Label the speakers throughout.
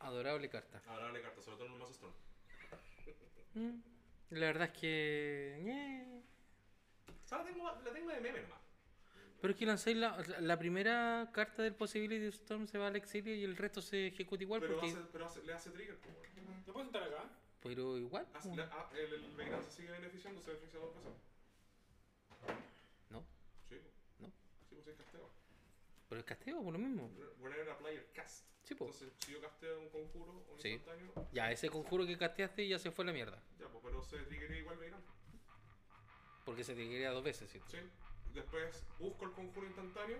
Speaker 1: Adorable carta.
Speaker 2: Adorable Ah, carta, sobre todo en un mazo Storm.
Speaker 1: Mm, La verdad es que. ñe.
Speaker 2: O sea, la tengo, la tengo de meme nomás.
Speaker 1: Pero es que lanzáis la, la primera carta del Possibility Storm se va al exilio y el resto se ejecuta igual.
Speaker 2: Pero,
Speaker 1: porque,
Speaker 2: hace, pero hace- le hace trigger, pues, weón.
Speaker 3: ¿Te puedes sentar acá?
Speaker 1: pero igual.
Speaker 2: Hace-
Speaker 1: po.
Speaker 2: le- ah, el, el venganza sigue beneficiándose del Fixer 2
Speaker 1: No,
Speaker 2: Sí, pues.
Speaker 1: no.
Speaker 2: Sí, pues es casteo.
Speaker 1: Pero el casteo, por lo mismo.
Speaker 2: Whenever a player cast.
Speaker 1: Sí, po.
Speaker 2: Entonces, si yo casteo un conjuro o un
Speaker 1: Sí.
Speaker 2: instantáneo,
Speaker 1: Ya, ese conjuro que casteaste ya se fue a la mierda.
Speaker 2: ya, pues, pero se triggería igual venganza.
Speaker 1: Porque se te quería dos veces, ¿cierto?
Speaker 2: Sí. Después busco el conjuro instantáneo.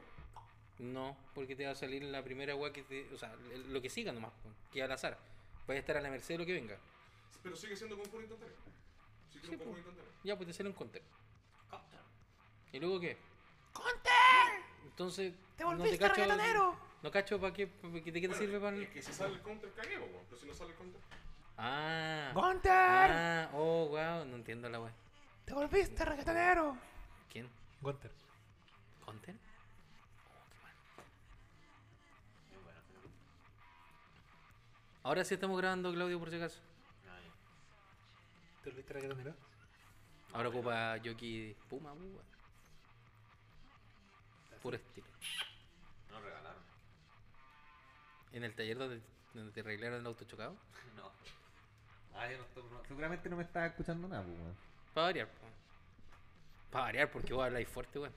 Speaker 1: No, porque te va a salir la primera weá que te. O sea, el- lo que siga nomás, po, que al azar. Vas a estar a la merced de lo que venga.
Speaker 2: Pero sigue siendo conjuro instantáneo. Sí, que
Speaker 1: Sí,
Speaker 2: un conjuro
Speaker 1: po.
Speaker 2: instantáneo.
Speaker 1: Ya, pues te sale un counter. ¿Y luego qué? ¡Counter! Entonces. ¡Te volviste no reggaetonero! No cacho, ¿para qué? pa' qué- ¿De qué te
Speaker 2: Bueno,
Speaker 1: sirve para.?
Speaker 2: Es que si sale el counter, cagué, pues, weón. Pero si no sale el counter.
Speaker 1: Ah.
Speaker 4: ¡Gonter!
Speaker 1: Ah, oh, wow, no entiendo la weá.
Speaker 4: ¡Te volviste reggaetonero!
Speaker 1: ¿Quién?
Speaker 4: Gunter.
Speaker 1: ¿Counter? Oh, Ahora sí estamos grabando, Claudio, por si acaso.
Speaker 4: ¿Te volviste reggaetonero?
Speaker 1: Ahora ocupa Yoki Puma, puma. Puro estilo.
Speaker 5: No regalaron.
Speaker 1: En el taller donde, donde te arreglaron el auto chocado.
Speaker 5: No. Ah, yo no estoy- no- Seguramente no me estaba escuchando nada, pues, weón.
Speaker 1: Para variar, Para variar, porque vos habláis fuerte, weón.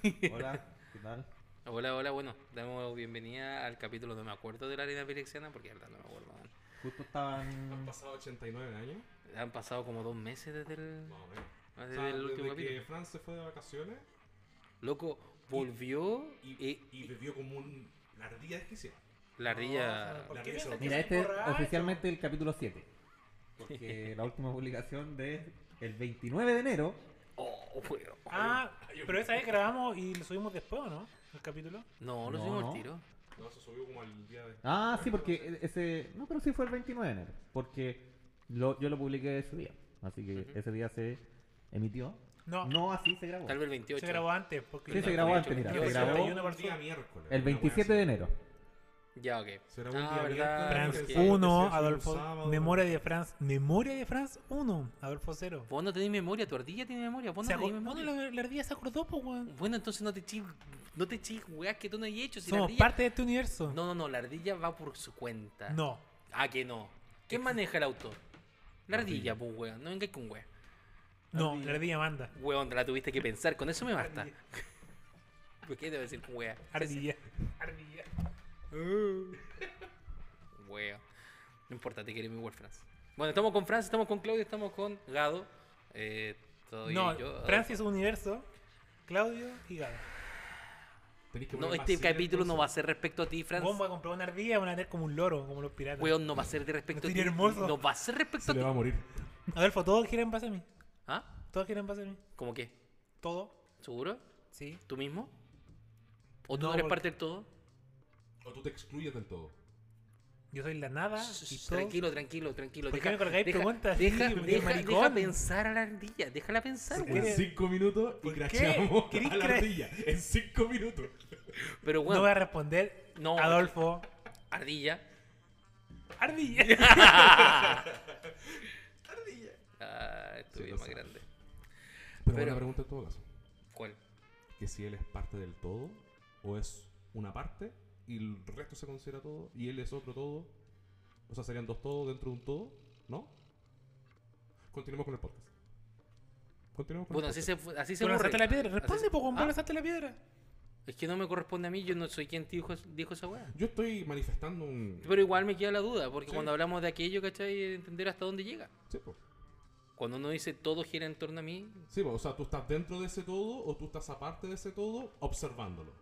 Speaker 5: Sí. Hola, ¿qué tal?
Speaker 1: Hola, hola, bueno, damos bienvenida al capítulo No me acuerdo de la arena pirexiana, porque la verdad no me acuerdo. weón.
Speaker 5: Justo
Speaker 2: Han
Speaker 5: estaban.
Speaker 2: pasado 89 años.
Speaker 1: Han pasado como dos meses desde el,
Speaker 2: Más o menos.
Speaker 1: desde
Speaker 2: O sea,
Speaker 1: el último
Speaker 2: Ah, desde que
Speaker 1: capítulo.
Speaker 2: Fran se fue de vacaciones
Speaker 1: Loco, volvió
Speaker 2: y,
Speaker 1: y,
Speaker 2: y bebió como un, la ardilla desquiciada.
Speaker 1: la ardilla.
Speaker 3: ¿Por
Speaker 2: La
Speaker 3: qué
Speaker 2: risa.
Speaker 3: piensas que
Speaker 5: Mira,
Speaker 3: soy
Speaker 5: este es
Speaker 3: borracho?
Speaker 5: oficialmente el capítulo 7. Porque la última publicación de el 29 de enero.
Speaker 1: Oh, weón.
Speaker 3: Ah, pero esa vez grabamos y lo subimos después, ¿o no? El capítulo.
Speaker 1: No, lo
Speaker 5: No,
Speaker 1: subimos
Speaker 5: no.
Speaker 1: al tiro.
Speaker 2: No, se subió como al día de.
Speaker 5: Ah, sí, porque ese. No, pero sí fue el 29 de enero. Porque lo- yo lo publiqué ese día. Así que ese día se emitió.
Speaker 3: No.
Speaker 5: No así se grabó.
Speaker 1: Tal vez el 28.
Speaker 3: Se grabó antes. Porque
Speaker 5: Sí, se grabó antes, mira.
Speaker 3: Yo
Speaker 5: Se
Speaker 3: soy
Speaker 5: grabó
Speaker 3: 31
Speaker 2: el día
Speaker 3: persona.
Speaker 2: miércoles.
Speaker 5: El 27 de enero.
Speaker 1: Ya, ok.
Speaker 2: Será un
Speaker 1: ah,
Speaker 2: día
Speaker 1: verdad.
Speaker 2: miércoles.
Speaker 3: Franz
Speaker 1: porque
Speaker 2: Sí,
Speaker 3: 1,
Speaker 2: sí, sí,
Speaker 3: Adolfo.
Speaker 2: un sábado.
Speaker 3: memoria de Franz. Memoria de Franz 1, Adolfo 0.
Speaker 1: Vos no tenés memoria, tu ardilla tiene memoria. Vos no
Speaker 3: Se
Speaker 1: tenés
Speaker 3: acor- bueno,
Speaker 1: memoria.
Speaker 3: la, la ardilla se acordó, pues, weón.
Speaker 1: Bueno, entonces no te chis, no te chis, weas que tú no has hecho. Si la
Speaker 3: Somos
Speaker 1: ardilla-
Speaker 3: parte de este universo.
Speaker 1: No, no, no, la ardilla va por su cuenta.
Speaker 3: No.
Speaker 1: Ah, que no. ¿Quién maneja el auto? La ardilla, pues, weón. No vengáis con wea.
Speaker 3: No, la ardilla manda.
Speaker 1: Weón, te la tuviste que pensar, con eso me basta. ¿Por qué debo decir wea?
Speaker 3: Ardilla. Ardilla.
Speaker 1: Wea. No importa, te quiere mi wea, Franz. Bueno, estamos con Franz, estamos con Claudio, estamos con Gado. Eh, todavía yo.
Speaker 3: No, Franz y su universo. Claudio y Gabo.
Speaker 2: Tenéis que
Speaker 1: No,
Speaker 2: poner
Speaker 1: este
Speaker 2: vacío,
Speaker 1: capítulo no va a
Speaker 2: entonces.
Speaker 1: ser respecto a ti, Franz.
Speaker 3: Vos vas a comprar una ardilla van a tener como un loro, como los piratas.
Speaker 1: Weón, no va a ser de respecto a ti.
Speaker 3: Sería hermoso.
Speaker 1: No va a ser respecto
Speaker 2: Se
Speaker 1: a
Speaker 2: le va a
Speaker 1: ti.
Speaker 2: morir.
Speaker 3: Adolfo, todo gira en base a mí.
Speaker 1: ¿Ah?
Speaker 3: Todo gira en base a mí.
Speaker 1: ¿Cómo qué?
Speaker 3: Todo.
Speaker 1: ¿Seguro?
Speaker 3: Sí.
Speaker 1: ¿Tú mismo? ¿O tú no,
Speaker 3: No,
Speaker 1: eres
Speaker 3: porque-
Speaker 1: parte del todo?
Speaker 2: O tú te excluyes del todo.
Speaker 3: Yo soy la nada. Y todo.
Speaker 1: Tranquilo, tranquilo, tranquilo.
Speaker 3: ¿Por
Speaker 1: Deja-
Speaker 3: qué me colgáis
Speaker 1: deja-
Speaker 3: preguntas?
Speaker 1: Deja,
Speaker 3: Sí, porque
Speaker 1: deja-
Speaker 3: maricón.
Speaker 1: deja pensar a la ardilla, déjala pensar,
Speaker 3: Sí.
Speaker 1: weón.
Speaker 3: qué?
Speaker 2: 5 minutos
Speaker 3: ¿Por qué? ¿Querís cre-
Speaker 2: En 5 minutos.
Speaker 1: Pero
Speaker 3: No voy a
Speaker 1: weón,
Speaker 3: responder.
Speaker 1: No.
Speaker 3: Adolfo.
Speaker 1: ardilla.
Speaker 3: Ardilla.
Speaker 1: Ah, estuve
Speaker 2: Sí, lo
Speaker 1: más
Speaker 2: sabe.
Speaker 1: grande.
Speaker 2: Pero,
Speaker 1: Pero-
Speaker 2: una pregunta en todo caso:
Speaker 1: ¿Cuál?
Speaker 2: que si él es parte del todo, o es una parte y el resto se considera todo, y él es otro todo. O sea, serían dos todos dentro de un todo, ¿no? Continuemos con el podcast. Continuemos con
Speaker 1: Bueno,
Speaker 2: el
Speaker 1: así
Speaker 2: podcast.
Speaker 1: se, fu- así se
Speaker 3: Tú lanzaste
Speaker 1: borra.
Speaker 3: la piedra.
Speaker 1: Así
Speaker 3: Responde, pues,
Speaker 1: se-
Speaker 3: po, Juan
Speaker 1: Ah,
Speaker 3: Pablo, lanzaste la piedra.
Speaker 1: Es que no me corresponde a mí, yo no soy quien dijo, dijo esa weá.
Speaker 2: Yo estoy manifestando un.
Speaker 1: Pero igual me queda la duda, porque
Speaker 2: Sí.
Speaker 1: cuando hablamos de aquello, ¿cachai? Entender hasta dónde llega.
Speaker 2: Sí, po.
Speaker 1: Cuando uno dice todo gira en torno a mí,
Speaker 2: Sí, po, o sea, tú estás dentro de ese todo o tú estás aparte de ese todo observándolo.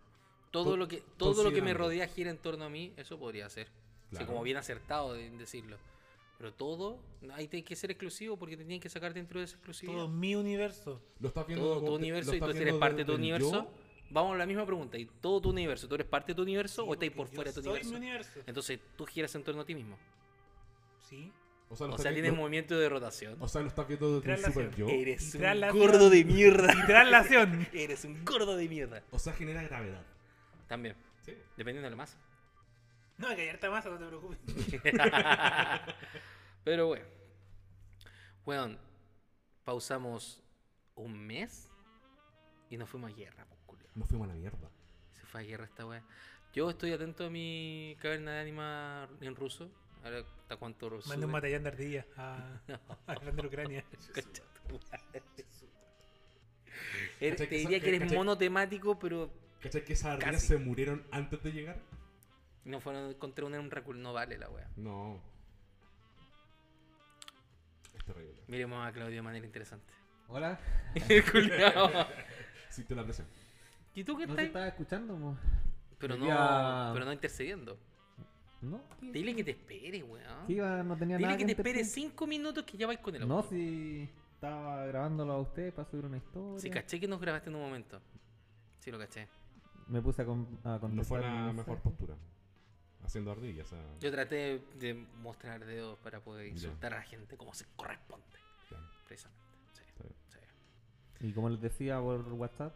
Speaker 1: todo
Speaker 2: To-
Speaker 1: lo que todo lo que me
Speaker 2: considerando.
Speaker 1: rodea gira en torno a mí, eso podría ser. O sea,
Speaker 2: Claro.
Speaker 1: como bien acertado de- en decirlo. Pero todo, ahí tienes que ser exclusivo porque te tienen que sacar dentro de esa exclusividad.
Speaker 3: Todo mi universo.
Speaker 2: Lo estás viendo
Speaker 1: todo
Speaker 2: como
Speaker 1: tu
Speaker 2: te-
Speaker 1: universo
Speaker 2: lo
Speaker 1: y tú
Speaker 2: estás
Speaker 1: eres
Speaker 2: viendo
Speaker 1: parte de tu
Speaker 2: desde el yo.
Speaker 1: universo. Vamos a la misma pregunta. ¿Y todo tu universo? ¿Tú eres parte de tu universo o estás por
Speaker 3: Yo
Speaker 1: fuera de tu
Speaker 3: soy
Speaker 1: universo? Eh.
Speaker 3: mi universo.
Speaker 1: Entonces tú giras en torno a ti mismo.
Speaker 3: Sí.
Speaker 2: O sea, lo
Speaker 1: O
Speaker 2: estás
Speaker 1: sea,
Speaker 2: vi-
Speaker 1: tienes
Speaker 2: lo-
Speaker 1: movimiento de rotación.
Speaker 2: o sea, lo estás viendo desde el
Speaker 3: Traslación.
Speaker 2: super yo.
Speaker 1: Eres un
Speaker 3: Traslación.
Speaker 1: gordo de mierda.
Speaker 3: Y traslación.
Speaker 1: Eres un gordo de mierda.
Speaker 2: O sea, genera gravedad.
Speaker 1: También,
Speaker 2: Sí.
Speaker 1: dependiendo de la masa.
Speaker 3: No, hay que harta masa, no te preocupes.
Speaker 1: Pero bueno. Weón, pausamos un mes y nos fuimos a guerra, pues, culiao.
Speaker 2: Nos fuimos a la mierda.
Speaker 1: Se fue a guerra esta weá. Yo estoy atento a mi caverna de ánima en ruso. A ver hasta cuánto ruso.
Speaker 3: Manda un batallón de ardillas a, a Grande Ucrania.
Speaker 1: Er, Te
Speaker 2: ¿Cachai que esa-
Speaker 1: diría que eres
Speaker 2: cachai?
Speaker 1: monotemático, pero
Speaker 2: ¿Cachai que esas ardillas
Speaker 1: Casi.
Speaker 2: se murieron antes de llegar?
Speaker 1: no fueron contra un Emrakul. No vale la weá.
Speaker 2: No. Es terrible.
Speaker 1: Miremos a Claudio de manera interesante.
Speaker 5: Hola,
Speaker 1: Culiao.
Speaker 2: Siento la presión.
Speaker 1: ¿Y tú qué
Speaker 5: ¿no te
Speaker 1: estás?
Speaker 5: estaba escuchando? mo?
Speaker 1: Pero no,
Speaker 5: Diría-
Speaker 1: pero no intercediendo.
Speaker 5: No, que-
Speaker 1: Dile que te espere, weón.
Speaker 5: que iba- no tenía
Speaker 1: Dile
Speaker 5: nada
Speaker 1: que te
Speaker 5: interrumpir.
Speaker 1: espere cinco minutos que ya vais con el
Speaker 5: No,
Speaker 1: auto.
Speaker 5: si estaba grabándolo a usted para subir una historia.
Speaker 1: Si caché que nos grabaste en un momento. Sí, lo caché.
Speaker 5: Me puse a, con- a contestar.
Speaker 2: No fue
Speaker 5: el
Speaker 2: la
Speaker 5: mensaje.
Speaker 2: mejor postura. Haciendo ardillas. ah. a-
Speaker 1: Yo traté de mostrar dedos para poder
Speaker 2: Ya.
Speaker 1: insultar a la gente como se corresponde.
Speaker 2: Claro.
Speaker 1: Precisamente. Sí,
Speaker 2: Está bien.
Speaker 1: sí.
Speaker 5: Y como les decía por WhatsApp,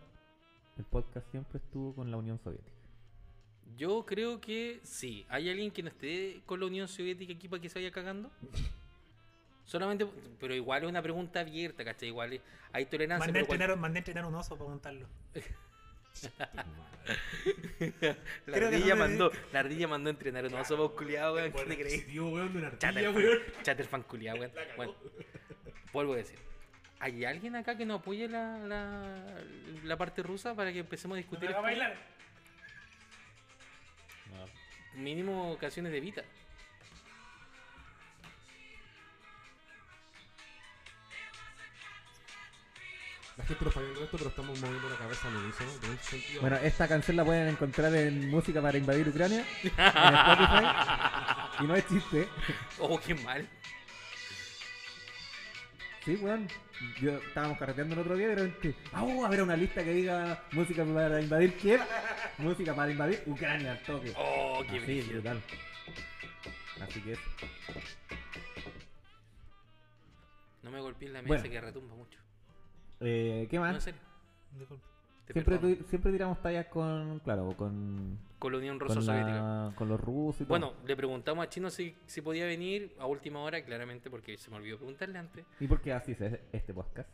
Speaker 5: el podcast siempre estuvo con la Unión Soviética.
Speaker 1: Yo creo que sí. ¿Hay alguien que no esté con la Unión Soviética aquí para que se vaya cagando? Solamente, pero igual es una pregunta abierta, ¿cachai? Igual es- hay tolerancia.
Speaker 3: Mandé a
Speaker 1: pero cual-
Speaker 3: entrenar, mandé a entrenar un oso para montarlo.
Speaker 1: la,
Speaker 3: creo que
Speaker 1: ardilla
Speaker 3: no me-
Speaker 1: mandó, la ardilla mandó a entrenar a un oso pa' un culiao, weón. ¿Qué te creí?
Speaker 2: Dio, weón, de una ardilla, weón.
Speaker 1: Chatterfan Chatterfan culiao, weón. Bueno, vuelvo a decir. ¿Hay alguien acá que nos apoye la, la, la parte rusa para que empecemos a
Speaker 3: No me
Speaker 1: discutir?
Speaker 3: haga
Speaker 1: esto?
Speaker 3: bailar.
Speaker 1: Mínimo canciones de Vita.
Speaker 2: La gente no está viendo esto, pero estamos moviendo la cabeza al unísono. Tiene un sentido.
Speaker 5: Bueno, esta canción la pueden encontrar en Música para Invadir Ucrania, en Spotify. y no es chiste.
Speaker 1: Oh, qué mal.
Speaker 5: Sí, weón. Yo estábamos carreteando el otro día y de repente, ¡ah! a ver una lista que diga música para invadir Kiev, música para invadir Ucrania al toque.
Speaker 1: Oh, qué
Speaker 5: Así,
Speaker 1: brígido.
Speaker 5: brutal. Así que,
Speaker 1: No me golpees la mesa
Speaker 5: Bueno.
Speaker 1: que retumba mucho.
Speaker 5: eh, ¿qué
Speaker 1: No, en
Speaker 5: más?
Speaker 1: serio.
Speaker 3: Disculpe.
Speaker 1: Te
Speaker 5: Siempre,
Speaker 1: perdono.
Speaker 5: tu- siempre tiramos tallas con, claro, con,
Speaker 1: Con la Unión Ruso
Speaker 5: con,
Speaker 1: Soviética.
Speaker 5: la- con los rusos y todo.
Speaker 1: Bueno, le preguntamos a Chino si, si podía venir a última hora, claramente, porque se me olvidó preguntarle antes.
Speaker 5: ¿Y por qué así es este podcast?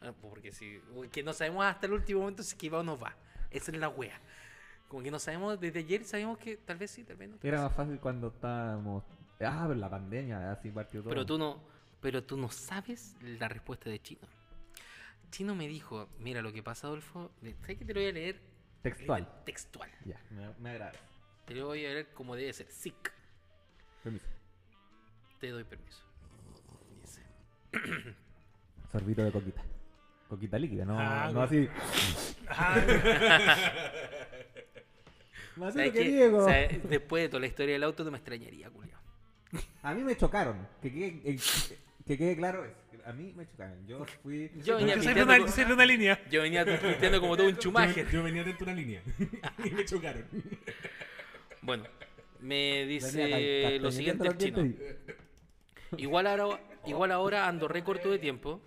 Speaker 1: Ah, Porque si. Que no sabemos hasta el último momento si que va o no va. Esa es la wea. Como que no sabemos, desde ayer sabemos que tal vez sí, tal vez no.
Speaker 5: Era más fácil cuando estábamos. Ah, pero la pandemia, así partió todo.
Speaker 1: Pero tú no, pero tú no sabes la respuesta de Chino. Chino me dijo, mira lo que pasa, Adolfo, de- ¿sabes que te lo voy a leer
Speaker 5: Textual.
Speaker 1: literal- textual?
Speaker 5: Ya, me, me agrada.
Speaker 1: Te lo voy a leer como debe ser, sic,
Speaker 5: Permiso.
Speaker 1: te doy permiso. Dice,
Speaker 5: Sorbito de coquita. Coquita líquida, no,
Speaker 3: Ah,
Speaker 5: no
Speaker 3: güey.
Speaker 5: así.
Speaker 1: Ah,
Speaker 3: Ajá,
Speaker 5: Más
Speaker 1: "¿Sabes
Speaker 5: que
Speaker 1: qué?
Speaker 5: Diego.
Speaker 1: ¿Sabes? Después de toda la historia del auto no me extrañaría, culiao.
Speaker 5: A mí me chocaron. Que quede, eh, que quede claro eso. A mí me chocaron. Yo fui.
Speaker 1: Yo venía
Speaker 3: yo soy
Speaker 1: pisteando,
Speaker 3: de una, yo
Speaker 1: como-
Speaker 3: soy de una línea.
Speaker 1: yo venía pisteando como todo un
Speaker 2: yo,
Speaker 1: chumaje.
Speaker 2: yo venía dentro de una línea y me chocaron.
Speaker 1: Bueno, me
Speaker 5: venía
Speaker 1: dice
Speaker 5: ca-
Speaker 1: lo siguiente el
Speaker 5: castañeteando
Speaker 1: Chino.
Speaker 5: los dientes
Speaker 1: Igual ahora, igual ahora ando re corto de tiempo.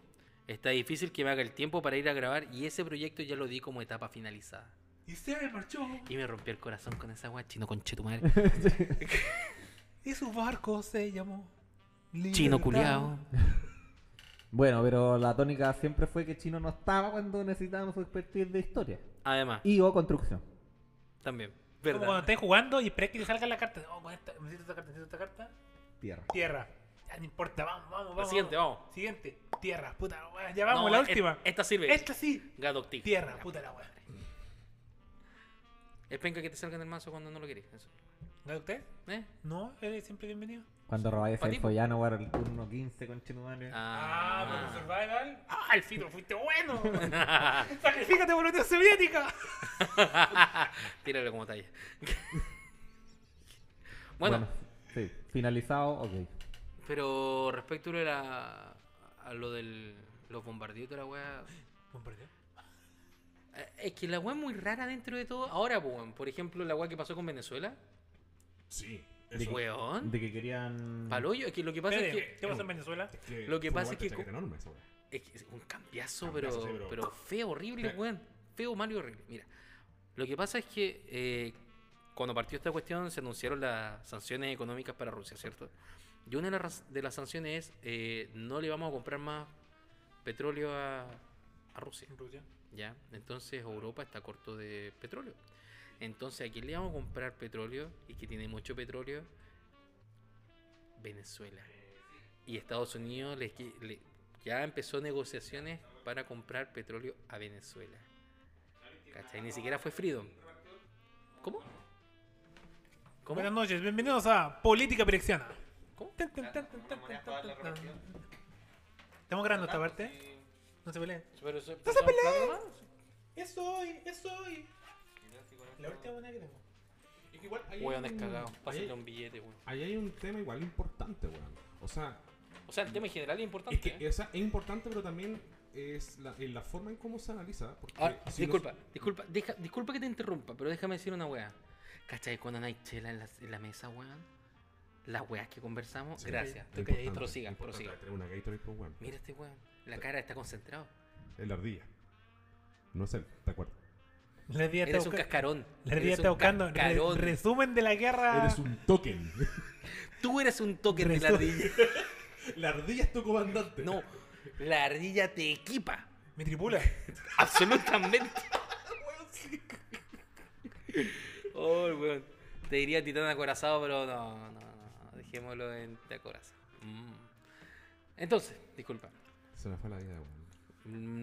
Speaker 1: Está difícil que me haga el tiempo para ir a grabar y ese proyecto ya lo di como etapa finalizada.
Speaker 3: Y se me marchó.
Speaker 1: Y me rompió el corazón con esa guay, chino conche tu madre.
Speaker 3: Y su barco se llamó.
Speaker 1: Chino
Speaker 3: Libertad.
Speaker 1: culiao.
Speaker 5: y- Bueno, pero la tónica siempre fue que Chino no estaba cuando necesitábamos su expertise de historia.
Speaker 1: Además,
Speaker 5: Y o construcción.
Speaker 1: también.
Speaker 3: Como cuando
Speaker 1: ¿Verdad?
Speaker 3: estés jugando y esperes que te salga la carta. Oh, con esta, necesito esta carta, necesito esta carta.
Speaker 5: Tierra.
Speaker 3: Tierra. Ya no importa, vamos, vamos, vamos.
Speaker 1: siguiente, vamos.
Speaker 3: Siguiente, tierra, puta, weá, ya vamos,
Speaker 1: No, eh,
Speaker 3: la
Speaker 1: et-
Speaker 3: última.
Speaker 1: Esta sirve.
Speaker 3: Esta sí,
Speaker 1: Gadoctic.
Speaker 3: tierra, puta la weá.
Speaker 1: Es penca que te salga en el mazo cuando no lo querés. Eso.
Speaker 3: ¿No usted?
Speaker 1: ¿Eh?
Speaker 3: No, eres siempre bienvenido.
Speaker 5: Cuando robáis
Speaker 1: Pa'
Speaker 5: el
Speaker 1: ti,
Speaker 5: follano para el turno 15 con Chetumare.
Speaker 3: Ah,
Speaker 1: Ah,
Speaker 3: pero Survival. Ah, el filo, fuiste bueno. Sacrifícate por la Unión Soviética.
Speaker 1: Tíralo como talla. bueno,
Speaker 5: Sí, finalizado, ok.
Speaker 1: pero respecto a lo de la- a lo del los bombardeos y toda la weá.
Speaker 3: Bombardeó.
Speaker 1: Eh, Es que la weá es muy rara dentro de todo. Ahora, po, weón, por ejemplo, la weá que pasó con Venezuela.
Speaker 2: Sí.
Speaker 5: Digo,
Speaker 1: Weón.
Speaker 5: De que querían.
Speaker 1: Palollo. Es que lo que pasa es
Speaker 3: Espérate,
Speaker 1: que.
Speaker 3: ¿Qué pasó en Venezuela?
Speaker 1: Lo que pasa es que
Speaker 2: Es
Speaker 1: co-
Speaker 2: enorme esa weá.
Speaker 1: Es que es un cambiazo,
Speaker 2: Cambiazo,
Speaker 1: pero,
Speaker 2: sí, pero-
Speaker 1: pero feo, horrible,
Speaker 2: Sí.
Speaker 1: weón. Feo, malo y horrible. Mira, lo que pasa es que eh, cuando partió esta cuestión se anunciaron las sanciones económicas para Rusia, ¿cierto? Y una de las, raz- de las sanciones es eh, no le vamos a comprar más petróleo a, a Rusia,
Speaker 3: Rusia.
Speaker 1: ¿ya? Entonces Europa está corto de petróleo. Entonces, ¿a quién le vamos a comprar petróleo y que tiene mucho petróleo? Venezuela. Y Estados Unidos les qui- le- ya empezó negociaciones para comprar petróleo a Venezuela. ¿Cachai? Ni siquiera fue Freedom. ¿Cómo? ¿Cómo?
Speaker 3: Buenas noches, bienvenidos a Política Pirexiana.
Speaker 1: ¿Cómo?
Speaker 3: Tan, tan, tan, tan, tan, tan, tan, tan. Estamos grabando esta parte. No se peleen.
Speaker 1: Pero eso-
Speaker 3: se
Speaker 1: son
Speaker 3: peleen.
Speaker 1: cuatro nomás.
Speaker 3: Es hoy, es hoy. La última buena que tengo.
Speaker 2: Es que igual ahí hay
Speaker 1: Weón
Speaker 2: un-
Speaker 1: descagado.
Speaker 2: ahí,
Speaker 1: Pásale un billete, weón.
Speaker 2: ahí hay un tema igual importante, weón. O sea,
Speaker 1: O sea, el tema en general es importante.
Speaker 2: es que
Speaker 1: ¿eh?
Speaker 2: o sea, es importante, pero también es la, en la forma en cómo se analiza. Porque
Speaker 1: Ahora,
Speaker 2: si nos-
Speaker 1: Ah, disculpa, disculpa, deja- disculpa que te interrumpa, pero déjame decir una weá. ¿Cachai? Cuando no hay chela en la, en la mesa, weón. Las weas que conversamos.
Speaker 2: Sí,
Speaker 1: Gracias.
Speaker 2: es
Speaker 1: Estoy
Speaker 2: importante,
Speaker 1: calladito. Prosiga,
Speaker 2: es importante
Speaker 1: prosiga.
Speaker 2: tener una Gatorade, pues, weón.
Speaker 1: Mira este weón. La cara está concentrado.
Speaker 2: Es la ardilla. No es él, ¿te acuerdas?
Speaker 3: La día está
Speaker 1: Eres un
Speaker 3: buscando.
Speaker 1: cascarón.
Speaker 3: La día
Speaker 1: Eres
Speaker 3: está
Speaker 1: un
Speaker 3: buscando. re-
Speaker 1: cascarón.
Speaker 3: Resumen de la guerra.
Speaker 2: Eres un token.
Speaker 1: Tú eres un toque de la
Speaker 3: Resu-
Speaker 1: ardilla.
Speaker 2: la ardilla es tu comandante.
Speaker 1: No, la ardilla te equipa.
Speaker 3: Me tripula.
Speaker 1: Absolutamente. oh, el weón. Te diría titán acorazado, pero no, no, no. Dejémoslo en de acorazado. Mm. Entonces, disculpa.
Speaker 2: Se me fue la vida, weón.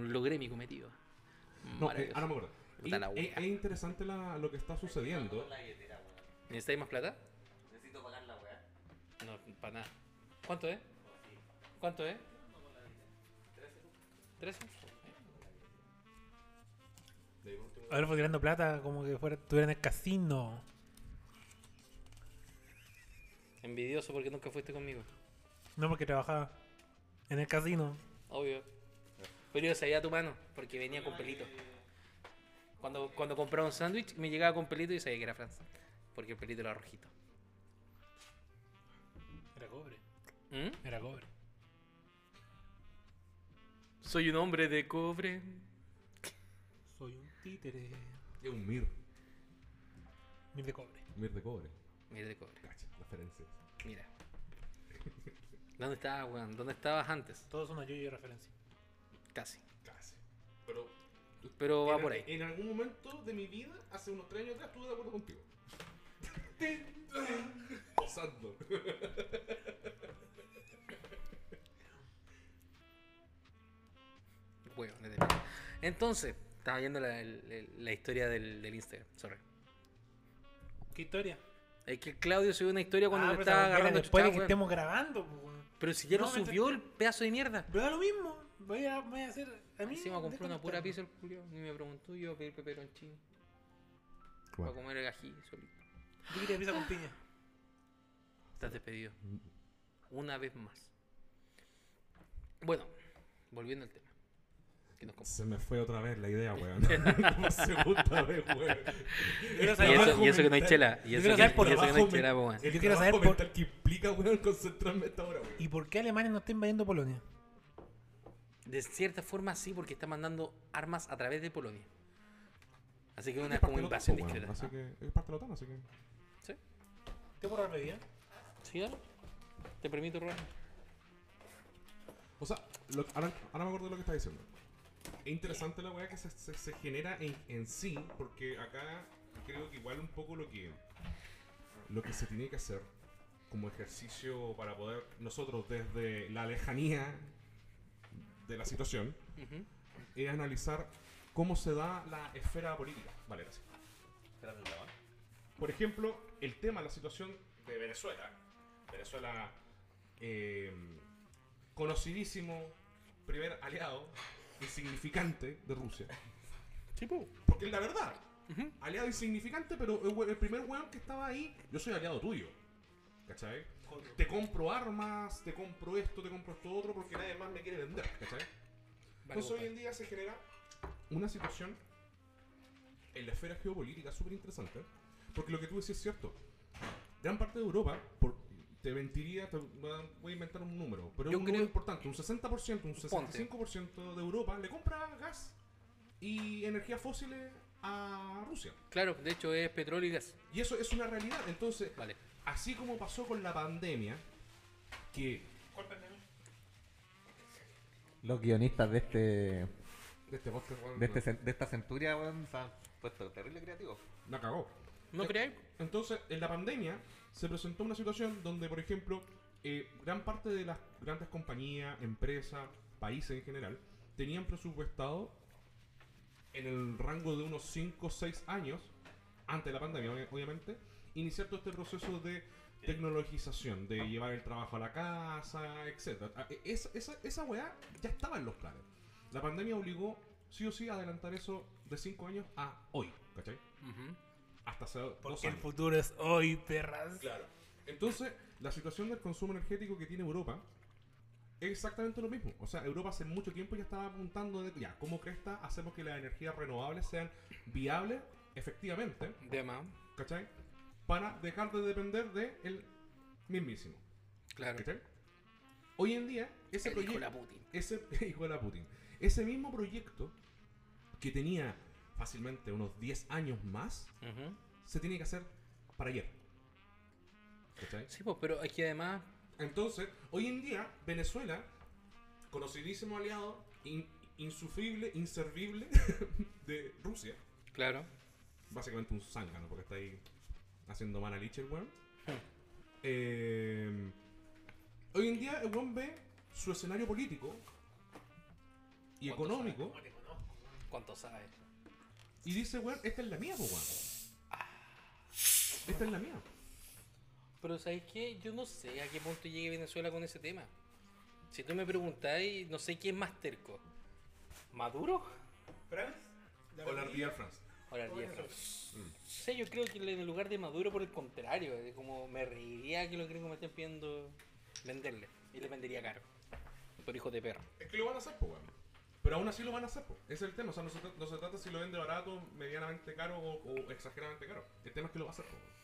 Speaker 1: Mm, Logré mi cometido.
Speaker 2: No, eh,
Speaker 1: Maravilloso.
Speaker 2: ahora me acuerdo.
Speaker 1: Puta
Speaker 2: Y
Speaker 1: la
Speaker 2: es,
Speaker 1: wea.
Speaker 2: es interesante la- lo que está sucediendo.
Speaker 1: ¿Necesitáis más plata? Necesito pagar la weá. No, para nada. ¿Cuánto es? ¿Cuánto es? 13.
Speaker 3: Adolfo tirando plata como que fuera, estuviera en el casino.
Speaker 1: Envidioso porque nunca fuiste conmigo.
Speaker 3: No porque trabajaba en el casino.
Speaker 1: Obvio. Pero yo sabía tu mano, porque venía con pelito. Cuando, cuando compraba un sándwich, me llegaba con pelito y sabía que era Franza. Porque el pelito era rojito.
Speaker 3: Era cobre.
Speaker 1: ¿Mm?
Speaker 3: Era cobre.
Speaker 1: Soy un hombre de cobre.
Speaker 3: Soy un títere.
Speaker 2: Es un mir.
Speaker 3: Mil de cobre.
Speaker 2: Mir de cobre.
Speaker 1: Mira de cobre.
Speaker 2: Cacha, referencias.
Speaker 1: Mira. ¿Dónde estabas, weón? ¿Dónde estabas antes?
Speaker 3: Todos son una yo referencia.
Speaker 1: Casi.
Speaker 2: Casi. Pero.
Speaker 1: Pero va
Speaker 2: en-
Speaker 1: por ahí.
Speaker 2: En algún momento de mi vida, hace unos tres años atrás, estuve de acuerdo contigo. Posando.
Speaker 1: Weón, de verdad. Entonces, estaba viendo la, el- la historia del, del Instagram. Sorry.
Speaker 3: ¿Qué historia?
Speaker 1: Es que el Claudio subió una historia cuando
Speaker 3: Ah,
Speaker 1: le
Speaker 3: pero
Speaker 1: estaba
Speaker 3: esa bandera
Speaker 1: agarrando
Speaker 3: después de
Speaker 1: chuchada,
Speaker 3: que
Speaker 1: weón.
Speaker 3: estemos grabando. pues, weón.
Speaker 1: Pero si ya lo
Speaker 3: No, me-
Speaker 1: subió el pedazo de mierda.
Speaker 3: Pero da lo mismo. Voy a, voy a hacer. A mí.
Speaker 1: Encima compré una pura
Speaker 3: desconectarme.
Speaker 1: pizza el Julio, ni me preguntó, yo iba a pedir peperoncino para comer el gají solito.
Speaker 3: Yo quería pizza con piña.
Speaker 1: Estás despedido. Mm. Una vez más. Bueno, volviendo al tema. Que nos comp-
Speaker 2: Se me fue otra vez la idea, weón. Como segunda vez, weón.
Speaker 3: quiero
Speaker 1: y,
Speaker 3: saber-
Speaker 1: eso, y eso que no hay chela. Y
Speaker 3: Yo
Speaker 1: eso
Speaker 3: quiero
Speaker 1: que,
Speaker 3: saber por
Speaker 1: y eso que no hay
Speaker 2: abajo,
Speaker 1: chela, po, weón.
Speaker 2: El
Speaker 3: Yo quiero saber
Speaker 2: trabajo
Speaker 3: por-
Speaker 2: mental que implica, weón, concentrarme esta hora, weón.
Speaker 3: ¿Y por qué Alemania no está invadiendo Polonia?
Speaker 1: De cierta forma sí, porque está mandando armas a través de Polonia. Así que es
Speaker 2: Es
Speaker 1: una
Speaker 2: parte
Speaker 1: como
Speaker 2: de la OTAN,
Speaker 1: invasión
Speaker 2: po, weón.
Speaker 1: discreta.
Speaker 2: Así que es parte de la OTAN, así que.
Speaker 1: ¿Sí?
Speaker 3: ¿Te puedo robar bebida?
Speaker 1: ¿Sí, dale? ¿Te permito robar?
Speaker 2: O sea, lo- ahora, ahora me acuerdo de lo que está diciendo. Es interesante la weá que se, se- se genera en, en sí, porque acá creo que igual un poco lo que, lo que se tiene que hacer como ejercicio para poder nosotros desde la lejanía de la situación
Speaker 1: Ujú.
Speaker 2: es analizar cómo se da la esfera política. Vale, gracias. Por ejemplo, el tema, la situación de Venezuela. Venezuela, eh, conocidísimo primer aliado insignificante de Rusia.
Speaker 1: Sí, po.
Speaker 2: Porque es la verdad. Aliado insignificante, pero el we- el primer weón que estaba ahí, yo soy aliado tuyo. ¿Cachai? Te compro armas, te compro esto, te compro esto otro, porque nadie más me quiere vender. ¿Cachai?
Speaker 1: Vale,
Speaker 2: Entonces hoy
Speaker 1: compadre.
Speaker 2: en día se genera una situación en la esfera geopolítica súper interesante, porque lo que tú decís es cierto. Gran parte de Europa, por- te mentiría, te- voy a inventar un número, pero es
Speaker 1: Yo
Speaker 2: un
Speaker 1: creo-
Speaker 2: número importante, un 60%, un
Speaker 1: Ponte.
Speaker 2: 65% de Europa le compra gas y energías fósiles a Rusia.
Speaker 1: Claro, de hecho es petróleo y gas.
Speaker 2: Y eso es una realidad. Entonces,
Speaker 1: Vale.
Speaker 2: así como pasó con la pandemia, que
Speaker 5: Los guionistas de este.
Speaker 2: de este podcast, weón,
Speaker 5: de, este, cen- de esta centuria, weón, se han puesto terrible creativos.
Speaker 2: la cagó.
Speaker 1: ¿No
Speaker 2: Ya.
Speaker 1: creáis?
Speaker 2: Entonces, en la pandemia se presentó una situación donde, por ejemplo, eh, gran parte de las grandes compañías, empresas, países en general, tenían presupuestado en el rango de unos 5 o 6 años, antes de la pandemia, obvia- obviamente, iniciar todo este proceso de tecnologización, de llevar el trabajo a la casa, etc. Esa, esa, esa weá ya estaba en los planes. La pandemia obligó, sí o sí, a adelantar eso de 5 años a hoy, ¿cachai?
Speaker 1: Ujú.
Speaker 2: Hasta hace dos
Speaker 3: Porque el
Speaker 2: años.
Speaker 3: futuro es hoy, perras.
Speaker 2: Claro. Entonces, la situación del consumo energético que tiene Europa es exactamente lo mismo. O sea, Europa hace mucho tiempo ya estaba apuntando de, ya, ¿cómo cresta hacemos que las energías renovables sean viables, efectivamente,
Speaker 1: De más.
Speaker 2: ¿cachai? Para dejar de depender del el mismísimo,
Speaker 1: Claro.
Speaker 2: ¿cachai? Hoy en día, ese
Speaker 1: El hijo de
Speaker 2: proyecto...
Speaker 1: la Putin.
Speaker 2: Ese, hijo de la Putin. Ese mismo proyecto que tenía fácilmente unos 10 años más,
Speaker 1: Ujú.
Speaker 2: se tiene que hacer para ayer. ¿Cachai?
Speaker 1: Sí, pues, pero aquí además,
Speaker 2: Entonces, hoy en día, Venezuela, conocidísimo aliado, in- insufrible, inservible de Rusia,
Speaker 1: claro.
Speaker 2: básicamente un zángano, porque está ahí haciendo mal a Licher, weón. Eh, hoy en día, el weón ve su escenario político y
Speaker 1: ¿Cuánto
Speaker 2: económico
Speaker 1: ¿Cuánto sabes?
Speaker 2: y dice, weón, esta es la mía, po, weón. Esta es la mía.
Speaker 1: Pero ¿sabéis qué? Yo no sé a qué punto llegue Venezuela con ese tema. Si tú me preguntáis, no sé quién es más terco. ¿Maduro?
Speaker 3: ¿France?
Speaker 2: Hola, Air France.
Speaker 1: Ahora el Jeffrey. Sí, yo creo que en el lugar de Maduro, por el contrario, es como me reiría que los gringos me estén pidiendo venderle. Y le vendería caro. Por hijo de perro.
Speaker 2: Es que lo van a hacer, po, weón. Pero aún así lo van a hacer, po. Ese es el tema. O sea, no se, tra- no se trata si lo vende barato, medianamente caro o, o exageradamente caro. El tema es que lo va a hacer, po, weón.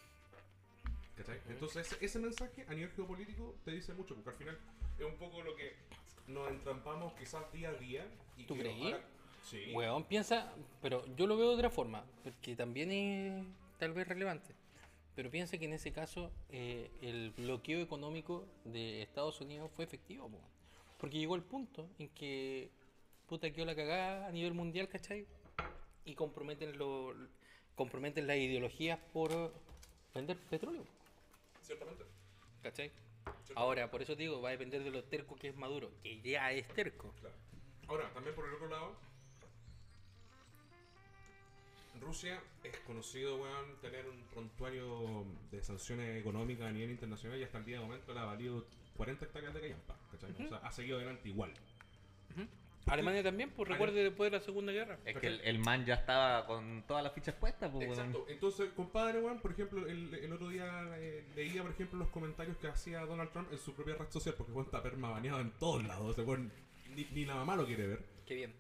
Speaker 2: ¿Cachai? Entonces, ese, ese mensaje a nivel geopolítico te dice mucho, porque al final es un poco lo que nos entrampamos quizás día a día. Y
Speaker 1: ¿Tú
Speaker 2: que
Speaker 1: creí?
Speaker 2: ojalá- Sí.
Speaker 1: Weón piensa, pero yo lo veo de otra forma, porque también es tal vez relevante. Pero piensa que en ese caso eh, el bloqueo económico de Estados Unidos fue efectivo, po, weón. porque llegó el punto en que puta quedó la cagada a nivel mundial, ¿cachai? Y comprometen, lo, comprometen las ideologías por vender petróleo,
Speaker 2: Ciertamente.
Speaker 1: ¿cachai? Ahora, por eso te digo, va a depender de lo terco que es Maduro, que ya es terco.
Speaker 2: Claro. Ahora, también por el otro lado, Rusia es conocido, weón, tener un prontuario de sanciones económicas a nivel internacional y hasta el día de momento le ha valido 40 hectáreas de callampa, ¿cachai? O sea, ha seguido adelante igual.
Speaker 1: Alemania también, pues recuerde después de la Segunda Guerra.
Speaker 5: Es que el, el man ya estaba con todas las fichas puestas, pues, weón.
Speaker 2: Exacto. Entonces, compadre, weón, por ejemplo, el, el otro día eh, leía, por ejemplo, los comentarios que hacía Donald Trump en su propia red social, porque weón está perma baneado en todos lados, ese weón, ni, ni la mamá lo quiere ver.
Speaker 1: Qué bien.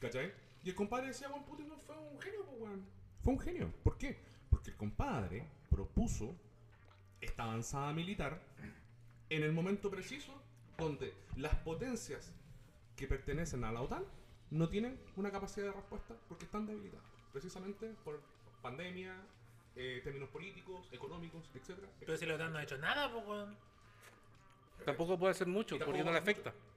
Speaker 2: ¿Cachai? Y el compadre decía, Juan Putin no fue un genio, pues, weón. Fue un genio. ¿Por qué? Porque el compadre propuso esta avanzada militar en el momento preciso donde las potencias que pertenecen a la OTAN no tienen una capacidad de respuesta porque están debilitadas. Precisamente por pandemia, eh, términos políticos, económicos, etc.
Speaker 3: Pero si la OTAN no ha hecho nada, pues, weón.
Speaker 1: Tampoco puede hacer mucho
Speaker 2: Y tampoco
Speaker 1: porque no le
Speaker 2: puede hacer
Speaker 1: afecta.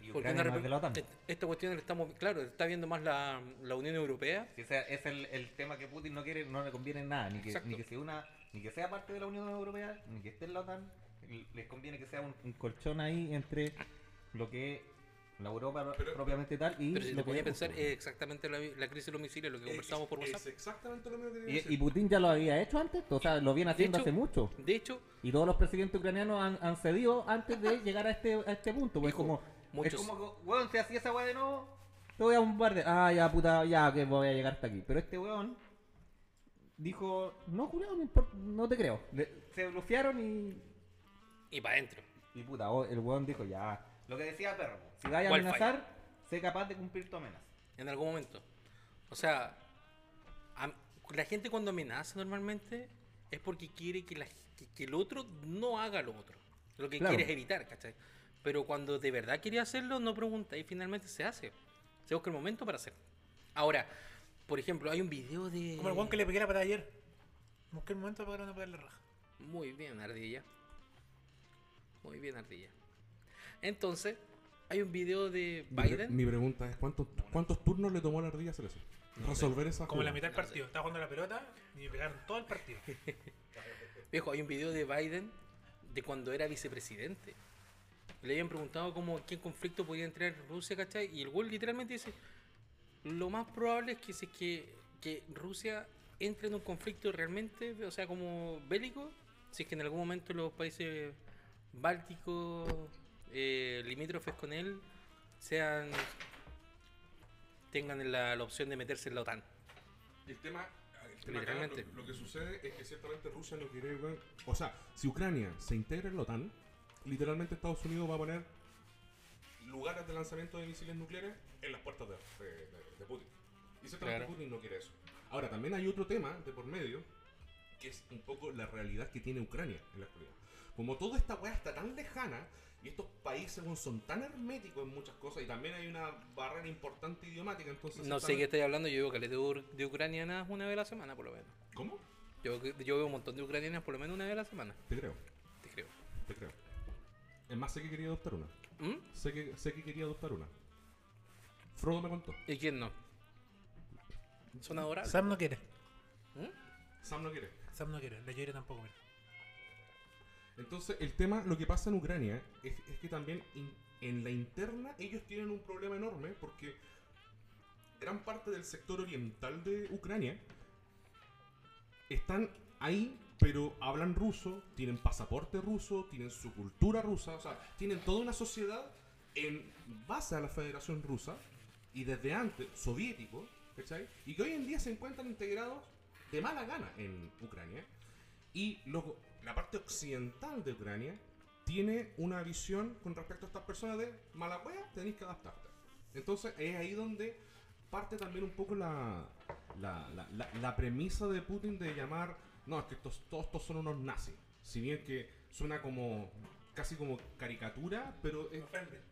Speaker 5: Y
Speaker 1: Porque
Speaker 5: Ucrania
Speaker 1: una
Speaker 5: no es de la OTAN.
Speaker 1: repe- est- esta cuestión la estamos, claro, está viendo más la, la Unión Europea.
Speaker 5: Si ese es el, el tema que Putin no quiere, no le conviene en nada, ni que,
Speaker 1: Exacto.
Speaker 5: ni que sea una, ni que sea parte de la Unión Europea, ni que esté en la OTAN, l- les conviene que sea un, un colchón ahí entre lo que es la Europa
Speaker 2: Pero-
Speaker 5: propiamente tal y
Speaker 1: Pero si
Speaker 5: lo
Speaker 1: te
Speaker 5: que
Speaker 1: podía
Speaker 5: es
Speaker 1: pensar,
Speaker 5: Rusia.
Speaker 1: es exactamente la, la crisis de los misiles, lo que conversamos por
Speaker 2: Es-
Speaker 1: WhatsApp.
Speaker 2: Es exactamente lo mismo que
Speaker 5: Y-
Speaker 2: decir.
Speaker 5: y, Putin ya lo había hecho antes, o sea, lo viene haciendo
Speaker 1: hecho-
Speaker 5: hace mucho.
Speaker 1: De hecho,
Speaker 5: Y todos los presidentes ucranianos han, han cedido antes de llegar a este, a este punto. Pues
Speaker 1: Hijo,
Speaker 5: como,
Speaker 1: muchos-
Speaker 5: Es como, que, weón, si así esa weá de nuevo, te voy a bombardear. Ah, ya, puta, ya, que voy a llegar hasta aquí. Pero este weón dijo, no, Julio, no, importa, no te creo. Le- se bloquearon y,
Speaker 1: y para adentro.
Speaker 5: y puta, oh, el weón dijo, ya. Lo que decía Perro, si vas a
Speaker 1: Wi-Fi.
Speaker 5: amenazar, sé capaz de cumplir tu amenaza.
Speaker 1: en algún momento. O sea, am- la gente cuando amenaza normalmente es porque quiere que, la- que- que el otro no haga lo otro. Lo que
Speaker 5: Claro.
Speaker 1: quiere es evitar, ¿cachai? Pero cuando de verdad quiere hacerlo, no pregunta y finalmente se hace. Se busca el momento para hacerlo. Ahora, por ejemplo, hay un video de.
Speaker 3: Como el guan que le pegué la patada ayer. Busqué el momento para no pegar la raja.
Speaker 1: Muy bien, Ardilla. Muy bien, Ardilla. Entonces, hay un video de
Speaker 2: Mi pre-
Speaker 1: Biden.
Speaker 2: Mi pregunta es: ¿cuántos, cuántos turnos le tomó a la ardilla hacer eso? Resolver esa
Speaker 3: Como la
Speaker 2: jugada.
Speaker 3: mitad del partido. Estaba jugando la pelota y me pegaron todo el partido.
Speaker 1: Viejo, hay un video de Biden de cuando era vicepresidente. Le habían preguntado cómo, qué conflicto podía entrar Rusia, ¿cachai? Y el güey literalmente dice, lo más probable es que, si es que, que Rusia entre en un conflicto realmente, o sea, como bélico, si es que en algún momento los países bálticos, eh, limítrofes con él, sean tengan la, la opción de meterse en la OTAN.
Speaker 2: El tema, el tema acá,
Speaker 1: Literalmente.
Speaker 2: lo, lo que sucede es que ciertamente Rusia no quiere. weón, O sea, si Ucrania se integra en la OTAN, literalmente Estados Unidos va a poner lugares de lanzamiento de misiles nucleares en las puertas de, de- de- de Putin. Y ciertamente
Speaker 1: Claro.
Speaker 2: Putin no quiere eso. Ahora, también hay otro tema de por medio que es un poco la realidad que tiene Ucrania en la actualidad. Como toda esta weá está tan lejana y estos países weón, son tan herméticos en muchas cosas y también hay una barrera importante idiomática, entonces.
Speaker 1: No sé
Speaker 2: están-
Speaker 1: qué estoy hablando, yo digo que de, Ur- de ucranianas una vez a la semana por lo menos.
Speaker 2: ¿Cómo?
Speaker 1: Yo, yo veo un montón de ucranianas por lo menos una vez a la semana,
Speaker 2: Te creo.
Speaker 1: te creo.
Speaker 2: Te creo. Es más, sé que quería adoptar una.
Speaker 1: ¿Mm?
Speaker 2: Sé que, sé que quería adoptar una. Frodo me contó.
Speaker 1: ¿Y quién no? Son adorables.
Speaker 3: Sam no quiere.
Speaker 1: ¿Mm?
Speaker 2: Sam no quiere.
Speaker 3: Sam no quiere. La Yoyera tampoco mira.
Speaker 2: Entonces, el tema, lo que pasa en Ucrania, es, es que también in- en la interna ellos tienen un problema enorme porque gran parte del sector oriental de Ucrania están ahí, pero hablan ruso, tienen pasaporte ruso, tienen su cultura rusa, o sea, tienen toda una sociedad en base a la Federación Rusa y desde antes soviético, ¿cachai? Y que hoy en día se encuentran integrados de mala gana en Ucrania. Y luego, la parte occidental de Ucrania tiene una visión con respecto a estas personas de mala wea, tenéis que adaptarte. Entonces es ahí donde parte también un poco la, la, la- la- la premisa de Putin de llamar, no, es que estos, todos estos son unos nazis. Si bien que suena como casi como caricatura, pero es,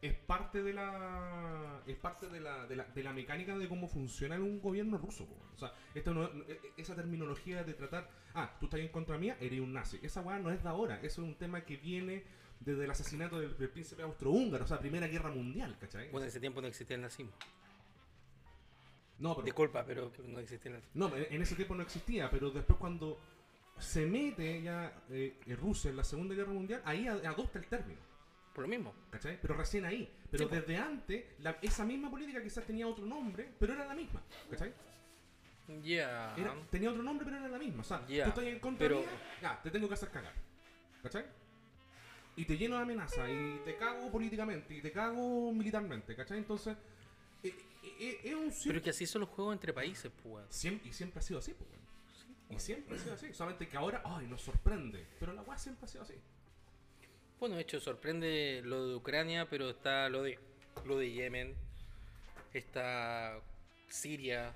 Speaker 2: es parte de la es parte de la, de la, de la mecánica de cómo funciona un gobierno ruso po. o sea esta no- e- e- esa terminología de tratar ah tú estás en contra mía eres un nazi esa weá no es de ahora eso es un tema que viene desde el asesinato del, del príncipe austrohúngaro o sea primera guerra mundial ¿cachai?
Speaker 1: Bueno, en ese tiempo no existía el nazismo.
Speaker 2: no pero
Speaker 1: Disculpa, pero no existía el nazismo.
Speaker 2: No, en en ese tiempo no existía, pero después cuando se mete ya eh, eh, Rusia en la Segunda Guerra Mundial, ahí a- adopta el término,
Speaker 1: Por lo mismo.
Speaker 2: ¿cachai? Pero recién ahí. Pero
Speaker 1: Sí, po.
Speaker 2: desde antes, la- esa misma política quizás tenía otro nombre, pero era la misma, ¿cachai?
Speaker 1: Ya.
Speaker 2: Era- tenía otro nombre, pero era la misma. O sea,
Speaker 1: Ya,
Speaker 2: tú estás en contra
Speaker 1: pero-
Speaker 2: mía, ya, te tengo que hacer cagar, ¿cachai? Y te lleno de amenaza, y te cago políticamente, y te cago militarmente, ¿cachai? Entonces, eh, eh, eh, es un
Speaker 1: Pero
Speaker 2: círculo
Speaker 1: es que así son los juegos entre países, pues.
Speaker 2: Siem- y siempre ha sido así, pues, weón. Y siempre ha sido así. Solamente que ahora, ay, nos sorprende. Pero la weá siempre ha sido así.
Speaker 1: Bueno, de hecho, sorprende lo de Ucrania, pero está lo de, lo de Yemen, está Siria,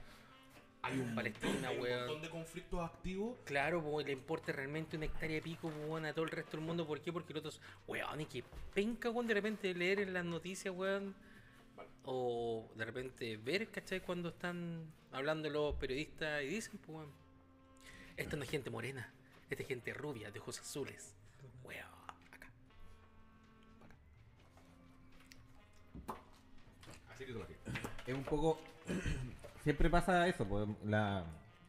Speaker 2: Hay un,
Speaker 1: Palestina,
Speaker 2: hay un
Speaker 1: weón.
Speaker 2: montón de conflictos activos.
Speaker 1: Claro, po, le importa realmente una hectárea de pico weón, a todo el resto del mundo. ¿Por qué? Porque los otros, weón, y que penca, weón, de repente leer en las noticias, weón. O de repente ver, ¿cachai? Cuando están hablando los periodistas y dicen, pues, weón, esta no es gente morena, esta es gente rubia, de ojos azules. Weón, acá.
Speaker 2: Así que tú la tienes.
Speaker 5: Es un poco. Siempre pasa eso, pues, la,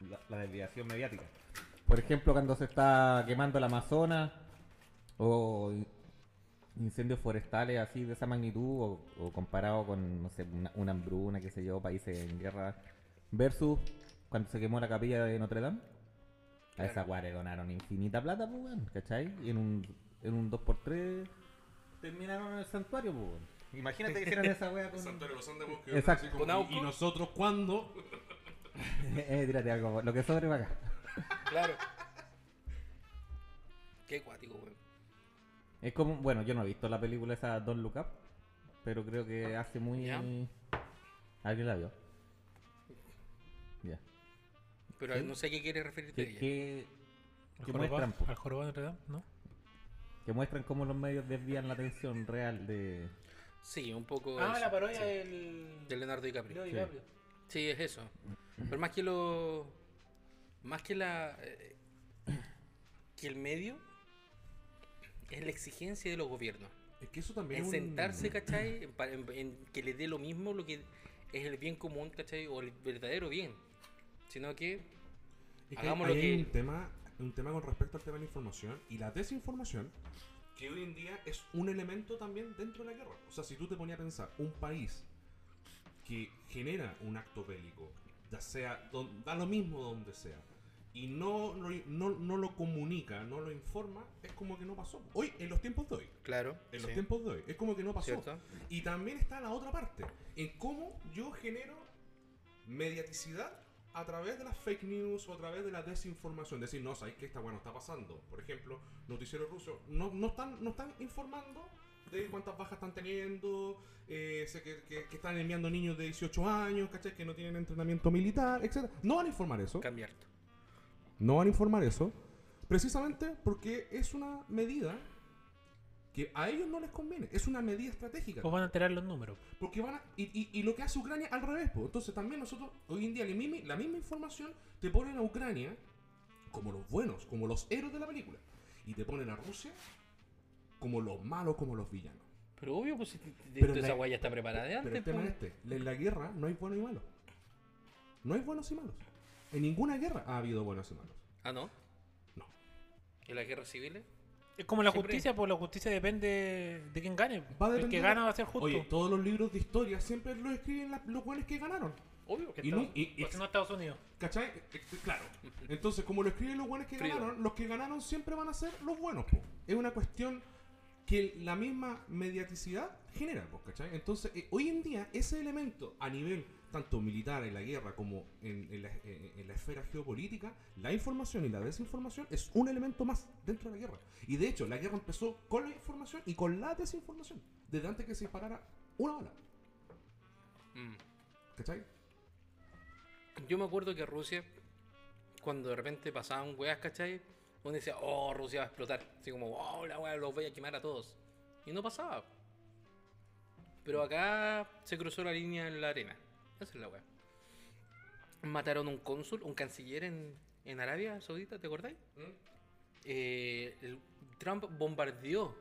Speaker 5: la, la desviación mediática. Por ejemplo, cuando se está quemando el Amazonas, o in- incendios forestales así de esa magnitud, o, o comparado con, no sé, una, una hambruna, qué sé yo, países en guerra, versus cuando se quemó la capilla de Notre Dame. A esa
Speaker 1: Claro.
Speaker 5: guardia donaron infinita plata, pues, weón, ¿cachai? Y en un, en un 2x3 terminaron en el santuario, pues, weón. Imagínate que hicieran esa wea con...
Speaker 2: Santuario de los Andes, weón, que
Speaker 5: Exacto.
Speaker 2: así como,
Speaker 1: Con Auco.
Speaker 2: ¿Y y nosotros cuándo?
Speaker 5: eh, tírate algo, lo que sobre para acá.
Speaker 1: Claro. Qué cuático, weón.
Speaker 5: Es como, bueno, yo no he visto la película esa Don't Look Up, pero creo que hace muy...
Speaker 1: Ya.
Speaker 5: ¿Alguien la vio? Ya.
Speaker 1: Pero
Speaker 5: ¿Sí?
Speaker 1: no sé a qué quiere referirte
Speaker 5: Que,
Speaker 1: ella.
Speaker 5: que,
Speaker 3: ¿Al
Speaker 5: que
Speaker 3: jorobado-
Speaker 5: muestran,
Speaker 1: Ah.
Speaker 5: po,
Speaker 3: ¿Al jorobado de Notre Dame? ¿No?
Speaker 5: que muestran cómo los medios desvían la atención real de...
Speaker 1: Sí, un poco.
Speaker 3: Ah,
Speaker 1: eso,
Speaker 3: la parodia
Speaker 1: sí,
Speaker 3: del...
Speaker 1: de Leonardo DiCaprio.
Speaker 3: Leo
Speaker 5: Sí.
Speaker 3: DiCaprio.
Speaker 1: Sí, es eso. Pero más que lo. Más que la. eh, que el medio. Es la exigencia de los gobiernos.
Speaker 2: Es que eso también
Speaker 1: En
Speaker 2: es un-
Speaker 1: sentarse, ¿cachai? En, pa- en- en que les dé lo mismo lo que es el bien común, ¿cachai? O el verdadero bien. Sino que.
Speaker 2: Es que
Speaker 1: Hagamos lo
Speaker 2: ahí hay
Speaker 1: que-
Speaker 2: un tema, un tema con respecto al tema de la información y la desinformación, que hoy en día es un elemento también dentro de la guerra. O sea, si tú te ponías a pensar, un país que genera un acto bélico, ya sea, don- da lo mismo donde sea, y no, lo- no, no lo comunica, no lo informa, es como que no pasó. Hoy, en los tiempos de hoy,
Speaker 1: Claro.
Speaker 2: en los tiempos de hoy, es como que no pasó.
Speaker 1: ¿Cierto?
Speaker 2: Y también está la otra parte, en cómo yo genero mediaticidad a través de las fake news o a través de la desinformación. Decir, no, sabéis que esta bueno está pasando. Por ejemplo, noticieros rusos no, no, están, no están informando de cuántas bajas están teniendo, eh, sé que, que- que están enviando niños de 18 años, ¿cachai? Que no tienen entrenamiento militar, etc. No van a informar eso.
Speaker 1: Cambiar. todo.
Speaker 2: No van a informar eso. Precisamente porque es una medida que a ellos no les conviene. Es una medida estratégica.
Speaker 3: Pues van a alterar los números.
Speaker 2: Porque van a- y, y- y lo que hace Ucrania al revés, po. Entonces también nosotros, hoy en día, la misma, la misma información te ponen a Ucrania como los buenos, como los héroes de la película. Y te ponen a Rusia como los malos, como los villanos.
Speaker 1: Pero obvio, pues si te- te-
Speaker 2: Pero
Speaker 1: esa
Speaker 2: la-
Speaker 1: guaya está preparada de
Speaker 2: Pero
Speaker 1: antes.
Speaker 2: el tema
Speaker 1: pues.
Speaker 2: es este. la- En la guerra no hay buenos y malos. No hay buenos y malos. En ninguna guerra ha habido buenos y malos.
Speaker 1: Ah, no.
Speaker 2: No.
Speaker 1: ¿En las guerras civiles?
Speaker 3: Es como la
Speaker 1: Siempre-
Speaker 3: justicia, pues la justicia depende de quién gane.
Speaker 2: Va a
Speaker 3: el que
Speaker 2: depender-
Speaker 3: gana va a ser justo.
Speaker 2: Oye, todos los libros de historia siempre lo escriben la- los buenos que ganaron.
Speaker 1: Obvio.
Speaker 3: Que
Speaker 2: y
Speaker 3: Estados-
Speaker 2: no- y- y-
Speaker 3: o Pues si no, Estados Unidos.
Speaker 2: ¿Cachai? Eh, eh, Claro. Entonces, como lo escriben los buenos que
Speaker 1: Freedom.
Speaker 2: ganaron, los que ganaron siempre van a ser los buenos, po. Es una cuestión que la misma mediaticidad genera, po, ¿cachai? Entonces, eh, hoy en día, ese elemento a nivel tanto militar en la guerra como en, en la, eh, en la esfera geopolítica, la información y la desinformación es un elemento más dentro de la guerra. Y de hecho, la guerra empezó con la información y con la desinformación, desde antes que se disparara una bala,
Speaker 1: Mm.
Speaker 2: ¿cachai?
Speaker 1: Yo me acuerdo que Rusia, cuando de repente pasaban weas, ¿cachai? Uno decía, oh, Rusia va a explotar. Así como, wow, la wea, los voy a quemar a todos. Y no pasaba. Pero acá se cruzó la línea en la arena. Esa es la wea. Mataron un cónsul, un canciller en, en Arabia Saudita, ¿te acordáis? Eh, el- Trump bombardeó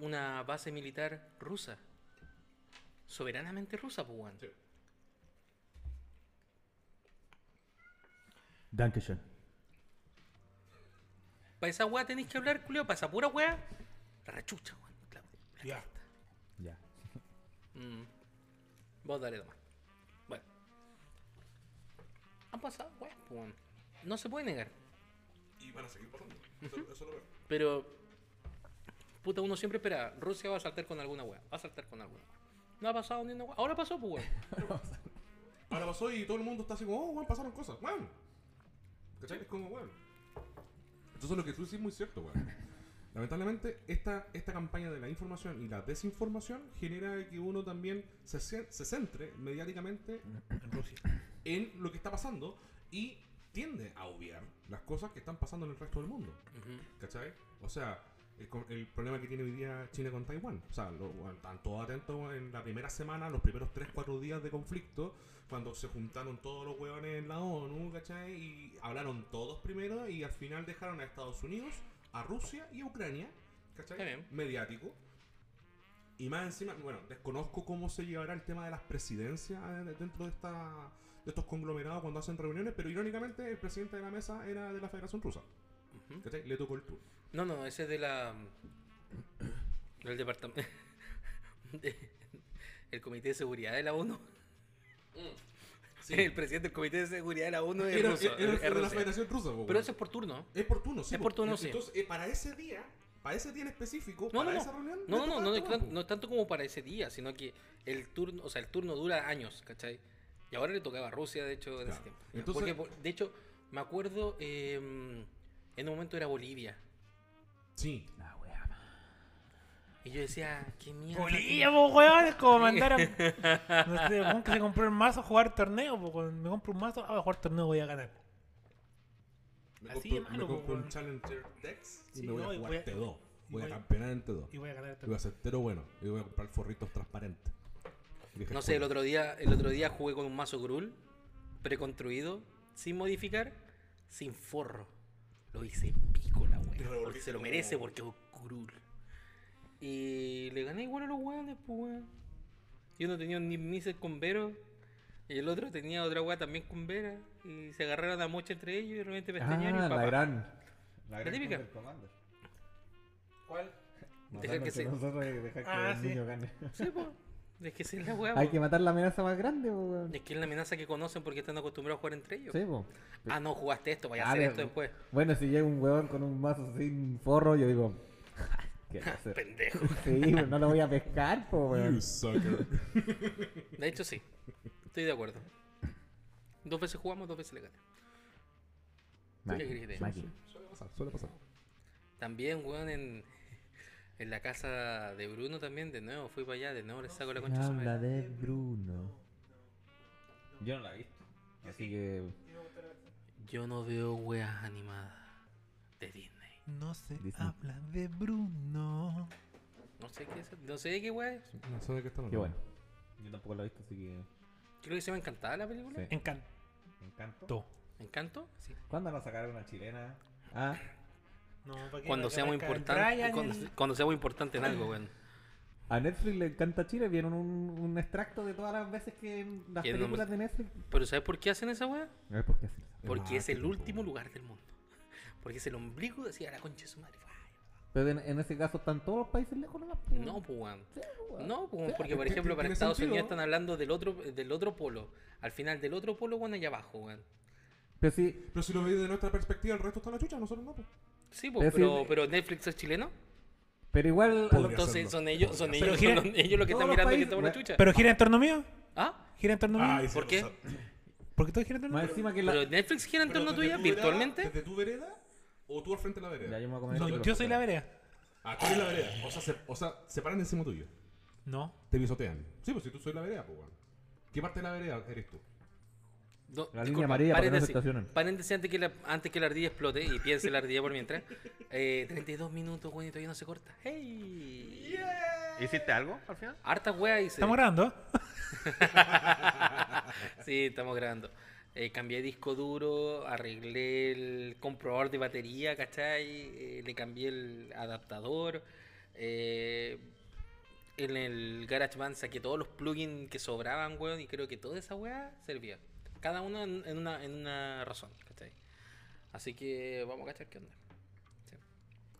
Speaker 1: una base militar rusa. Soberanamente rusa, pues, weón.
Speaker 5: Dankeschön.
Speaker 1: Para esa weá tenéis que hablar, culio, para esa pura weá. La rechucha, weón. Claro.
Speaker 3: Ya.
Speaker 5: Ya.
Speaker 1: Mm. Vos dale nomás. Bueno. Han pasado weá, weón. No se puede negar.
Speaker 2: Y van a seguir pasando. Eso, eso lo veo.
Speaker 1: Pero. Puta, uno siempre espera. Rusia va a saltar con alguna weá. Va a saltar con alguna weá. No ha pasado ni una weá. Ahora pasó, pues weón.
Speaker 2: Ahora pasó y todo el mundo está así como, oh, weón, pasaron cosas, weón. ¿Cachai? Es como, weón. Entonces lo que tú decís es muy cierto, weón. Lamentablemente, esta, esta campaña de la información y la desinformación genera que uno también se, cien- se centre mediáticamente
Speaker 3: En Rusia.
Speaker 2: en lo que está pasando y tiende a obviar las cosas que están pasando en el resto del mundo. ¿Cachai? O sea, el, co- el problema que tiene hoy día China con Taiwán. O sea, lo, bueno, están todos atentos en la primera semana, los primeros 3-4 días de conflicto, cuando se juntaron todos los hueones en la ONU, ¿cachai? Y hablaron todos primero y al final dejaron a Estados Unidos, a Rusia y a Ucrania,
Speaker 1: Está
Speaker 2: ¿cachai?
Speaker 1: bien.
Speaker 2: Mediático. Y más encima, bueno, desconozco cómo se llevará el tema de las presidencias eh, dentro de esta de estos conglomerados cuando hacen reuniones, pero irónicamente el presidente de la mesa era de la Federación Rusa.
Speaker 1: Ujú.
Speaker 2: ¿Cachai? Le tocó el tour.
Speaker 1: No, no, ese es de la. del departamento. el Comité de Seguridad de la ONU. El presidente del Comité de Seguridad de la ONU es
Speaker 2: Mm. Era,
Speaker 1: ruso,
Speaker 2: era- era
Speaker 1: es
Speaker 2: de la
Speaker 1: Rusia.
Speaker 2: Federación Rusa, po,
Speaker 1: Pero
Speaker 2: weón.
Speaker 1: eso es por turno.
Speaker 2: es por turno, sí.
Speaker 1: es
Speaker 2: po.
Speaker 1: por turno,
Speaker 2: En-
Speaker 1: sí.
Speaker 2: Entonces, eh, para ese día, para ese día en específico,
Speaker 1: No,
Speaker 2: para
Speaker 1: no,
Speaker 2: esa
Speaker 1: no.
Speaker 2: reunión.
Speaker 1: No,
Speaker 2: le
Speaker 1: no,
Speaker 2: tocaba
Speaker 1: no,
Speaker 2: a
Speaker 1: no, es
Speaker 2: Taiwán,
Speaker 1: tan-
Speaker 2: po.
Speaker 1: no es tanto como para ese día, sino que el turno, o sea, el turno dura años, ¿cachai? Y ahora le tocaba a Rusia, de hecho, en ese
Speaker 2: Claro.
Speaker 1: tiempo.
Speaker 2: Entonces-
Speaker 1: Porque, por- de hecho, me acuerdo, eh, en un momento era Bolivia.
Speaker 2: Sí.
Speaker 5: La wea, ma.
Speaker 1: Y yo decía, "Ah, qué mierda.
Speaker 3: Bolivia, po, pues, weón, es como mandar a. No sé, weón, que se compró el mazo a jugar torneo, po, weón. Me compro un mazo, ah, voy a jugar torneo, voy a ganar.
Speaker 2: Me compro,
Speaker 3: Así de
Speaker 2: me
Speaker 3: malo, po,
Speaker 2: compro un
Speaker 3: weón.
Speaker 2: Challenger Dex y
Speaker 3: Sí,
Speaker 2: me voy
Speaker 3: no,
Speaker 2: a
Speaker 3: y
Speaker 2: jugar
Speaker 3: voy a-
Speaker 2: T2. Voy,
Speaker 3: y voy
Speaker 2: a
Speaker 3: a-
Speaker 2: campeonar en T2.
Speaker 3: Y voy a ganar
Speaker 2: Y
Speaker 3: el
Speaker 2: voy a
Speaker 3: torneo.
Speaker 2: hacer T2 bueno. Y voy a comprar forritos transparentes. Vieja
Speaker 1: No sé, el
Speaker 2: escuela.
Speaker 1: otro día, el otro día jugué con un mazo Grul preconstruido, sin modificar, sin forro. Lo hice pico la wea. Porque se lo merece porque es Grul. Y le gané igual a los weones, pues weón. Yo no tenía ni mises con Vero. Y el otro tenía otra wea también con Vera. Y se agarraron a mocha entre ellos y de repente pestañaron
Speaker 5: Ah,
Speaker 1: Pues este y papá.
Speaker 5: la gran.
Speaker 1: La gran típica.
Speaker 5: Commander Commander.
Speaker 3: ¿Cuál?
Speaker 1: Dejar que
Speaker 5: Matarnos
Speaker 1: se-
Speaker 5: entre nosotros y dejar que
Speaker 3: Ah,
Speaker 5: el
Speaker 3: sí.
Speaker 5: niño gane.
Speaker 1: Sí, pues. Es que esa es la wea.
Speaker 5: Hay
Speaker 1: po.
Speaker 5: que matar la amenaza más grande, po, weón.
Speaker 1: Es que es la amenaza que conocen porque están acostumbrados a jugar entre ellos.
Speaker 5: Sí, po.
Speaker 1: Ah, no jugaste esto, vaya a
Speaker 5: Ah,
Speaker 1: hacer
Speaker 5: de-
Speaker 1: esto después.
Speaker 5: Bueno, si llega un weón con un mazo sin forro, yo digo. "Ah, ¿Qué voy a hacer?
Speaker 1: Pendejo.
Speaker 5: Sí, pero no lo voy a pescar, po, weón.
Speaker 2: You sucker.
Speaker 1: De hecho, sí. Estoy de acuerdo. Dos veces jugamos, dos veces le gané.
Speaker 5: Maki,
Speaker 1: querés que te diga?
Speaker 5: Maki.
Speaker 2: suele pasar, suele pasar.
Speaker 1: También, weón, en, en la casa de Bruno también, de nuevo, fui para allá, de nuevo le saco la concha a su
Speaker 5: Habla
Speaker 1: madre.
Speaker 5: de Bruno. Yo no la he visto. Así que
Speaker 1: Yo no veo weas animadas de Disney.
Speaker 4: No se
Speaker 5: Disney.
Speaker 4: habla de Bruno.
Speaker 1: No sé qué es, no sé de qué wea es.
Speaker 2: No sé de qué están
Speaker 5: Qué
Speaker 2: hablando.
Speaker 5: bueno. Yo tampoco lo he visto, así que
Speaker 1: Creo que se me encantaba la película.
Speaker 5: Sí.
Speaker 3: Encanto.
Speaker 5: me encantó.
Speaker 1: ¿Me encanto? Sí.
Speaker 5: ¿Cuándo nos sacaron una chilena? Ah,
Speaker 3: No, ¿para qué?
Speaker 1: Cuando
Speaker 3: Para que
Speaker 1: seamos
Speaker 3: aparezca el
Speaker 1: importantes,
Speaker 3: Brian,
Speaker 1: cuando,
Speaker 3: el-
Speaker 1: cuando seamos importantes en algo, weón.
Speaker 5: a Netflix le encanta Chile. Vieron un, un extracto de todas las veces que en las
Speaker 1: ¿Quién no me-
Speaker 5: películas de Netflix.
Speaker 1: Pero ¿sabes por qué hacen esa wea?
Speaker 5: A ver por qué hacen eso.
Speaker 1: Porque es el
Speaker 2: marketing,
Speaker 1: último
Speaker 2: po.
Speaker 1: lugar del mundo. Porque es el ombligo, decía la concha de su madre. Ay,
Speaker 5: Pero en, en ese caso están todos los países lejos, ¿no?
Speaker 1: No, pues, weón. No, pues,
Speaker 5: Sí,
Speaker 1: porque por
Speaker 2: ti-
Speaker 1: ejemplo para
Speaker 2: tiene
Speaker 1: Estados
Speaker 2: sentido,
Speaker 1: Unidos
Speaker 2: ¿no?
Speaker 1: están hablando del otro del otro polo. Al final del otro polo, bueno, allá abajo, weón.
Speaker 5: Pero sí,
Speaker 2: Pero si lo veis de nuestra perspectiva, el resto está en la chucha, nosotros no. Pues.
Speaker 1: Sí, pues,
Speaker 5: Es
Speaker 1: pero,
Speaker 5: decir-
Speaker 1: pero Netflix es chileno.
Speaker 5: pero igual. a lo-
Speaker 2: Podría
Speaker 1: Entonces
Speaker 2: serlo,
Speaker 1: son ellos, son
Speaker 2: podría
Speaker 1: ellos,
Speaker 3: serlo.
Speaker 1: son los- ellos los que
Speaker 5: Todos
Speaker 1: están
Speaker 5: los
Speaker 1: mirando que
Speaker 5: países,
Speaker 1: estamos en la
Speaker 5: weón.
Speaker 1: chucha.
Speaker 3: ¿Pero gira en torno mío?
Speaker 1: ¿Ah?
Speaker 3: ¿Gira en torno mío?
Speaker 2: Ay, sí,
Speaker 1: ¿Por
Speaker 2: o
Speaker 1: qué?
Speaker 2: sea,
Speaker 3: ¿Por qué todo gira en torno
Speaker 5: Más
Speaker 3: mío?
Speaker 5: encima que la.
Speaker 1: Pero Netflix gira en
Speaker 2: pero
Speaker 1: torno
Speaker 2: desde
Speaker 1: tuya
Speaker 2: tu vereda-
Speaker 1: virtualmente.
Speaker 2: ¿Desde tu vereda o tú al frente de la vereda?
Speaker 5: Ya, yo me voy a comer el
Speaker 2: No,
Speaker 5: micro.
Speaker 3: Yo soy la vereda.
Speaker 2: Ah, tú eres la vereda. O sea, se, o sea, se paran encima tuyo.
Speaker 3: No.
Speaker 2: Te pisotean. Sí, pues si tú soy la vereda, pues, weón. ¿Qué parte de la vereda eres tú?
Speaker 1: No,
Speaker 5: La línea
Speaker 1: disculpa,
Speaker 5: amarilla para que no se
Speaker 1: paréntesis,
Speaker 5: estacionen.
Speaker 1: paréntesis antes que, la, antes que la ardilla explote y piense la ardilla por mientras. Eh, 32 minutos, weón, y todavía no se corta. ¡Hey!
Speaker 6: ¿Hiciste algo al final?
Speaker 1: Harta wea hice.
Speaker 3: ¿Estamos grabando?
Speaker 1: Sí, estamos grabando. Eh, cambié disco duro, arreglé el comprobador de batería, ¿cachai? Eh, le cambié el adaptador. eh, en el GarageBand saqué todos los plugins que sobraban, weón, y creo que toda esa weá servía. Cada uno en, en una, en una razón, ¿cachai? Así que vamos a cachar qué onda.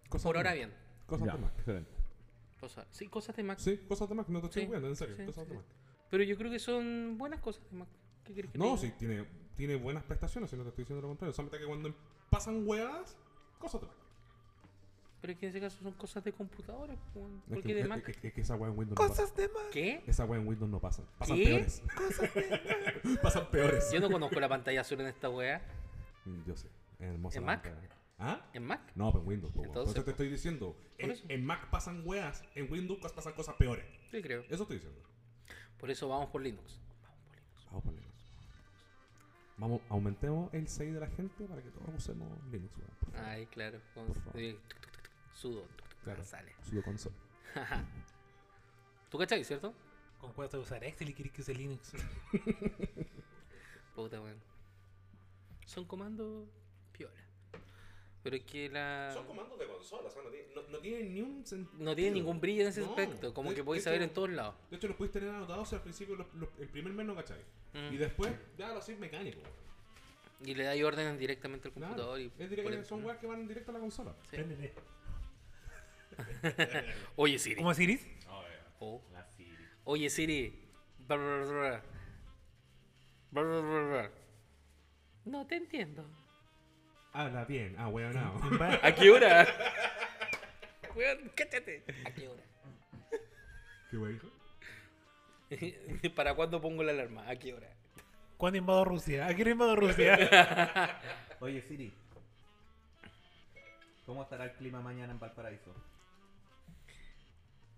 Speaker 2: Cosas
Speaker 1: Por
Speaker 2: de
Speaker 1: ahora
Speaker 2: Mac.
Speaker 1: bien.
Speaker 2: Cosas
Speaker 5: Ya,
Speaker 2: de Mac.
Speaker 5: excelente.
Speaker 1: Cosas- sí, cosas de Mac.
Speaker 2: Sí, cosas de Mac. No te estoy
Speaker 1: Sí,
Speaker 2: weando, en serio.
Speaker 1: sí,
Speaker 2: cosas de
Speaker 1: sí.
Speaker 2: Mac.
Speaker 1: Pero yo creo que son buenas cosas de Mac. ¿Qué crees que te
Speaker 2: No,
Speaker 1: diga?
Speaker 2: sí, tiene, tiene buenas prestaciones, si no te estoy diciendo lo contrario. Solamente que cuando pasan huevadas, cosas de Mac.
Speaker 1: Pero es que en ese caso son cosas de computadora, pues, weón.
Speaker 2: Es
Speaker 1: Porque
Speaker 2: que,
Speaker 1: de
Speaker 2: es-
Speaker 1: Mac.
Speaker 2: es- es que esa hueá en Windows no pasa.
Speaker 4: Cosas de más.
Speaker 1: ¿Qué?
Speaker 2: Esa hueá en Windows no pasa. Pasan
Speaker 1: ¿Qué?
Speaker 2: peores. pasan peores.
Speaker 1: Yo no conozco la pantalla azul en esta wea.
Speaker 2: Mm, Yo sé. Es hermosa.
Speaker 1: ¿En
Speaker 2: la
Speaker 1: Mac?
Speaker 2: pantalla. ¿Ah?
Speaker 1: ¿En Mac?
Speaker 2: No, pero en Windows. po, weón.
Speaker 1: Entonces,
Speaker 2: Entonces te
Speaker 1: po.
Speaker 2: estoy diciendo, en,
Speaker 1: eso.
Speaker 2: en Mac pasan hueas, en Windows pas- pasan cosas peores.
Speaker 1: Sí, creo.
Speaker 2: Eso estoy diciendo.
Speaker 1: Por eso vamos por Linux. Vamos por Linux.
Speaker 2: Vamos por Linux. Vamos, aumentemos el 6 de la gente para que todos usemos Linux, weón. por favor.
Speaker 1: Ay, claro. con-
Speaker 2: Por favor.
Speaker 1: eh, tuc, tuc, tuc, tuc, Sudo. tuc, tuc, tuc,
Speaker 2: Claro.
Speaker 1: Sale.
Speaker 2: Sudo console.
Speaker 1: ¿Tú cachai, cierto?
Speaker 3: Con cuesta de usar Excel y querés que use Linux.
Speaker 1: Puta, weón. Son comandos piola. Pero es que la.
Speaker 2: Son comandos de consola, o sea, no tiene, no- no tiene ni un sentido.
Speaker 1: No tiene ningún brillo en ese
Speaker 2: No,
Speaker 1: aspecto. Como
Speaker 2: de-
Speaker 1: que
Speaker 2: de
Speaker 1: podéis saber
Speaker 2: hecho-
Speaker 1: en todos lados.
Speaker 2: De hecho, los puedes tener anotados al principio, los- los- el primer mes no cachai.
Speaker 1: Mm.
Speaker 2: Y después, ya lo haces mecánico. weón.
Speaker 1: Y le dais órdenes directamente al
Speaker 2: Claro.
Speaker 1: computador. Y
Speaker 2: Es directo-
Speaker 1: por el-
Speaker 2: son weas que van directo a la consola.
Speaker 1: Sí. Oye, Siri.
Speaker 3: ¿Cómo Siris?
Speaker 1: Oh. Oye, Siri. Bla, bla, bla, bla. Bla, bla, bla, bla. No te entiendo.
Speaker 2: Habla bien, ah, weón,
Speaker 1: ¿A qué hora? Weón, cáchate. ¿A qué hora?
Speaker 2: ¿Qué weón dijo?
Speaker 1: ¿Para cuándo pongo la alarma? ¿A qué hora?
Speaker 3: ¿Cuándo invado Rusia? ¿A quién invado Rusia?
Speaker 5: Oye, Siri. ¿Cómo estará el clima mañana en Valparaíso?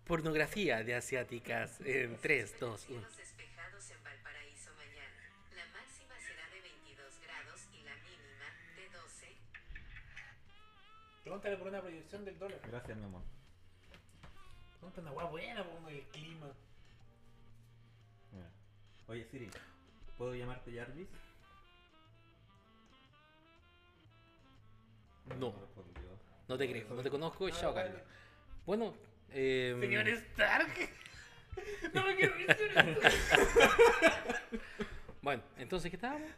Speaker 1: Pornografía de asiáticas en 3, 2, 1.
Speaker 7: Cielos despejados en Valparaíso mañana. La máxima será de 22 grados y la mínima de 12.
Speaker 3: Pregúntale por una proyección del dólar.
Speaker 5: Gracias, mi amor.
Speaker 3: Pregúntale una hueá buena por el clima.
Speaker 5: Me Oye, Siri, ¿puedo llamarte Jarvis?
Speaker 1: No,
Speaker 5: respondió.
Speaker 1: no te creo, no te conozco. Chao, Carlos. Bueno, eh,
Speaker 3: Señor Stark. No me quiero decir.
Speaker 1: Bueno, entonces, ¿qué estábamos?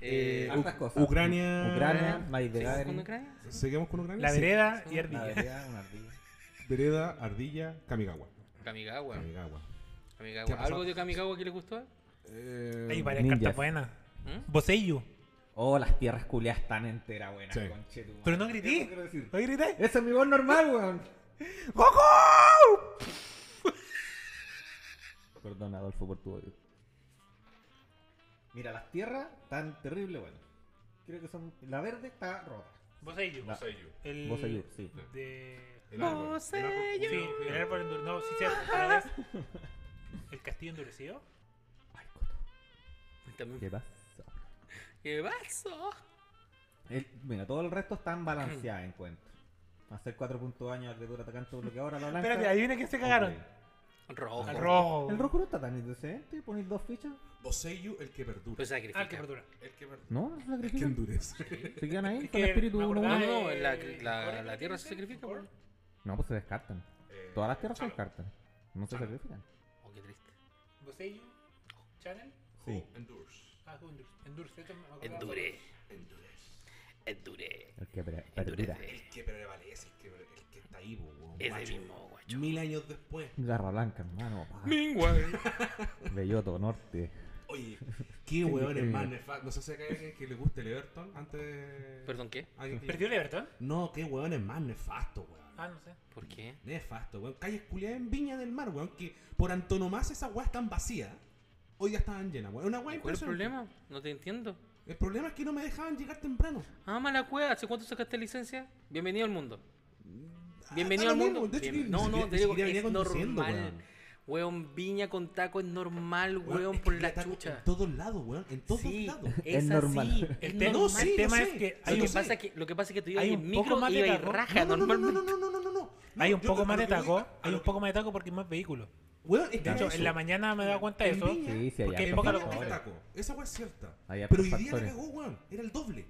Speaker 5: Eh,
Speaker 1: Eh,
Speaker 5: hartas cosas.
Speaker 2: Ucrania-
Speaker 5: Ucrania, My
Speaker 1: ¿seguimos con
Speaker 5: Gathering,
Speaker 1: Ucrania?
Speaker 2: ¿Seguimos con Ucrania?
Speaker 3: La
Speaker 2: Sí.
Speaker 3: vereda
Speaker 1: Sí.
Speaker 3: y
Speaker 5: La
Speaker 3: ardilla.
Speaker 5: vereda, una ardilla.
Speaker 2: Vereda, Ardilla, Kamigawa.
Speaker 1: Kamigawa.
Speaker 2: Kamigawa.
Speaker 1: Kamigawa.
Speaker 2: ¿Qué ha pasado?
Speaker 1: ¿Algo de Kamigawa que le gustó?
Speaker 2: Eh,
Speaker 3: Hay varias
Speaker 5: Ninjas.
Speaker 3: cartas buenas.
Speaker 1: ¿Mm?
Speaker 3: Boseyu.
Speaker 5: Oh, las tierras culeas están enteras buenas,
Speaker 2: Sí.
Speaker 5: conchetumare.
Speaker 3: Pero no
Speaker 5: Eso
Speaker 3: grité.
Speaker 5: quiero decir.
Speaker 3: ¿No grité?
Speaker 5: Esa es mi voz normal, weón.
Speaker 3: ¡Goku!
Speaker 5: Perdón, Adolfo, por tu odio. Mira, las tierras están terrible buenas. Creo que son. La verde está rota.
Speaker 3: Boseyu.
Speaker 5: La-
Speaker 3: El...
Speaker 5: Vos ayud- sí.
Speaker 3: De...
Speaker 2: El árbol. El árbol.
Speaker 3: Sí, el árbol endurecido. No, sí, sí, otra vez. El castillo endurecido.
Speaker 5: Ay, Coto,
Speaker 1: También-
Speaker 5: ¿Qué pasa?
Speaker 1: ¿Qué pasó?
Speaker 5: El- mira, todo el resto están balanceadas, encuentro. Hacer 4 puntos de daño a la criatura atacante bloqueadora, la blanca.
Speaker 3: Espérate, adivina quién se cagaron.
Speaker 5: Ah, Ok.
Speaker 1: Rojo.
Speaker 3: Al rojo.
Speaker 5: El rojo no está tan indecente, poner dos fichas.
Speaker 2: Boseyu, el que perdura.
Speaker 1: Pues sacrifica.
Speaker 3: Ah, qué verdura.
Speaker 2: El que perdura.
Speaker 5: No, no se
Speaker 2: Que
Speaker 5: sacrifican.
Speaker 2: endurece.
Speaker 5: Se quedan ahí
Speaker 3: Es
Speaker 5: con
Speaker 3: que
Speaker 5: el espíritu
Speaker 3: me
Speaker 5: de
Speaker 3: acordaba
Speaker 5: uno.
Speaker 1: No, no, no,
Speaker 3: Eh,
Speaker 1: la, la-
Speaker 3: ¿ahora
Speaker 1: la tierra
Speaker 3: que tiene
Speaker 1: se sacrifica,
Speaker 3: por-
Speaker 1: por.
Speaker 5: No, pues se descartan.
Speaker 2: Eh,
Speaker 5: Todas las tierras se
Speaker 2: Chalo.
Speaker 5: descartan. No se
Speaker 2: Chalo.
Speaker 5: sacrifican.
Speaker 1: Oh, qué triste.
Speaker 3: Boseyu. Channel.
Speaker 5: Sí.
Speaker 2: Who endures.
Speaker 3: Ah, Endurce. Endurce. esto me acordaba.
Speaker 1: Endure.
Speaker 2: Endurece.
Speaker 1: Endure.
Speaker 5: El que pre- perdura.
Speaker 1: Endurece.
Speaker 2: El que prevalece, el que, el que está ahí, pues, weón.
Speaker 1: Ese
Speaker 2: guacho.
Speaker 1: mismo, guacho.
Speaker 2: Mil años después.
Speaker 5: Garra blanca, hermano. pa. Belloto, norte.
Speaker 2: Oye, qué weón es
Speaker 5: eh.
Speaker 2: más nefasto. No sé si hay alguien que le guste el Everton antes. de-
Speaker 1: Perdón, ¿qué?
Speaker 2: Alguien que-
Speaker 3: ¿Perdió el Everton?
Speaker 2: No, qué weón es más nefasto, weón.
Speaker 3: Ah, no sé.
Speaker 1: ¿Por qué?
Speaker 2: Nefasto, weón. Calles culiadas en Viña del Mar, weón. Que por antonomasia esas weas están vacías. Hoy ya estaban llenas, weón. Una wea
Speaker 1: ¿Cuál es el
Speaker 2: impresionante.
Speaker 1: problema? No te entiendo.
Speaker 2: El problema es que no me dejaban llegar temprano.
Speaker 1: Ah, mala cueva. ¿Hace cuánto sacaste licencia? Bienvenido al mundo.
Speaker 2: Ah,
Speaker 1: Bienvenido
Speaker 2: da
Speaker 1: al
Speaker 2: lo
Speaker 1: mundo.
Speaker 2: mismo. De hecho,
Speaker 1: Bien-
Speaker 2: ni-
Speaker 1: No,
Speaker 2: ni
Speaker 1: no, te
Speaker 2: siquiera- ni
Speaker 1: digo,
Speaker 2: siquiera venía
Speaker 1: es
Speaker 2: conduciendo,
Speaker 1: normal. Weón, viña con taco es normal,
Speaker 2: Weón,
Speaker 1: weón,
Speaker 2: es que
Speaker 1: por
Speaker 2: ya
Speaker 1: la
Speaker 2: está
Speaker 1: chucha.
Speaker 2: En todos lados, weón. En todos
Speaker 1: sí, eh,
Speaker 2: lados.
Speaker 1: es,
Speaker 5: Es normal.
Speaker 1: así. Es
Speaker 3: El, te-
Speaker 2: No,
Speaker 1: normal.
Speaker 2: sí,
Speaker 3: el tema
Speaker 2: lo
Speaker 3: es
Speaker 2: sé,
Speaker 3: que
Speaker 1: Lo
Speaker 3: hay
Speaker 2: yo
Speaker 1: que,
Speaker 3: un,
Speaker 2: sé.
Speaker 1: pasa que, lo que pasa es que tú ibas
Speaker 3: Hay
Speaker 1: en
Speaker 3: un
Speaker 1: micro
Speaker 3: poco más
Speaker 1: y
Speaker 3: de
Speaker 1: ibas
Speaker 3: taco.
Speaker 1: raja
Speaker 2: no, no, no, no,
Speaker 1: normalmente.
Speaker 2: no, no, no, no, no, no.
Speaker 3: hay
Speaker 2: No,
Speaker 3: un
Speaker 2: yo-
Speaker 3: poco
Speaker 2: a
Speaker 3: más
Speaker 2: lo
Speaker 3: de
Speaker 2: que voy-
Speaker 3: taco.
Speaker 2: a
Speaker 3: Hay
Speaker 2: lo
Speaker 3: un
Speaker 2: que-
Speaker 3: poco más de taco porque hay más vehículos.
Speaker 2: Weón, es
Speaker 3: De
Speaker 2: que
Speaker 3: hecho,
Speaker 2: eso.
Speaker 3: en la mañana me he dado cuenta de
Speaker 2: En
Speaker 3: eso.
Speaker 2: Viña-
Speaker 5: Sí, sí, hay
Speaker 3: Porque
Speaker 5: hartos
Speaker 3: en poca
Speaker 2: Mira,
Speaker 3: lo
Speaker 5: factores.
Speaker 2: el taco, Esa weá es cierta.
Speaker 5: Hay hartos
Speaker 2: Pero hoy día la
Speaker 5: factores.
Speaker 2: cagó, weón. Era el doble.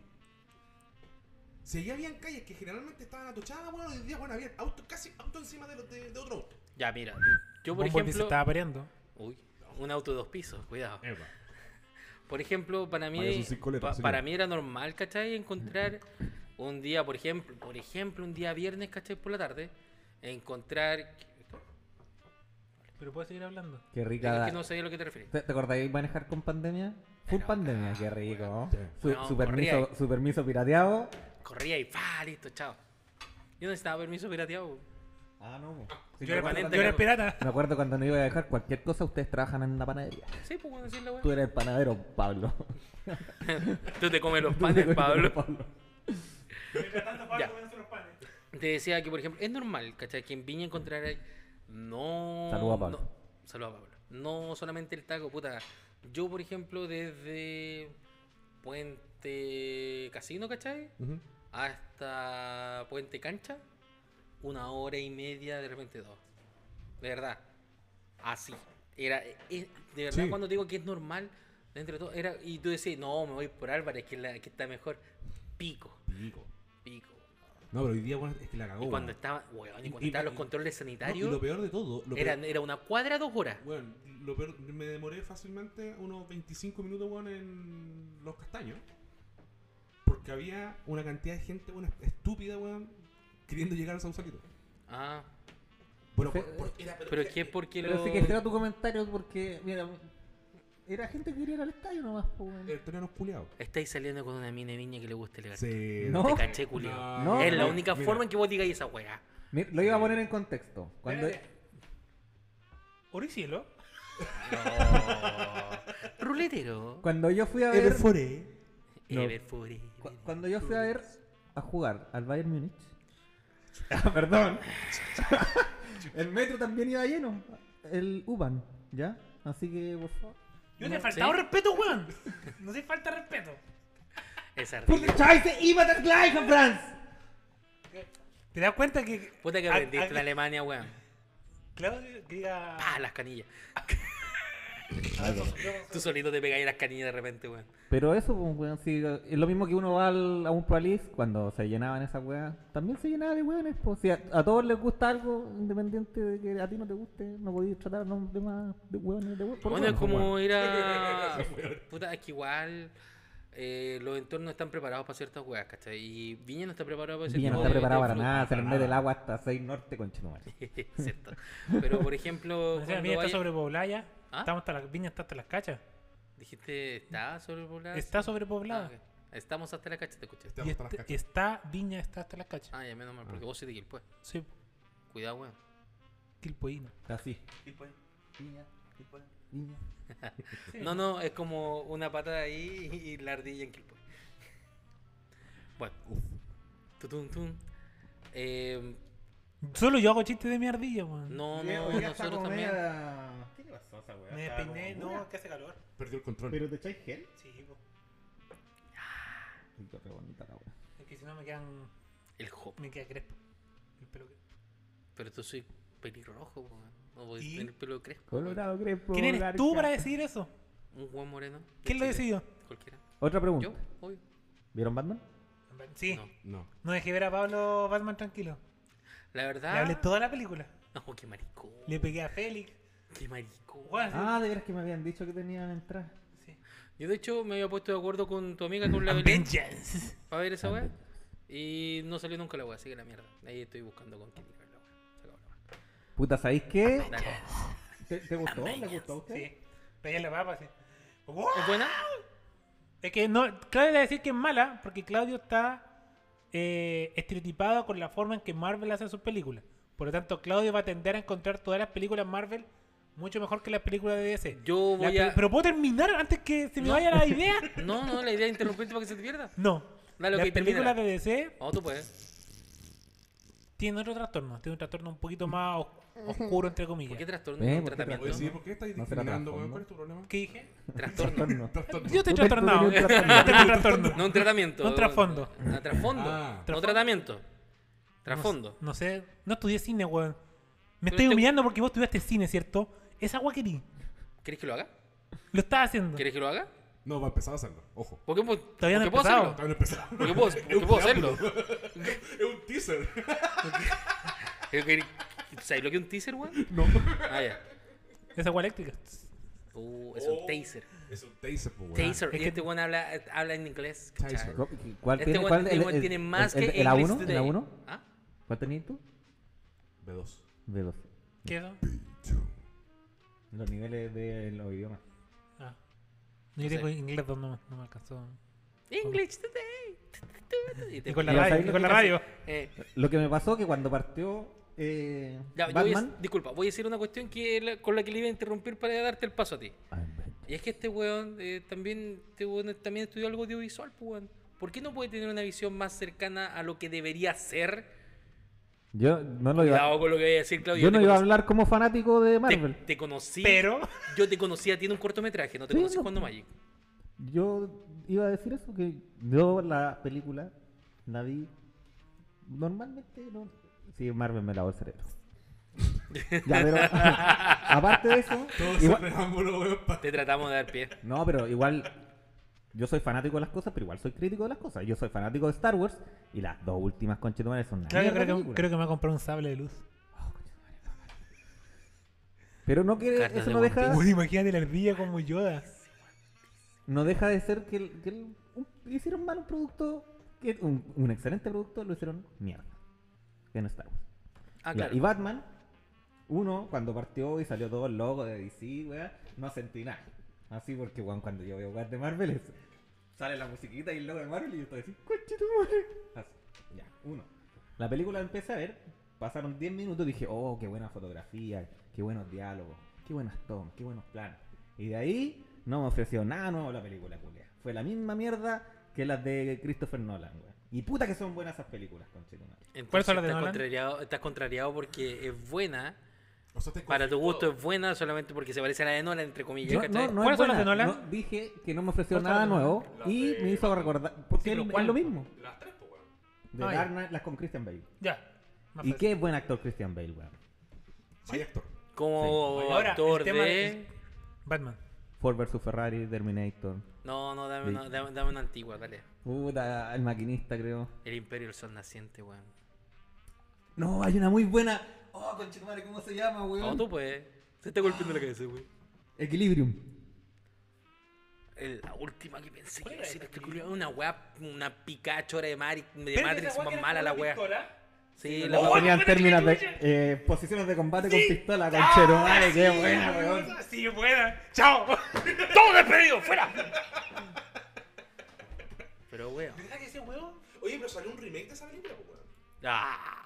Speaker 2: Si allá habían calles que generalmente estaban atochadas, weón, hoy día, weón, había auto, casi auto encima de, los- de, de otro auto.
Speaker 1: Ya, mira. Yo, por
Speaker 3: Bumblebee se
Speaker 1: ejemplo.
Speaker 3: estaba pareando.
Speaker 1: Uy, un auto de dos pisos, cuidado.
Speaker 2: Eva.
Speaker 1: Por ejemplo, para
Speaker 2: Vaya,
Speaker 1: mí,
Speaker 2: son cinco letras,
Speaker 1: pa-
Speaker 2: señor.
Speaker 1: para mí era normal, ¿cachai? Encontrar un día, por ejemplo, por ejemplo, un día viernes, ¿cachai? Por la tarde, encontrar...
Speaker 3: Pero puedo seguir hablando.
Speaker 5: Qué
Speaker 1: Es
Speaker 5: rica.
Speaker 1: que no sabía a lo que te refieres.
Speaker 5: ¿Te, te acordáis manejar con pandemia? Full
Speaker 1: Pero,
Speaker 5: pandemia,
Speaker 1: ah,
Speaker 5: qué rico. ¿no?
Speaker 2: Sí.
Speaker 5: Su,
Speaker 1: No,
Speaker 5: su
Speaker 1: corría
Speaker 5: permiso,
Speaker 1: ahí.
Speaker 5: su permiso pirateado.
Speaker 1: Corría y ¡fa! Listo, chao. Yo no necesitaba permiso pirateado.
Speaker 5: Ah, no.
Speaker 1: Yo era
Speaker 3: Yo
Speaker 1: Permanente,
Speaker 3: era
Speaker 1: claro.
Speaker 3: pirata.
Speaker 5: Me acuerdo cuando no iba a dejar cualquier cosa, ustedes trabajan en una panadería.
Speaker 1: Sí, pues bueno, decirle,
Speaker 5: Tú
Speaker 1: weón.
Speaker 5: eres el panadero, Pablo.
Speaker 1: Tú te comes los panes, Ah, Pablo. Ya.
Speaker 3: Pero
Speaker 1: Te decía que, por ejemplo, es normal, ¿cachai? Que en Viña encontrar... No...
Speaker 5: Saluda a Pablo.
Speaker 1: No, saluda a Pablo. No solamente el taco, puta. Yo, por ejemplo, desde Puente Casino, ¿cachai? hasta Puente Cancha, una hora y media, de repente dos. De verdad. Así. Era, e- e- de verdad,
Speaker 2: Sí.
Speaker 1: cuando digo que es normal, dentro de todo, era, y tú decís, no, me voy por Álvarez, que, es la, que está mejor. Pico, pico.
Speaker 2: No, pero hoy día, weón, es que la cagó.
Speaker 1: y cuando
Speaker 2: weón.
Speaker 1: estaba, weón, Oh. y
Speaker 2: Y-
Speaker 1: cuando
Speaker 2: y-
Speaker 1: estaban los
Speaker 2: y-
Speaker 1: controles
Speaker 2: No, y
Speaker 1: sanitarios,
Speaker 2: lo peor de todo, lo
Speaker 1: era,
Speaker 2: peor,
Speaker 1: era una cuadra, dos horas.
Speaker 2: weón, lo peor- me demoré fácilmente unos 25 minutos, weón, en Los Castaños. Porque había una cantidad de gente, weón, estúpida, weón, queriendo llegar a Sausalito.
Speaker 1: Ah,
Speaker 2: Bueno, por- por- era-
Speaker 1: pero es que es porque
Speaker 5: eh, Pero
Speaker 1: lo...
Speaker 5: sí que espera tu comentario porque, mira, era gente que quería ir al estadio nomás. po, weón.
Speaker 2: el terreno es puleado.
Speaker 1: Estáis saliendo con una mina de viña que le guste el gato.
Speaker 2: Sí.
Speaker 5: No.
Speaker 1: Te caché, culio.
Speaker 5: No,
Speaker 1: es la
Speaker 5: no,
Speaker 1: única
Speaker 2: mira.
Speaker 1: forma en que vos digáis esa weá.
Speaker 5: Mira, lo iba a poner en contexto. Cuando...
Speaker 3: Oro y cielo.
Speaker 1: Ruletero.
Speaker 5: Cuando yo fui a ver. No.
Speaker 1: Ever forever.
Speaker 5: cu- Cuando yo fui a ver a jugar al Bayern Múnich. Ah, perdón. el metro también iba lleno. El U-Bahn, ¿ya? Así que, por favor.
Speaker 3: Yo
Speaker 1: No,
Speaker 3: te he faltado
Speaker 1: ¿sí?
Speaker 3: respeto, weón. No te falta respeto.
Speaker 1: Esa
Speaker 5: ¡Porque
Speaker 1: ardilla.
Speaker 5: Scheiße, iba das gleich, Franz!
Speaker 3: ¿Te das cuenta que
Speaker 1: Puta que
Speaker 3: Ah,
Speaker 1: aprendiste
Speaker 3: ah,
Speaker 1: en Alemania, weón. Ah,
Speaker 3: Claudio que diga
Speaker 1: Pa, las canillas. Tú solito te pegáis las canillas de repente, weón.
Speaker 5: Pero eso, pues, weón, sí, es lo mismo que uno va al- a un país cuando se llenaban esas weas. También se llenaba de weones, pues. Si a, a todos les gusta algo, independiente de que a ti no te guste, no podías tratar a los demás de weones de weones. por
Speaker 1: Bueno, es
Speaker 5: weón, pues, weón.
Speaker 1: como ir a. Puta, es que igual. eh, los entornos están preparados para ciertas weas, ¿cachai? Y Viña no está preparado para ese
Speaker 5: Viña no
Speaker 1: tipo
Speaker 5: está
Speaker 1: de- de
Speaker 5: preparado para
Speaker 1: flujo.
Speaker 5: nada, se le mete el agua hasta 6 norte con Chetumare.
Speaker 1: Cierto. Pero por ejemplo.
Speaker 3: O sea, la
Speaker 1: cuando
Speaker 3: viña
Speaker 1: vaya-
Speaker 3: está sobrepoblada ya.
Speaker 1: ¿Ah?
Speaker 3: Estamos hasta la viña está hasta las cachas.
Speaker 1: Dijiste, ¿está sobrepoblada?
Speaker 3: Está
Speaker 1: Ah,
Speaker 3: sobrepoblada.
Speaker 1: ok. Estamos hasta la cacha, te escuché.
Speaker 2: Estamos
Speaker 3: Y
Speaker 2: hasta las
Speaker 3: este-
Speaker 2: cachas.
Speaker 3: está viña está hasta las cachas.
Speaker 1: Ah, ya menos mal, porque vos sois de Quilpue.
Speaker 3: Sí,
Speaker 1: Cuidado, weón.
Speaker 3: Quilpoíno.
Speaker 5: Está así. Viña.
Speaker 1: No, no, es como una pata ahí y la ardilla en Quilpue. Bueno. Tutun, tun. Eh,
Speaker 3: Solo yo hago chistes de mi ardilla, weón.
Speaker 1: no,
Speaker 5: Oye,
Speaker 1: no,
Speaker 5: oye, está
Speaker 1: nosotros
Speaker 5: como
Speaker 1: también.
Speaker 5: media-
Speaker 6: ¿Qué le pasó a esa weá?
Speaker 3: Me
Speaker 6: Estaba
Speaker 3: despeiné,
Speaker 6: como-
Speaker 3: no, que hace calor.
Speaker 2: Perdió el control.
Speaker 5: ¿Pero te echáis gel?
Speaker 3: Sí, po.
Speaker 5: Ay, qué re bonita la wea.
Speaker 3: Es que si no me quedan.
Speaker 1: El hop.
Speaker 3: Me queda crespo. El pelo crespo.
Speaker 1: Pero tú soy pelirrojo, weón. No podés
Speaker 3: ¿Y?
Speaker 1: tener pelo crespo.
Speaker 5: Colorado Crespo.
Speaker 3: ¿Quién eres tú para
Speaker 5: Garca.
Speaker 3: decidir eso?
Speaker 1: weón. Un weón moreno. de
Speaker 3: ¿Quién lo
Speaker 1: Chile.
Speaker 3: decidió?
Speaker 1: Cualquiera.
Speaker 5: Otra pregunta.
Speaker 1: Yo, obvio.
Speaker 5: ¿Vieron Batman?
Speaker 3: Sí.
Speaker 1: No.
Speaker 3: No,
Speaker 2: No.
Speaker 3: dejé ver a Pablo Batman tranquilo.
Speaker 1: La
Speaker 3: Le
Speaker 1: verdad.
Speaker 3: hablé toda la película.
Speaker 1: No, qué maricón.
Speaker 3: Le pegué a Félix.
Speaker 1: Qué maricón.
Speaker 3: Weón,
Speaker 5: Ah, de veras que me habían dicho que tenían entrada.
Speaker 3: sí.
Speaker 1: Yo de hecho me había puesto de acuerdo con tu amiga con la Belén
Speaker 3: Vengeance.
Speaker 1: para ver esa
Speaker 5: Ah,
Speaker 1: weá.
Speaker 5: bien.
Speaker 1: Y no salió nunca la weá, así que la mierda. Ahí estoy buscando con quién ver la weá. Se acabó la weá.
Speaker 5: Puta, ¿sabéis qué?
Speaker 1: Dale.
Speaker 5: ¿Te, te gustó? ¿Le gustó a usted?
Speaker 3: Sí. Pegué la papa, sí. ¡Wow!
Speaker 1: ¿Es buena?
Speaker 3: Es que no, Claudio le va a decir que es mala porque Claudio está eh, estereotipado con la forma en que Marvel hace sus películas. Por lo tanto, Claudio va a tender a encontrar todas las películas Marvel mucho mejor que las películas de DC.
Speaker 1: Yo
Speaker 3: La
Speaker 1: voy
Speaker 3: pe-
Speaker 1: a.
Speaker 3: Pero puedo terminar antes que se me
Speaker 1: No.
Speaker 3: vaya la idea.
Speaker 1: No, no, la idea es interrumpirte para que se te pierda.
Speaker 3: No.
Speaker 1: Dale,
Speaker 3: las
Speaker 1: ok,
Speaker 3: películas
Speaker 1: termínala.
Speaker 3: de DC
Speaker 1: No, tú puedes.
Speaker 3: tienen otro trastorno. Tienen un trastorno un poquito más os- oscuro, entre
Speaker 1: ¿Por
Speaker 3: comillas.
Speaker 1: qué
Speaker 3: ¿Qué,
Speaker 1: trastorno
Speaker 5: Eh,
Speaker 1: con
Speaker 5: ¿por qué
Speaker 1: tratamiento?
Speaker 2: Oye, sí, ¿por qué estáis
Speaker 5: No será
Speaker 2: discriminando, weón?
Speaker 5: trastorno.
Speaker 2: ¿Cuál es tu problema?
Speaker 3: dije?
Speaker 1: Trastorno.
Speaker 2: Trastorno.
Speaker 3: Yo estoy
Speaker 5: Tú te- tú
Speaker 3: trastornado.
Speaker 5: tenías un
Speaker 3: Yo tengo un trastorno.
Speaker 1: No un tratamiento.
Speaker 3: Un trasfondo.
Speaker 1: Un trasfondo.
Speaker 2: Ah.
Speaker 1: No tratamiento. Trasfondo.
Speaker 3: No, sé, no estudié cine, weón. Me
Speaker 1: Pero este-
Speaker 3: estoy
Speaker 1: te-
Speaker 3: humillando porque vos estudiaste cine, ¿cierto? Esa agua querí.
Speaker 1: ¿Quieres que lo haga?
Speaker 3: Lo estaba haciendo.
Speaker 1: ¿Quieres que lo haga?
Speaker 2: No, va a empezar a hacerlo. Ojo.
Speaker 1: ¿Por qué, po-
Speaker 3: Todavía no
Speaker 1: porque
Speaker 3: he
Speaker 1: puedo hacerlo?
Speaker 3: empezado.
Speaker 2: Está bien empezado.
Speaker 1: Porque puedo, porque
Speaker 2: un
Speaker 1: puedo
Speaker 2: preámbulo.
Speaker 1: hacerlo.
Speaker 2: es un teaser.
Speaker 1: Yo quería- ¿Sabes lo que es un teaser, weón?
Speaker 2: No.
Speaker 1: Ah, ya.
Speaker 3: Esa agua eléctrica.
Speaker 1: Uh, es un
Speaker 2: Oh.
Speaker 1: taser.
Speaker 2: Es un taser, pues, weón.
Speaker 1: Taser.
Speaker 3: Es
Speaker 1: y
Speaker 3: que-
Speaker 1: este weón habla, habla en inglés. ¿cachai?
Speaker 2: Taser.
Speaker 5: ¿Cuál
Speaker 1: Este
Speaker 5: tiene?
Speaker 1: weón-
Speaker 5: ¿Cuál
Speaker 1: este
Speaker 5: el-
Speaker 1: weón
Speaker 5: el-
Speaker 1: tiene
Speaker 5: el-
Speaker 1: más
Speaker 5: el-
Speaker 1: que
Speaker 5: el
Speaker 1: English
Speaker 5: A1?
Speaker 1: Today.
Speaker 5: ¿El A1?
Speaker 1: ¿Ah?
Speaker 5: ¿Cuál tenías tú?
Speaker 2: B2.
Speaker 5: B2.
Speaker 3: ¿Qué es eso?
Speaker 5: Los niveles de los idiomas.
Speaker 3: Ah. No, yo
Speaker 1: sé.
Speaker 3: tengo inglés dos nomás, no me alcanzó.
Speaker 1: English Today. Y te-
Speaker 3: Y con la
Speaker 5: ¿Y ya
Speaker 3: radio.
Speaker 5: sabéis
Speaker 3: y
Speaker 5: lo
Speaker 3: con
Speaker 5: que
Speaker 3: la radio.
Speaker 1: Eh,
Speaker 5: Lo que me pasó que cuando partió eh,
Speaker 1: ya, yo voy a-
Speaker 5: Batman...
Speaker 1: disculpa, voy a decir una cuestión que la- con la que le iba a interrumpir para darte el paso a ti.
Speaker 5: Ay, ve.
Speaker 1: Y es que este weón, eh, también, este weón también estudió algo audiovisual, pues, weón. ¿Por qué no puede tener una visión más cercana a lo que debería ser?
Speaker 5: Yo no lo iba,
Speaker 1: Cuidado con lo que voy a decir, Claudio.
Speaker 5: yo
Speaker 1: te
Speaker 5: no iba a
Speaker 1: conocí-
Speaker 5: hablar como fanático de
Speaker 1: te-
Speaker 5: Marvel.
Speaker 1: Te, conocí.
Speaker 3: Pero.
Speaker 1: Yo te conocí a ti en un cortometraje, no te
Speaker 5: Sí,
Speaker 1: conocí
Speaker 5: no,
Speaker 1: cuando
Speaker 5: pues.
Speaker 1: Magic.
Speaker 5: Yo iba a decir eso, que yo la película la vi normalmente, no. Sí, Marvel me lavó el cerebro. ya, pero aparte de eso,
Speaker 2: Todo ese
Speaker 5: igual-
Speaker 2: preámbulo, weón. pa-
Speaker 1: Te tratamos de dar pie.
Speaker 5: no, pero igual yo soy fanático de las cosas, pero igual soy crítico de las cosas. Yo soy fanático de Star Wars y las dos últimas conchetumares son una
Speaker 3: Claudio
Speaker 5: mierda
Speaker 3: creo que,
Speaker 5: película.
Speaker 3: creo que me va a comprar un sable de luz.
Speaker 5: Pero no que
Speaker 1: Cartas
Speaker 5: eso
Speaker 1: de
Speaker 5: no
Speaker 1: One
Speaker 5: deja,
Speaker 3: Uy, imagínate la ardilla como Yoda.
Speaker 5: no deja de ser que, el- que el- un- hicieron mal un producto, que un, un excelente producto, lo hicieron mierda en Star Wars.
Speaker 1: Ah,
Speaker 5: Ya,
Speaker 1: claro.
Speaker 5: Y Batman, uno, cuando partió y salió todo el logo de DC, weá, no sentí nada. Así porque, weón, cuando yo veo weas de Marvel, es- sale la musiquita y el logo de Marvel y yo estoy así, coche tu madre". Así, ya, uno. La película la empecé a ver, pasaron 10 minutos dije, oh, qué buena fotografía, qué buenos diálogos, qué buenas tomas, qué buenos planos. Y de ahí no me ofreció nada nuevo la película, culia. Fue la misma mierda que las de Christopher Nolan, weón. Y puta que son buenas esas películas, conchetumare.
Speaker 1: Entonces,
Speaker 3: ¿Cuáles son las de
Speaker 1: estás,
Speaker 3: Nolan?
Speaker 1: contrariado, estás contrariado porque es buena.
Speaker 2: O sea, te
Speaker 1: Para tu gusto
Speaker 2: conflictó.
Speaker 1: es buena solamente porque se parece a la de Nolan, entre comillas.
Speaker 5: Yo-
Speaker 1: ¿cachai?
Speaker 5: es
Speaker 3: ¿Cuáles son las de
Speaker 5: buena.
Speaker 3: Nolan?
Speaker 5: No, dije que no me ofreció
Speaker 3: ¿Cuáles
Speaker 5: nada
Speaker 3: son las de
Speaker 5: nuevo
Speaker 2: Nolan?
Speaker 5: y
Speaker 2: Las de
Speaker 5: me hizo
Speaker 2: Batman.
Speaker 5: recordar. Porque
Speaker 3: pero
Speaker 5: es
Speaker 3: ¿cuál?
Speaker 5: lo mismo.
Speaker 2: Las tres, pues, weón.
Speaker 5: De
Speaker 3: Ah, ya.
Speaker 5: Dark Knight, las con Christian Bale.
Speaker 3: Ya. más
Speaker 5: Y
Speaker 3: fácil.
Speaker 5: qué buen actor Christian Bale, weón.
Speaker 2: Vaya actor.
Speaker 1: Como
Speaker 3: Ahora,
Speaker 1: actor
Speaker 3: el tema
Speaker 1: de...
Speaker 3: es- Batman.
Speaker 5: Ford vs Ferrari, Terminator.
Speaker 1: No, no, dame una,
Speaker 5: Sí.
Speaker 1: dame, dame una antigua, dale.
Speaker 5: Puta, el maquinista, creo.
Speaker 1: El Imperio del Sol Naciente, weón.
Speaker 5: No, hay una muy buena. Oh, conchetumare, ¿cómo se llama,
Speaker 1: No,
Speaker 5: weón?
Speaker 1: tú pues. Se está golpeando la cabeza, weón.
Speaker 5: Equilibrium.
Speaker 1: El- La última que pensé que iba a decir, este culiao, una weá, una Pikachu era de, Mari- de
Speaker 3: Pero
Speaker 1: Matrix
Speaker 3: esa weá que
Speaker 1: más
Speaker 3: era
Speaker 1: mala
Speaker 3: como
Speaker 1: la
Speaker 3: una
Speaker 1: weá.
Speaker 3: pistola.
Speaker 1: Sí, la
Speaker 5: Cuando
Speaker 1: weá.
Speaker 5: tenían términos de eh, posiciones de combate con pistola, conchetumare, qué buena, weón.
Speaker 2: Ah,
Speaker 3: Sí, buena. Chao.
Speaker 1: ¡Todo despedido! ¡Fuera! Pero weón.
Speaker 3: ¿Verdad que ese weón?
Speaker 2: Oye, pero salió un remake de esa película, pues, weón.
Speaker 1: Ah.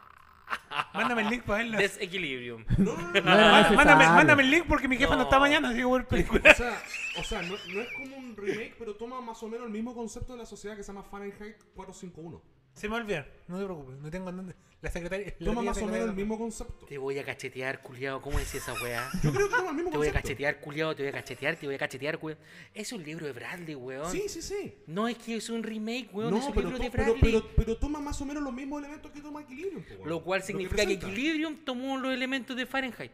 Speaker 3: Mándame el link para verla.
Speaker 1: Desequilibrium.
Speaker 2: No, no, no, no.
Speaker 5: No era
Speaker 3: Mándame,
Speaker 5: necesario.
Speaker 3: mándame- mándame el link porque mi jefa no,
Speaker 1: No.
Speaker 3: está mañana, así que voy a ver película.
Speaker 2: O sea, o sea no, no es como un remake, pero toma más o menos el mismo concepto de la sociedad que se llama Fahrenheit 451.
Speaker 3: Se me va a olvidar, no te preocupes, no tengo en dónde. La secretaria. la
Speaker 2: Toma
Speaker 3: tía
Speaker 2: más o menos
Speaker 3: secretaria-
Speaker 2: el mismo concepto.
Speaker 1: Te voy a cachetear, culiao. ¿Cómo decía esa weá?
Speaker 2: Yo creo que toma el mismo
Speaker 1: Te voy a
Speaker 2: concepto.
Speaker 1: cachetear, culiao. Te voy a cachetear, te voy a cachetear, weón. Es un libro de Bradley, weón.
Speaker 2: Sí, sí, sí.
Speaker 1: No es que es un remake, weón. es
Speaker 2: No,
Speaker 1: un
Speaker 2: pero,
Speaker 1: libro
Speaker 2: to-
Speaker 1: de
Speaker 2: pero,
Speaker 1: Bradley.
Speaker 2: pero, pero toma más o menos los mismos elementos que toma Equilibrium. po, weón.
Speaker 1: Lo cual
Speaker 2: que
Speaker 1: significa que,
Speaker 2: presenta.
Speaker 1: Equilibrium tomó los elementos de Fahrenheit.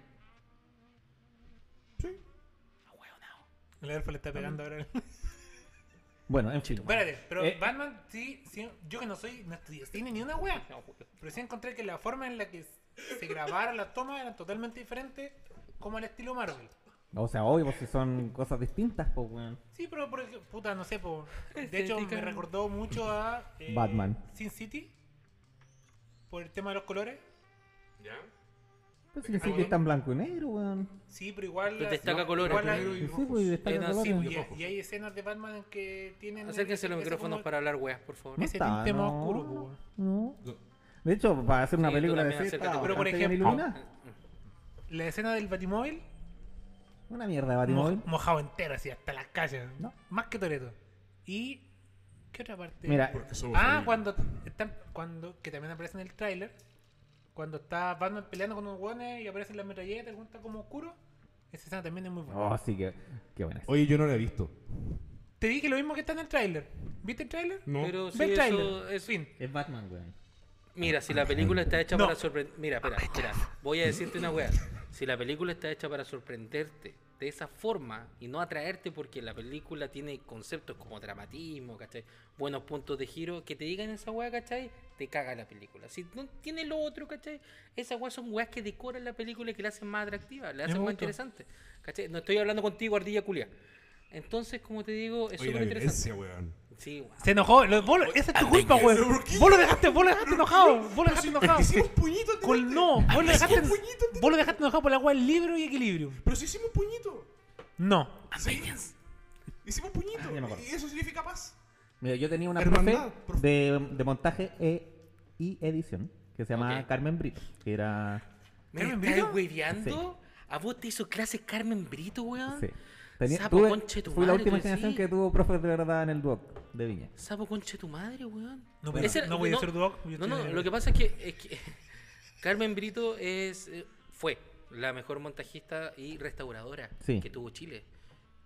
Speaker 2: Sí.
Speaker 1: Ah, weón, no.
Speaker 3: La elfa le está pegando ahora.
Speaker 5: Bueno, en fin.
Speaker 3: Espérate, pero
Speaker 5: Eh.
Speaker 3: Batman, sí, sí, yo que no soy, no estudié cine ni una wea. Pero sí encontré que la forma en la que se grabaron las tomas eran totalmente diferentes como al estilo Marvel.
Speaker 5: O sea, obvio, pues, si son cosas distintas, pues, weón.
Speaker 3: Sí, pero por ejemplo, puta, no sé, po. De hecho, me
Speaker 1: Estética.
Speaker 3: recordó mucho a eh,
Speaker 5: Batman.
Speaker 3: Sin City por el tema de los colores.
Speaker 2: ¿Ya?
Speaker 5: Pues sí, sí que está en blanco y negro, weón.
Speaker 3: Sí, pero igual.
Speaker 1: Pero
Speaker 3: las-
Speaker 1: destaca
Speaker 3: no,
Speaker 1: colores,
Speaker 3: igual
Speaker 2: Blanco,
Speaker 3: hay-
Speaker 2: negro
Speaker 5: Sí,
Speaker 2: y
Speaker 5: pues,
Speaker 2: rojos.
Speaker 5: destaca
Speaker 1: Eh, no, sí,
Speaker 5: colores.
Speaker 3: y, y hay escenas de Batman en que tienen.
Speaker 1: Acérquense los
Speaker 3: ese
Speaker 1: micrófonos
Speaker 3: como-
Speaker 1: para hablar, weas, por favor.
Speaker 5: No
Speaker 3: Ese
Speaker 5: está,
Speaker 3: tinte más
Speaker 5: no,
Speaker 3: oscuro, po, weón.
Speaker 5: no.
Speaker 2: No.
Speaker 5: De hecho, para hacer una
Speaker 1: Sí, tú
Speaker 5: película de
Speaker 1: también
Speaker 5: fiesta,
Speaker 1: acércate,
Speaker 3: pero por
Speaker 5: bastante bien
Speaker 3: ejemplo-
Speaker 1: ah.
Speaker 5: iluminada.
Speaker 3: La escena del Batimóvil,
Speaker 5: una mierda de
Speaker 3: mo-
Speaker 5: Batimóvil.
Speaker 3: mojado entero, así, hasta las calles.
Speaker 5: No.
Speaker 3: Más que Toreto. ¿Y qué otra parte?
Speaker 5: Mira,
Speaker 2: Porque somos
Speaker 3: Ah,
Speaker 2: amigos.
Speaker 3: cuando, están, cuando. Que también aparece en el tráiler. Cuando está Batman peleando con unos hueones y aparecen las metralletas, el está como oscuro. Esa escena también es muy buena.
Speaker 5: oh, sí que, qué buena. es.
Speaker 2: Oye, yo no la he visto.
Speaker 3: Te dije lo mismo que está en el tráiler. ¿Viste el tráiler?
Speaker 2: No.
Speaker 1: Pero sí,
Speaker 3: Ve el
Speaker 1: eso
Speaker 3: tráiler.
Speaker 1: es
Speaker 3: Fin.
Speaker 5: Es Batman, weón.
Speaker 1: Mira, si la película está hecha
Speaker 3: No.
Speaker 1: para sorprender. Mira, espera,
Speaker 2: Ah,
Speaker 1: espera. Voy a decirte una wea. Si la película está hecha para sorprenderte de esa forma y no atraerte porque la película tiene conceptos como dramatismo, ¿cachai? Buenos puntos de giro, que te digan esa wea, ¿cachai? Te caga la película. Si no tiene lo otro, ¿cachai? Esas weas son weas que decoran la película y que la hacen más atractiva, la hacen
Speaker 3: Es
Speaker 1: más
Speaker 3: bonito.
Speaker 1: interesante. ¿Cachai? No estoy hablando contigo, ardilla culia. Entonces, como te digo, es
Speaker 2: Oye, la
Speaker 1: súper interesante.
Speaker 2: violencia, weón.
Speaker 1: Sí, weón.
Speaker 3: Se enojó. Lo- vos- esa es tu culpa, weón. Vos lo dejaste, vos lo dejaste enojado. Vos lo dejaste enojado.
Speaker 2: Hicimos puñito antes
Speaker 3: Con,
Speaker 2: de-
Speaker 3: no, vos lo dejaste,
Speaker 2: un puñito antes
Speaker 3: vos lo dejaste enojado por la agua del libro y equilibrio.
Speaker 2: Pero si hicimos puñito.
Speaker 3: No.
Speaker 2: Hicimos puñito.
Speaker 5: Ah, ya me acuerdo.
Speaker 2: y eso significa paz.
Speaker 5: Mira, yo tenía una profe
Speaker 2: Hermandad, profe.
Speaker 5: de, de montaje e- y edición que se llamaba
Speaker 1: Ok.
Speaker 5: Carmen Brito, que era...
Speaker 1: ¿Me
Speaker 3: ¿Carmen
Speaker 1: estás
Speaker 3: Brito?
Speaker 1: hueveando? ¿A vos te hizo clase Carmen Brito, weón?
Speaker 5: Sí. Tenía-
Speaker 1: Sapo,
Speaker 5: tuve-
Speaker 1: Ah. conche tu
Speaker 5: fui la
Speaker 1: madre,
Speaker 5: última
Speaker 1: tú
Speaker 5: generación
Speaker 1: decís.
Speaker 5: que tuvo profes de verdad en el Duoc de Viña.
Speaker 1: Sapo conche tu madre, weón.
Speaker 3: No, pero
Speaker 1: Ese-
Speaker 3: no voy a ser Duoc, yo
Speaker 1: No,
Speaker 3: estoy
Speaker 1: no,
Speaker 3: en el-
Speaker 1: lo que pasa es que, es que Carmen Brito es, eh, fue la mejor montajista y restauradora
Speaker 5: Sí.
Speaker 1: que tuvo Chile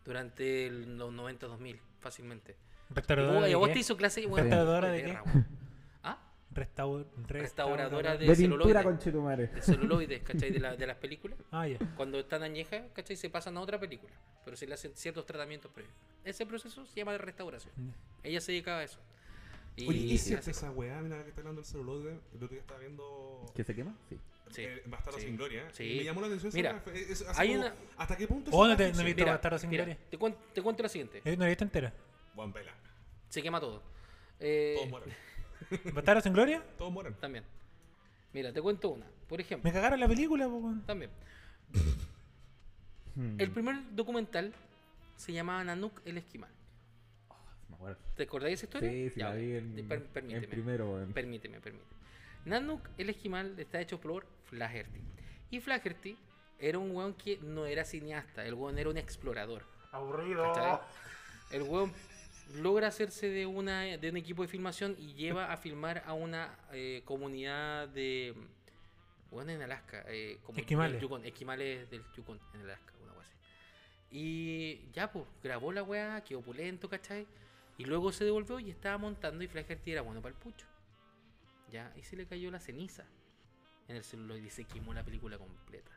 Speaker 1: durante el- los 90-2000, fácilmente.
Speaker 3: Restauradora.
Speaker 1: Y
Speaker 3: de
Speaker 1: vos
Speaker 3: qué?
Speaker 1: te hizo clase, weón.
Speaker 3: ¿Restauradora de
Speaker 1: guerra,
Speaker 3: qué?
Speaker 1: weón. ¿Ah?
Speaker 3: Restau-
Speaker 1: Restauradora de,
Speaker 5: De pintura
Speaker 1: celuloides.
Speaker 5: con Chetumare.
Speaker 1: De celuloides, ¿cachai? De, la- de las películas.
Speaker 3: Ah, ya.
Speaker 1: Cuando están añejas, ¿cachai? Se pasan a otra película, pero se le hacen ciertos tratamientos previos. Ese proceso se llama de restauración.
Speaker 5: Mm.
Speaker 1: Ella se dedicaba a eso. Y,
Speaker 2: Oye,
Speaker 1: y
Speaker 2: ¿y cierto
Speaker 1: hace-
Speaker 2: esa weá? Mira que está hablando el celular. El otro día estaba viendo.
Speaker 5: ¿Que se quema? Sí.
Speaker 1: Sí,
Speaker 2: eh, Bastardo
Speaker 1: sí,
Speaker 2: sin Gloria. ¿eh?
Speaker 1: sí.
Speaker 2: Y Me llamó la atención. esa
Speaker 1: Mira,
Speaker 2: weá, fue- es- así
Speaker 1: hay
Speaker 2: como,
Speaker 1: una-
Speaker 2: ¿Hasta qué punto es
Speaker 3: Oh, no
Speaker 2: una
Speaker 3: te- no
Speaker 2: ficción?
Speaker 3: he visto
Speaker 1: Mira,
Speaker 3: Bastardo sin
Speaker 1: mira,
Speaker 3: Gloria.
Speaker 1: te, cuen- te cuento lo siguiente.
Speaker 3: Eh, No la viste entera.
Speaker 2: Juan Vela.
Speaker 1: Se quema todo. Eh,
Speaker 2: Todos mueren.
Speaker 3: ¿Bastardo sin gloria?
Speaker 2: Todos mueren.
Speaker 1: también. Mira, te cuento una. Por ejemplo,
Speaker 3: Me cagaron la película, po, weón.
Speaker 1: también.
Speaker 5: Hmm.
Speaker 1: El primer documental se llamaba Nanook el Esquimal.
Speaker 5: Me acuerdo.
Speaker 1: ¿Te acordáis de esa historia?
Speaker 5: Sí, sí,
Speaker 1: Ya,
Speaker 5: la
Speaker 1: ok.
Speaker 5: vi
Speaker 1: Te-
Speaker 5: en,
Speaker 1: per-
Speaker 5: en
Speaker 1: permíteme.
Speaker 5: primero, weón.
Speaker 1: Permíteme, permíteme. Nanook, el esquimal, está hecho por Flaherty. Y Flaherty era un weón que no era cineasta, el weón era un explorador.
Speaker 3: Aburrido.
Speaker 1: ¿cachai? El weón logra hacerse de, una, de un equipo de filmación y lleva a filmar a una eh, comunidad de. Weón en Alaska. eh, como-
Speaker 3: Esquimales.
Speaker 1: del Yukon, esquimales del Yukon, en Alaska, una cosa así. Y ya, pues, grabó la weá, quedó opulento, ¿cachai? Y luego se devolvió y estaba montando y Flaherty era bueno para el pucho. Ya, y se le cayó la ceniza en el celular y se quemó la película completa.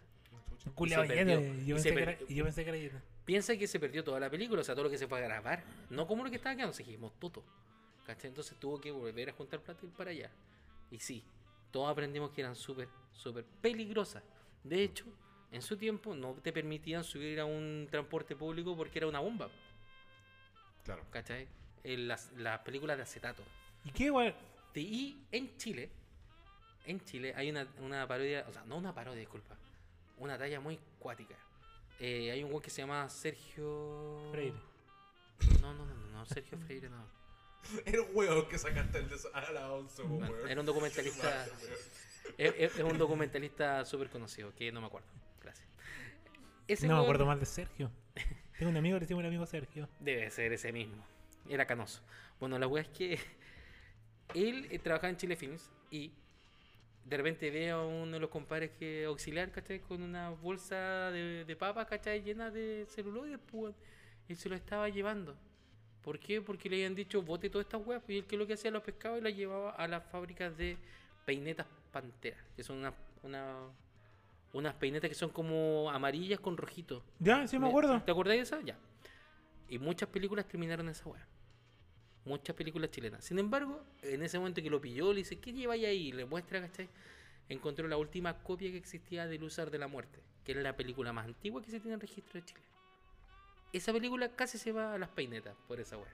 Speaker 2: chucha.
Speaker 3: Culeado
Speaker 1: se
Speaker 3: Jedi,
Speaker 1: perdió,
Speaker 3: Yo
Speaker 1: y se
Speaker 3: pensé que era-
Speaker 1: perdió.
Speaker 3: y yo pensé que era Jedi.
Speaker 1: Piensa que se perdió toda la película, o sea, todo lo que se fue a grabar. No como lo que estaba quedando, se dijimos todo. ¿Cachai? Entonces tuvo que volver a juntar plata y ir para allá. Y sí, todos aprendimos que eran súper, súper peligrosas. De hecho, en su tiempo no te permitían subir a un transporte público porque era una bomba.
Speaker 2: Claro.
Speaker 1: ¿Cachai? En las, las películas de acetato.
Speaker 3: ¿Y qué, weón?
Speaker 1: Te- Este, Y en Chile, en Chile hay una, una parodia, o sea, no una parodia, disculpa, una talla muy cuática. Eh, hay un weón que se llama Sergio
Speaker 3: Freire.
Speaker 1: No, no, no, no, no, Sergio Freire no.
Speaker 2: Era un huevo que sacaste el de a la 11,
Speaker 1: Bueno, eh. era un documentalista. es, es- es un documentalista súper conocido, que no me acuerdo. Gracias. Ese
Speaker 3: No me
Speaker 1: weón
Speaker 3: acuerdo más de Sergio. Tengo un amigo que se llama el amigo Sergio.
Speaker 1: Debe ser ese mismo. Era canoso. Bueno, la wea es que él eh, trabajaba en Chile Films y de repente ve a uno de los compadres que auxiliar, ¿cachai? Con una bolsa de, de papas, ¿cachai? Llena de celuloides, pues. Él se lo estaba llevando. ¿Por qué? Porque le habían dicho bote todas estas weas. pues, Y él que lo que hacía los pescaba y las llevaba a las fábricas de peinetas panteras. Que son unas- una- unas peinetas que son como amarillas con rojito.
Speaker 3: Ya, sí me
Speaker 1: ¿Te-
Speaker 3: acuerdo.
Speaker 1: ¿Te acordás de esa? Ya. Y muchas películas terminaron esa weá. Muchas películas chilenas. Sin embargo, en ese momento que lo pilló, le dice, ¿qué lleváis ahí? Y le muestra, ¿cachai? Encontró la última copia que existía del Usar de la Muerte, que era la película más antigua que se tiene en registro de Chile. Esa película casi se va a las peinetas por esa weá.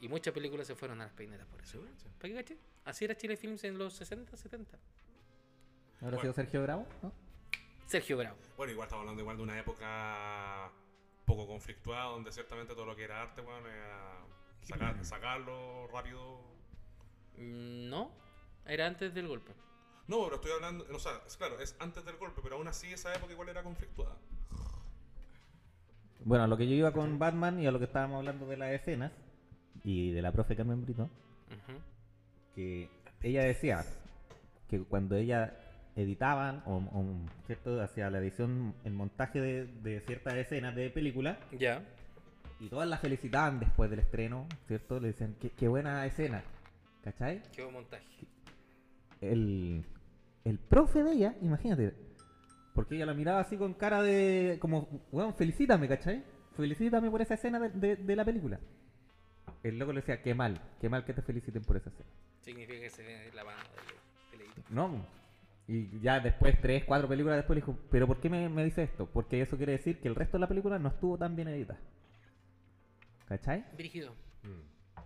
Speaker 1: Y muchas películas se fueron a las peinetas por eso. ¿Para qué cachai? Así era Chile Films en los 60, 70.
Speaker 5: ¿Habrá sido Sergio Bravo? ¿No?
Speaker 1: Sergio Bravo.
Speaker 2: Bueno, igual estamos hablando igual de una época poco conflictuada, donde ciertamente todo lo que era arte, weón, era sacar- sacarlo rápido.
Speaker 1: Mm, No, era antes del golpe.
Speaker 2: No, pero estoy hablando, o sea, es claro, es antes del golpe, pero aún así esa época igual era conflictuada.
Speaker 5: Bueno, a lo que yo iba con Batman y a lo que estábamos hablando de las escenas y de la profe Carmen Brito,
Speaker 1: Ujú.
Speaker 5: que ella decía que cuando ella editaban o, o, cierto hacía la edición, el montaje de, de ciertas escenas de películas
Speaker 1: Ya.
Speaker 5: y todas la felicitaban después del estreno, ¿cierto? Le decían, qué, qué buena escena, ¿cachai?
Speaker 1: Qué buen montaje.
Speaker 5: el, el profe de ella, imagínate, porque ella la miraba así con cara de, como, weón, felicítame, ¿cachai? Felicítame por esa escena de, de- de la película. El loco le decía, qué mal, qué mal que te feliciten por esa escena.
Speaker 1: Significa que se viene la mano del peleito.
Speaker 5: No. Y ya después, tres, cuatro películas después, le dijo, pero ¿por qué me, me dice esto? Porque eso quiere decir que el resto de la película no estuvo tan bien editada. ¿Cachai?
Speaker 1: Dirigido.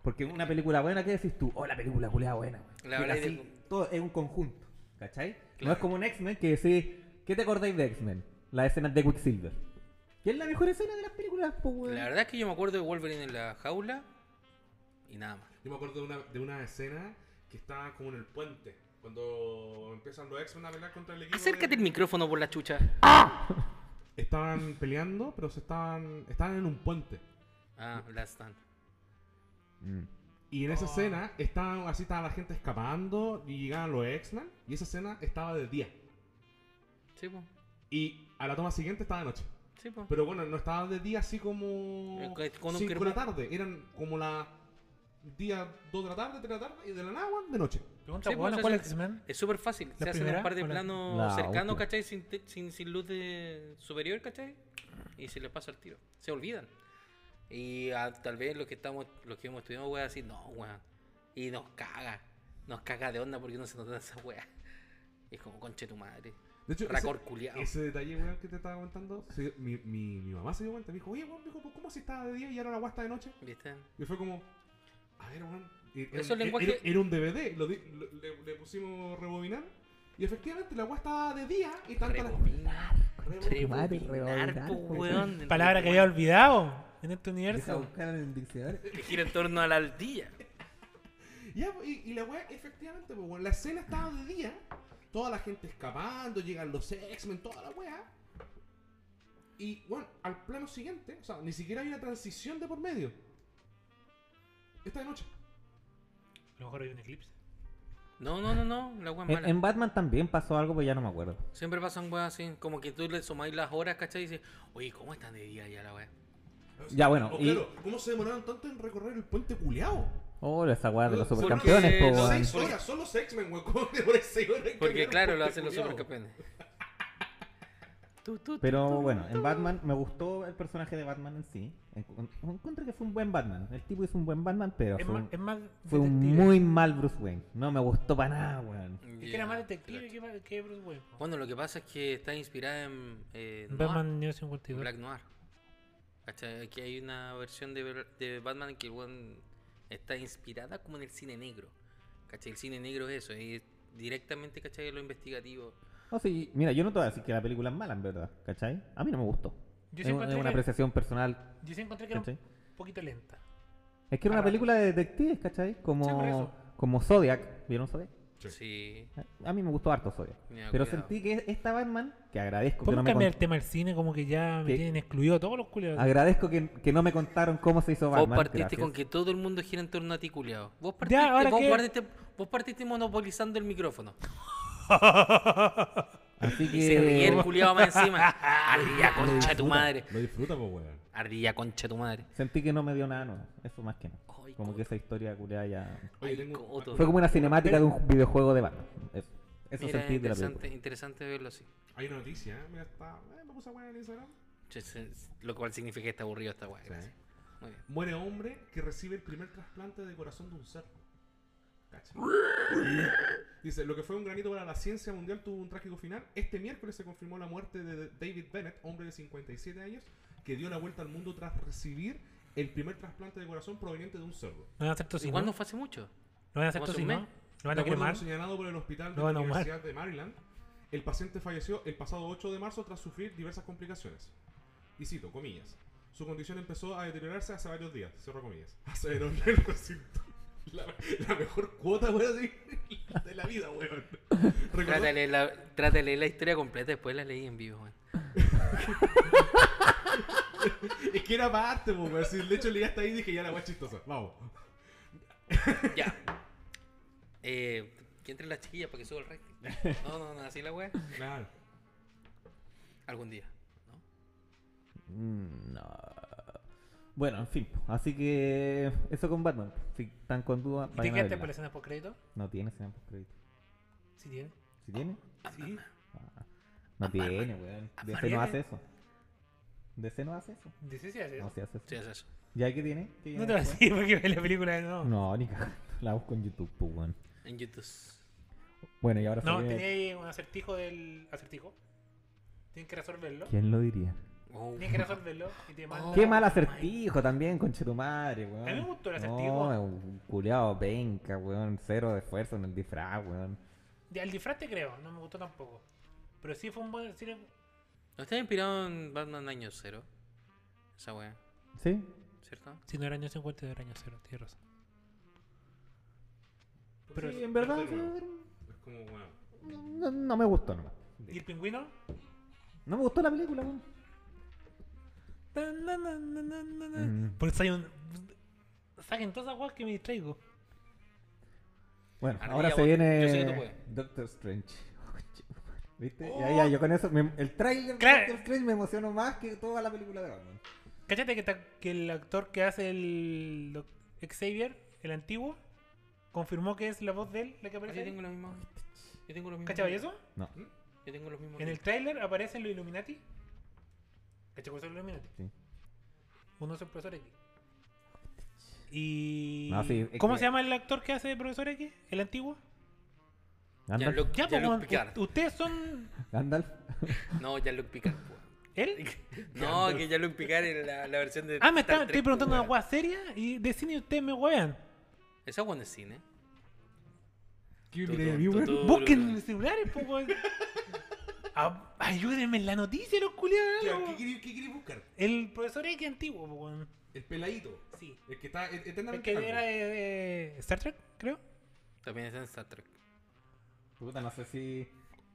Speaker 5: Porque una película buena, ¿qué decís tú? Oh, la película culiada buena. weón.
Speaker 1: La
Speaker 5: Y
Speaker 1: verdad es
Speaker 5: así,
Speaker 1: de-
Speaker 5: todo es un conjunto, ¿cachai? No
Speaker 1: Claro.
Speaker 5: es como un X-Men que decís, ¿qué te acordáis de X-Men? Las escenas de Quicksilver. Que es la mejor escena de las películas, po, weón.
Speaker 1: La verdad es que yo me acuerdo de Wolverine en la jaula y nada más.
Speaker 2: Yo me acuerdo de una, de una escena que estaba como en el puente, cuando empiezan los X-Men a pelear contra el equipo. de-
Speaker 1: Acércate el micrófono por la chucha.
Speaker 2: Estaban peleando, pero se estaban, estaban en un puente.
Speaker 1: Ah, Last Stand.
Speaker 5: Mm.
Speaker 2: Y en esa escena estaban, así estaba la gente escapando y llegaban los X-Men y esa escena estaba de día.
Speaker 1: Sí, po.
Speaker 2: Y a la toma siguiente estaba de noche.
Speaker 1: Sí, po.
Speaker 2: Pero bueno, no estaba de día así como
Speaker 1: Eh, con- con un
Speaker 2: 5 de
Speaker 1: carbón.
Speaker 2: la tarde. Eran como la día 2 de la tarde, 3 de la tarde y de la nada, weón, de noche.
Speaker 3: Pregunta,
Speaker 1: Sí,
Speaker 3: weón,
Speaker 1: pues,
Speaker 3: ¿cuál
Speaker 1: eso-
Speaker 3: X-Men?
Speaker 1: Es súper fácil. Se hacen
Speaker 3: primera
Speaker 1: un par de
Speaker 3: o la-
Speaker 1: planos
Speaker 5: La
Speaker 1: cercanos,
Speaker 5: última.
Speaker 1: ¿cachai? Sin, te- sin, sin luz de superior, ¿cachai? Y se les pasa el tiro. Se olvidan. Y ah, tal vez los que estamos, los que hemos estudiado, weón, así, no, weón. Y nos caga. Nos caga de onda porque no se nos da esa weá. Es como, conche tu madre.
Speaker 2: De hecho,
Speaker 1: Racor
Speaker 2: ese,
Speaker 1: culiao.
Speaker 2: ese detalle, weón, que te estaba contando, se- mi, mi, mi mamá se dio cuenta. Me dijo, oye, weón, mijo, pues, ¿cómo si estaba de día y ahora la weá está de noche?
Speaker 1: ¿Viste?
Speaker 2: Y fue como, a ver, weón. eh, Era,
Speaker 1: Eso
Speaker 2: un-
Speaker 1: es lenguaje-
Speaker 2: era- era un DVD, lo di- lo- le, le pusimos rebobinar. Y efectivamente la weá estaba de día y tanto la.
Speaker 1: Rebobinar. pues,
Speaker 5: Rebobinar,
Speaker 1: Rebobinar, po, weón.
Speaker 3: Palabra que había olvidado en este
Speaker 5: Deja
Speaker 3: universo.
Speaker 5: buscar en el diccionario.
Speaker 1: Que gira en torno a la aldea.
Speaker 2: Ya, pues, y, y la weá, efectivamente, pues, weón, la escena estaba de día, toda la gente escapando, llegan los X-Men, toda la weá. Y, bueno, al plano siguiente, o sea, ni siquiera hay una transición de por medio. Esta de noche.
Speaker 3: A lo mejor hay un eclipse.
Speaker 1: No, no, no, no. La weá es
Speaker 5: En,
Speaker 1: mala.
Speaker 5: en Batman también pasó algo, pero ya no me acuerdo.
Speaker 1: Siempre pasan weas así. Como que tú le sumáis las horas, ¿cachai? Y dices, oye, ¿cómo están de día ya la wea?
Speaker 5: Ya, bueno,
Speaker 2: O
Speaker 5: y-
Speaker 2: claro, ¿cómo se demoraron tanto en recorrer el puente culeado?
Speaker 5: Oh, esa weá de los
Speaker 2: Porque
Speaker 5: supercampeones, po,
Speaker 1: no
Speaker 5: weón.
Speaker 2: Seis horas, son los X-Men, weón. ¿Cómo demoran seis horas en
Speaker 1: Porque
Speaker 2: caminar
Speaker 1: claro,
Speaker 2: un
Speaker 1: lo
Speaker 2: puente
Speaker 1: hacen los
Speaker 2: culiao?
Speaker 1: supercampeones. Tu, tu, tu,
Speaker 5: Pero
Speaker 1: tu.
Speaker 5: bueno, en Batman me gustó el personaje de Batman en sí. Encon- Encuentro que fue un buen Batman. El tipo hizo un buen Batman, pero
Speaker 3: Es,
Speaker 5: fue,
Speaker 3: ma-
Speaker 5: un,
Speaker 3: es más
Speaker 5: fue un
Speaker 3: detective.
Speaker 5: muy mal Bruce Wayne. No me gustó para nada, weón.
Speaker 3: Es que era
Speaker 1: Ya,
Speaker 3: más detective
Speaker 1: cacho.
Speaker 3: que, ma- que Bruce Wayne. po.
Speaker 1: Bueno, lo que pasa es que está inspirada en eh, Noir,
Speaker 3: Batman Neo
Speaker 1: en
Speaker 3: 52.
Speaker 1: Black Noir. ¿Cachai? Aquí hay una versión de, Bel- de Batman que weón, está inspirada como en el cine negro. ¿Cachai? El cine negro es eso, es directamente, ¿cachai? Lo investigativo.
Speaker 5: No, sí, mira, yo no te voy a decir que la película es mala, en verdad, ¿cachai? A mí no me gustó.
Speaker 3: Yo
Speaker 5: Es,
Speaker 3: sí
Speaker 5: un- es
Speaker 3: encontré
Speaker 5: una
Speaker 3: que-
Speaker 5: apreciación personal,
Speaker 3: Yo sí encontré que era
Speaker 5: ¿cachai?
Speaker 3: un poquito lenta.
Speaker 5: Es que era una
Speaker 3: Arranca.
Speaker 5: película de detectives, ¿cachai?
Speaker 3: Sí, por eso.
Speaker 5: Como, como Zodiac. ¿Vieron Zodiac?
Speaker 2: Sí.
Speaker 1: Sí.
Speaker 5: A mí me gustó harto Zodiac.
Speaker 1: Ya,
Speaker 5: Pero
Speaker 1: cuidado.
Speaker 5: sentí que esta Batman, que agradezco que
Speaker 3: ¿Podemos
Speaker 5: no me
Speaker 3: cambiar el
Speaker 5: cont-
Speaker 3: tema del cine? Como que ya me
Speaker 5: ¿Qué? Ah,
Speaker 3: tienen excluido a todos los culiados.
Speaker 5: Agradezco que, que no me contaron cómo se hizo
Speaker 1: Vos
Speaker 5: Batman.
Speaker 1: partiste
Speaker 5: gracias.
Speaker 1: con que todo el mundo gira en torno a ti, culiao. Vos partiste,
Speaker 3: ¿ahora
Speaker 1: vos
Speaker 3: qué?
Speaker 1: guardiste- vos partiste monopolizando el micrófono.
Speaker 5: Así
Speaker 1: Y se ríe el
Speaker 5: que
Speaker 1: culiao más encima. Ardilla concha de tu madre.
Speaker 2: Lo disfruta, pues, weón.
Speaker 1: Ardilla concha de tu madre.
Speaker 5: sentí que no me dio nada nuevo. Eso más que nada.
Speaker 1: Ay,
Speaker 5: Como
Speaker 1: coto.
Speaker 5: que esa historia culiada ya.
Speaker 2: Oye,
Speaker 1: Ay,
Speaker 2: tengo.
Speaker 1: coto.
Speaker 5: Fue como una cinemática de un videojuego de Batman. Eso, eso
Speaker 1: Mira,
Speaker 5: sentí de la
Speaker 1: interesante,
Speaker 5: película.
Speaker 1: interesante verlo así.
Speaker 2: Hay una noticia, ¿eh? mira, está. eh, me puse a weón en Instagram.
Speaker 1: Che, se- Lo cual significa que está aburrido esta weá.
Speaker 2: Sí.
Speaker 1: gracias. Muy bien.
Speaker 2: Muere hombre que recibe el primer trasplante de corazón de un cerdo. Cacha. Dice, lo que fue un granito para la ciencia mundial tuvo un trágico final. Este miércoles se confirmó la muerte de David Bennett, hombre de 57 años, que dio la vuelta al mundo tras recibir el primer trasplante de corazón proveniente de un cerdo.
Speaker 3: No van a hacer tocino.
Speaker 1: Igual no
Speaker 3: No
Speaker 1: fue hace mucho.
Speaker 3: van a hacer
Speaker 1: ¿Cómo hace un
Speaker 3: tocino.
Speaker 1: mes?
Speaker 3: Lo van
Speaker 2: De acuerdo
Speaker 3: a
Speaker 2: a
Speaker 3: cremar.
Speaker 2: lo señalado por el hospital de
Speaker 3: Lo
Speaker 2: la
Speaker 3: van a ahumar.
Speaker 2: Universidad de Maryland, el paciente falleció el pasado 8 de marzo tras sufrir diversas complicaciones. Y cito, comillas. Su condición empezó a deteriorarse hace varios días. Cierro comillas. Aceleróle el recinto. La, la mejor cuota, weón, de, de la vida, weón. Recordó-
Speaker 1: Trátale la, trátale la historia completa, después la leí en vivo, weón.
Speaker 2: Es que era parte, po, weón. Si de hecho leí hasta ahí dije, ya la weá es chistosa. Vamos.
Speaker 1: Ya. Eh, que entre la chiquilla para que suba el rating. No, no, no, así la weá.
Speaker 2: Claro.
Speaker 1: Algún día. ¿no?
Speaker 5: Mm, No. Bueno, en fin. Así que eso con Batman. Si están con duda,
Speaker 3: ¿Y te
Speaker 5: vayan a
Speaker 3: quedaste
Speaker 5: verla.
Speaker 3: por la escena post crédito?
Speaker 5: No tiene escena post crédito.
Speaker 3: Sí tiene.
Speaker 5: ¿Si tiene?
Speaker 3: Sí.
Speaker 5: Ah, no tiene, weón. DC no
Speaker 3: Batman.
Speaker 5: hace eso. DC no hace eso.
Speaker 3: Dice sí hace
Speaker 5: No
Speaker 3: eso.
Speaker 5: se hace eso.
Speaker 1: Sí, es eso.
Speaker 5: ¿Ya qué tiene? ¿Qué viene
Speaker 3: No te lo
Speaker 5: después?
Speaker 3: decís porque ve la película de nuevo.
Speaker 5: No, ni cagando. La busco en YouTube, pues, weón.
Speaker 1: En YouTube.
Speaker 5: Bueno, y ahora se
Speaker 3: No,
Speaker 5: viene-
Speaker 3: tenía ahí un acertijo del. acertijo. Tienen que resolverlo.
Speaker 5: ¿Quién lo diría?
Speaker 1: Oh.
Speaker 3: Tienen que resolverlo y te mandan.
Speaker 5: Qué mal acertijo también, conche tu madre, weón.
Speaker 3: A mí me gustó el acertijo.
Speaker 5: No, un culiado penca, weón. Cero de esfuerzo en el disfraz, weón.
Speaker 3: Ya, El disfraz te creo, no me gustó tampoco. Pero sí fue un buen. sí le-
Speaker 1: ¿No está inspirado en Batman Año Cero? Esa weá,
Speaker 5: ¿Sí?
Speaker 1: ¿cierto?
Speaker 3: Si no era año 50, era año 0, tienes razón. Pero-
Speaker 5: sí, en verdad,
Speaker 2: pero-
Speaker 5: sí,
Speaker 2: Es como, weón.
Speaker 5: no, no me gustó nomás.
Speaker 3: ¿Y el pingüino?
Speaker 5: No me gustó la película, weón.
Speaker 3: Tan, na, na, na, na, na, na.
Speaker 5: Mm.
Speaker 3: Por eso hay un. pues, Saquen todas esas guas que me distraigo.
Speaker 5: Bueno,
Speaker 1: Ardilla,
Speaker 5: ahora se
Speaker 1: weón.
Speaker 5: viene
Speaker 1: Yo sé que tú puedes.
Speaker 5: Doctor Strange. Oh, ¿Viste? Ya, ya, yo con eso. me- el trailer
Speaker 3: Oh. Claro.
Speaker 5: de Doctor Strange me emocionó más que toda la película de Batman.
Speaker 3: Cállate que, ta- que el actor que hace el doc- Xavier, el antiguo, confirmó que es la voz de él la que
Speaker 1: Ah,
Speaker 3: aparece.
Speaker 1: Yo
Speaker 3: ahí.
Speaker 1: tengo los mismos. Yo tengo los mismos.
Speaker 3: ¿Cachai eso?
Speaker 5: No.
Speaker 3: ¿Mm?
Speaker 1: Yo tengo los mismos.
Speaker 3: En el tráiler aparecen los Illuminati. ¿Cachai cuáles son los Illuminati?
Speaker 5: Sí.
Speaker 3: Uno es el profesor X. Y.
Speaker 5: No, sí, es
Speaker 3: ¿Cómo
Speaker 5: que-
Speaker 3: se llama el actor que hace de profesor X? ¿El antiguo?
Speaker 1: Ya
Speaker 5: Gandalf.
Speaker 1: Luke,
Speaker 3: Ya,
Speaker 1: ya
Speaker 3: pues,
Speaker 1: Luke
Speaker 3: weón,
Speaker 1: Picard.
Speaker 3: u- ustedes son.
Speaker 5: Gandalf.
Speaker 1: No, ya Luke Picard. weón.
Speaker 3: ¿Él?
Speaker 1: No, que ya pues. Luke Picard es la, la versión de.
Speaker 3: Ah,
Speaker 1: Star
Speaker 3: me está, estoy
Speaker 1: Trek, pues,
Speaker 3: preguntando una
Speaker 1: weón.
Speaker 3: hueá seria y de cine y ustedes me huevean.
Speaker 1: Esa weón es cine.
Speaker 2: ¿Qué
Speaker 1: Tu, tu, tu, tu,
Speaker 3: Busquen en
Speaker 1: tu,
Speaker 3: los celulares, po, weón. A- Ayúdenme en la noticia, los culiados.
Speaker 2: Ya,
Speaker 3: weón.
Speaker 2: ¿Qué queréis- qué queréis buscar?
Speaker 3: El profesor X antiguo, po, weón.
Speaker 2: El peladito.
Speaker 3: Sí.
Speaker 2: El que está et-
Speaker 3: El
Speaker 2: eternamente.
Speaker 3: que
Speaker 2: calvo.
Speaker 3: era de, de Star Trek, creo.
Speaker 1: tu. También está en Star Trek.
Speaker 5: Puta, no sé si.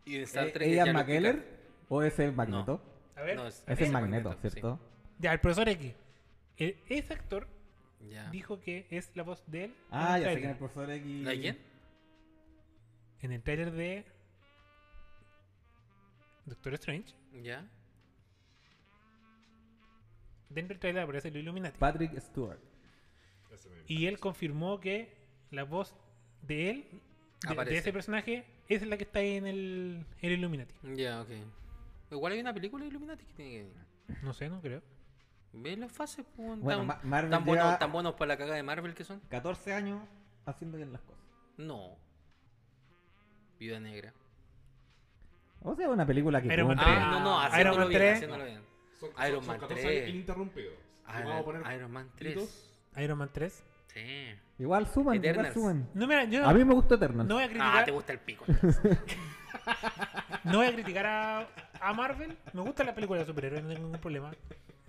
Speaker 1: Y en Star
Speaker 5: ¿Es
Speaker 1: Trek. es
Speaker 5: Eh, Ian
Speaker 1: ya Luke
Speaker 5: McKellar
Speaker 1: Picard.
Speaker 5: o es el Magneto?
Speaker 3: A ver.
Speaker 1: No, es,
Speaker 5: Es el
Speaker 1: es
Speaker 5: Magneto, pues
Speaker 1: Magneto, sí.
Speaker 5: ¿cierto?
Speaker 3: Ya, el profesor X. El- ese actor
Speaker 1: Ya.
Speaker 3: dijo que es la voz de él.
Speaker 5: Ah,
Speaker 3: en
Speaker 5: ya sé que
Speaker 3: el tráiler.
Speaker 5: el profesor X.
Speaker 1: ¿La de quién?
Speaker 3: En el trailer de. Doctor Strange.
Speaker 1: Ya.
Speaker 3: Dentro del trailer aparece el Illuminati.
Speaker 5: Patrick Stewart.
Speaker 2: Ese mismo.
Speaker 3: Y él confirmó que la voz de él, de- de,
Speaker 1: Aparece.
Speaker 3: ese personaje, es la que está ahí en el, el Illuminati.
Speaker 1: Ya, ok. Igual hay una película de Illuminati que tiene que venir.
Speaker 3: No sé, no creo.
Speaker 1: ¿Ves las fases? po, pues, weón?
Speaker 5: Bueno,
Speaker 1: tan,
Speaker 5: Ma- Marvel
Speaker 1: tan
Speaker 5: lleva-
Speaker 1: buenos, tan buenos para la cagada de Marvel que son.
Speaker 5: 14 años haciendo bien las cosas.
Speaker 1: No. Viuda Negra.
Speaker 5: O sea, una película que.
Speaker 3: Iron Man
Speaker 5: cumple.
Speaker 3: tres.
Speaker 1: Ah, no, no,
Speaker 3: Iron
Speaker 1: haciéndolo
Speaker 3: Man
Speaker 1: bien,
Speaker 3: 3.
Speaker 1: haciéndolo bien.
Speaker 2: Son,
Speaker 1: Iron
Speaker 2: son
Speaker 1: Man
Speaker 2: 14
Speaker 1: 3.
Speaker 2: años ininterrumpidos.
Speaker 5: Ah,
Speaker 2: Y vamos a
Speaker 1: Iron,
Speaker 2: poner
Speaker 1: Iron Man 3.
Speaker 2: hitos.
Speaker 3: Iron Man 3.
Speaker 1: Sí.
Speaker 5: Igual suman,
Speaker 1: Eternals.
Speaker 5: igual suman.
Speaker 3: No, mira, yo
Speaker 5: A mí me gustó Eternals.
Speaker 3: no voy a
Speaker 1: Ah,
Speaker 3: criticar,
Speaker 1: te gusta el pico.
Speaker 3: no voy a, criticar a, a Marvel. Me gustan las películas de superhéroes, no tengo ningún problema.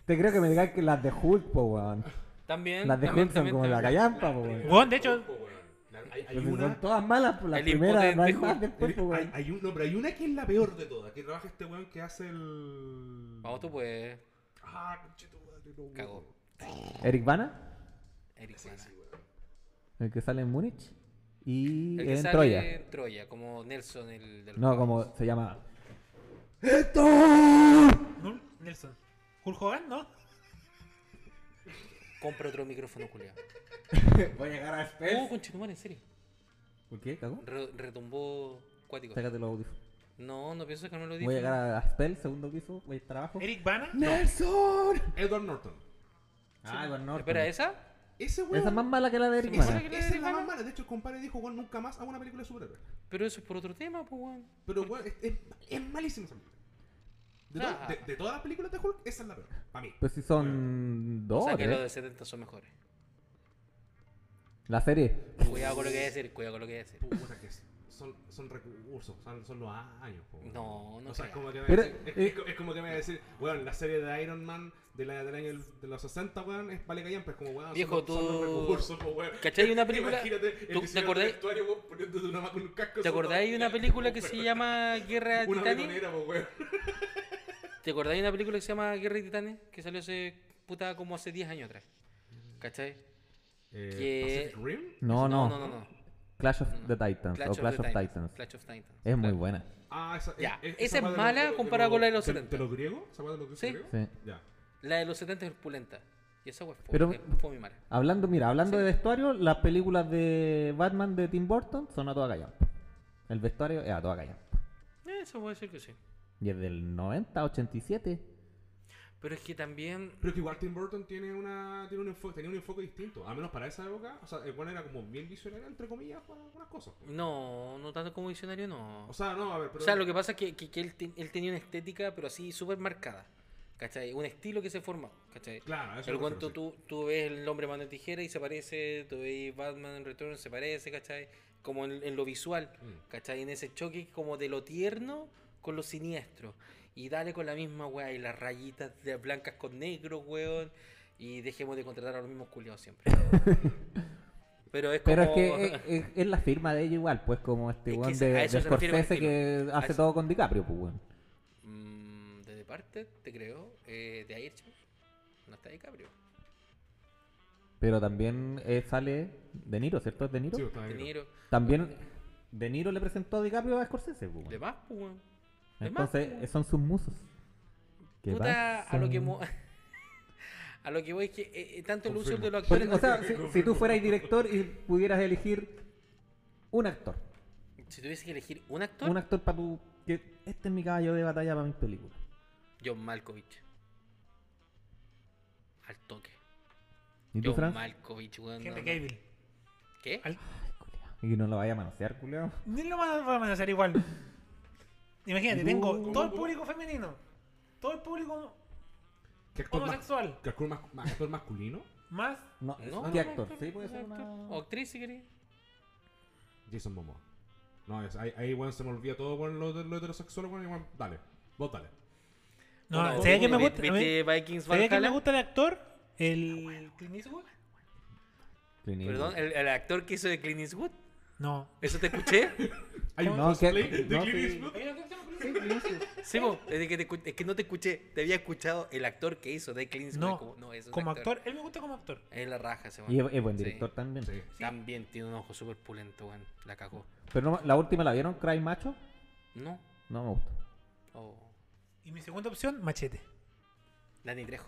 Speaker 5: Te creo que me digas que las de Hulk, po, weón.
Speaker 1: También.
Speaker 5: Las de
Speaker 1: también,
Speaker 5: Hulk son
Speaker 1: también,
Speaker 5: como la
Speaker 1: también.
Speaker 5: callampa, po, weón.
Speaker 3: Weón, de hecho,
Speaker 2: Po, weón. La- Hay, hay
Speaker 5: Pero si
Speaker 2: una,
Speaker 5: Son todas malas, pues las
Speaker 1: El
Speaker 5: primeras no hay
Speaker 1: impotente
Speaker 5: más
Speaker 1: Hulk.
Speaker 5: después, po,
Speaker 2: hay,
Speaker 5: weón.
Speaker 2: hay un- no, pero hay una que es la peor de todas, que trabaja este weón que hace el...
Speaker 1: Vamos tú, pues.
Speaker 2: Ah, conchetumadre, no, weón.
Speaker 1: Cagó.
Speaker 5: Eric Bana,
Speaker 1: Eric
Speaker 2: Sí,
Speaker 1: Bana.
Speaker 2: sí, weón.
Speaker 5: el que sale en Múnich. Y
Speaker 1: El que
Speaker 5: en
Speaker 1: sale
Speaker 5: Troya.
Speaker 1: en Troya, como Nelson, el del.
Speaker 5: No, como se llama.
Speaker 3: Nul- Nelson. Hulk Hogan, ¿no?
Speaker 1: Compra otro micrófono, culiao.
Speaker 5: Voy a llegar a
Speaker 1: Oh, conchetumare, en serio.
Speaker 5: ¿Por qué, cago?
Speaker 1: Re- retumbó cuático.
Speaker 5: Sácate los audífonos.
Speaker 1: No, no pienso que no lo dije.
Speaker 5: Voy a llegar a Spell, segundo piso, voy a estar abajo.
Speaker 3: Eric Bana.
Speaker 5: ¡Nelson!
Speaker 2: Edward Norton.
Speaker 5: Ah, igual no.
Speaker 1: Espera, ¿esa?
Speaker 2: Ese weón.
Speaker 5: Esa es más mala que la de Eric
Speaker 1: Sí,
Speaker 5: Bana.
Speaker 1: sí.
Speaker 2: Esa es la más mala. De hecho, el compadre dijo, weón, nunca más hago una película de superhéroes.
Speaker 1: Pero eso es por otro tema, pues, weón.
Speaker 2: Pero, weón, es, es, es malísima esa película. De, to-
Speaker 1: Ah.
Speaker 2: de, de todas las películas de Hulk, esa es la peor. Para mí.
Speaker 5: Pues si son dos, ¿eh?
Speaker 1: O sea, que
Speaker 5: tres.
Speaker 1: los de 70 son mejores.
Speaker 5: La serie.
Speaker 1: Cuidado con lo que voy a decir, cuidado con lo que voy a decir.
Speaker 2: Puta que es- son, son recursos, son, son los años. po, weón.
Speaker 1: No, no
Speaker 2: O sea,
Speaker 1: creas.
Speaker 2: es como que me
Speaker 5: Pero,
Speaker 2: va a decir, es,
Speaker 5: eh,
Speaker 2: es co- es como que me va a decir, weón, la serie de Iron Man de la, del año del- de los 60, weón, es vale callampa. Es como, weón, son
Speaker 1: Viejo,
Speaker 2: los- son, los
Speaker 1: tú-
Speaker 2: recursos, po, weón.
Speaker 1: ¿Cachai? Una película-
Speaker 2: Imagínate el
Speaker 1: ¿tú- te
Speaker 2: diseñador
Speaker 1: acordás-
Speaker 2: de vestuario, weón, poniéndote una mano con un casco.
Speaker 1: ¿Te acordáis de una película que se llama Guerra de
Speaker 2: Una
Speaker 1: Titanes?
Speaker 2: petonera, po, weón.
Speaker 1: ¿Te acordáis de una película que se llama Guerra de Titanes? Que salió hace puta como hace 10 años atrás. ¿Cachai?
Speaker 2: Eh, Pacific Rim?
Speaker 5: No, no.
Speaker 1: No, no, no.
Speaker 5: Clash of
Speaker 1: No, no.
Speaker 5: the Titans o Clash of, Titans.
Speaker 1: Clash of Titans.
Speaker 5: Es muy buena.
Speaker 2: Ah, esa,
Speaker 1: Ya, esa es
Speaker 2: va de los-
Speaker 1: mala
Speaker 2: de los-
Speaker 1: comparada con la de los
Speaker 2: ¿De,
Speaker 1: 70.
Speaker 2: de los griegos? ¿Esa va de los griegos?
Speaker 1: Sí.
Speaker 5: Sí.
Speaker 2: Ya.
Speaker 1: La de los 70 es pulenta. Y esa weón fue, eh,
Speaker 5: Pero-
Speaker 1: fue muy mala.
Speaker 5: Hablando, mira,
Speaker 1: Sí.
Speaker 5: hablando de vestuario, las películas de Batman de Tim Burton son a toda callampa. El vestuario es a toda callampa.
Speaker 1: Eh, Eso puede decir que sí.
Speaker 5: Y es del 90, 87.
Speaker 1: Pero es que también.
Speaker 2: Pero es que igual Tim Burton tiene una, tiene un enfoque, tenía un enfoque distinto. Al menos para esa época, o sea, el bueno era como bien visionario, entre comillas, para algunas cosas.
Speaker 1: No, no tanto como diccionario, no.
Speaker 2: O sea, no, a ver, pero...
Speaker 1: O sea, lo que pasa es que, que- que él, te- él tenía una estética, pero así súper marcada. ¿Cachai? Un estilo que se formó. ¿Cachai?
Speaker 2: Claro, eso
Speaker 1: el
Speaker 2: me refiero,
Speaker 1: cuento
Speaker 2: sí.
Speaker 1: tú, tú ves el hombre mano de tijera y se parece, tú ves Batman Returns, se parece, ¿cachai? Como en, en lo visual,
Speaker 2: Mm.
Speaker 1: ¿cachai? En ese choque como de lo tierno con lo siniestro. Y dale con la misma, weá, y las rayitas de blancas con negro, weón. Y dejemos de contratar a los mismos culiados siempre. Pero es como...
Speaker 5: Pero es que eh, es, es- es la firma de ella igual, pues como este
Speaker 1: Es que
Speaker 5: weón
Speaker 1: esa-
Speaker 5: de,
Speaker 1: a
Speaker 5: de
Speaker 1: eso se refiere
Speaker 5: Scorsese
Speaker 1: Martino.
Speaker 5: que
Speaker 1: A
Speaker 5: hace
Speaker 1: eso-
Speaker 5: todo con DiCaprio, pues weón.
Speaker 1: Mm, de parte, te creo. Eh, de ayer, No está DiCaprio.
Speaker 5: Pero también eh, sale De Niro, ¿cierto? ¿Es De Niro?
Speaker 2: Sí, está
Speaker 1: De
Speaker 2: bien.
Speaker 1: Niro.
Speaker 5: También De Niro le presentó a DiCaprio a Scorsese, pues, weón.
Speaker 1: De más, pues, weón. De más,
Speaker 5: Entonces,
Speaker 1: pues,
Speaker 5: eh, son sus musos. ¿Qué
Speaker 1: Puta, a lo que
Speaker 5: pasa?
Speaker 1: mo- A lo que voy es que eh, eh, tanto el uso
Speaker 2: Confirmo.
Speaker 1: de los
Speaker 5: Pues,
Speaker 1: actores.
Speaker 5: o sea, si, si tú fueras director y pudieras elegir un actor,
Speaker 1: si tuviese que elegir un actor,
Speaker 5: un actor para tu. que este es mi caballo de batalla para mis películas.
Speaker 1: John Malkovich. Al toque.
Speaker 5: ¿Y tú,
Speaker 1: John
Speaker 5: Fran?
Speaker 1: Malkovich, weón. no,
Speaker 3: Henry
Speaker 1: no.
Speaker 3: Cavill.
Speaker 1: ¿Qué?
Speaker 3: Al-
Speaker 5: Y no lo vaya a manosear, culiao.
Speaker 3: Ni lo van a- van a hacer igual. Imagínate, tengo
Speaker 5: No.
Speaker 3: todo el público femenino, todo el público
Speaker 2: ¿Qué actor, más,
Speaker 3: homosexual,
Speaker 2: qué actor, más, más- actor masculino?
Speaker 3: más
Speaker 5: No,
Speaker 1: No,
Speaker 5: ¿qué
Speaker 1: no,
Speaker 5: actor?
Speaker 1: actor,
Speaker 5: Sí, puede ser
Speaker 1: actor.
Speaker 5: una-
Speaker 1: O actriz, si querés.
Speaker 2: Jason Momoa. No, es, ahí, ahí weón, se me olvida todo con lo, lo heterosexual, weón, igual, dale, vos dale.
Speaker 3: No,
Speaker 1: Bueno,
Speaker 3: ¿sabía que me
Speaker 1: vi-
Speaker 3: gusta? A mí-
Speaker 1: viste Vikings
Speaker 3: ¿Sabía que me
Speaker 1: Valhalla?
Speaker 3: gusta de actor? El Clint Eastwood.
Speaker 5: Clint Eastwood.
Speaker 1: Perdón, el, el actor que hizo de Clint Eastwood.
Speaker 3: No.
Speaker 1: ¿Eso te escuché?
Speaker 2: Hay un
Speaker 5: No,
Speaker 2: cosplay
Speaker 5: que-
Speaker 2: de
Speaker 5: no,
Speaker 2: Clint
Speaker 5: sí.
Speaker 2: Eastwood.
Speaker 1: Sí, po, es, de que te escu- es que no te escuché. Te había escuchado el actor que hizo de Clint Eastwood.
Speaker 3: No,
Speaker 1: como- es un
Speaker 3: como actor, él me gusta como actor.
Speaker 1: Es la raja ese
Speaker 5: Y
Speaker 1: weón.
Speaker 5: es, es buen
Speaker 1: eh, Sí.
Speaker 5: director también.
Speaker 2: Sí.
Speaker 1: También tiene un ojo súper pulento, weón. La cagó.
Speaker 5: Pero no- la última la vieron, Cry Macho.
Speaker 1: No.
Speaker 5: No me gustó.
Speaker 1: Oh.
Speaker 3: Y mi segunda opción, Machete.
Speaker 1: Dani Trejo.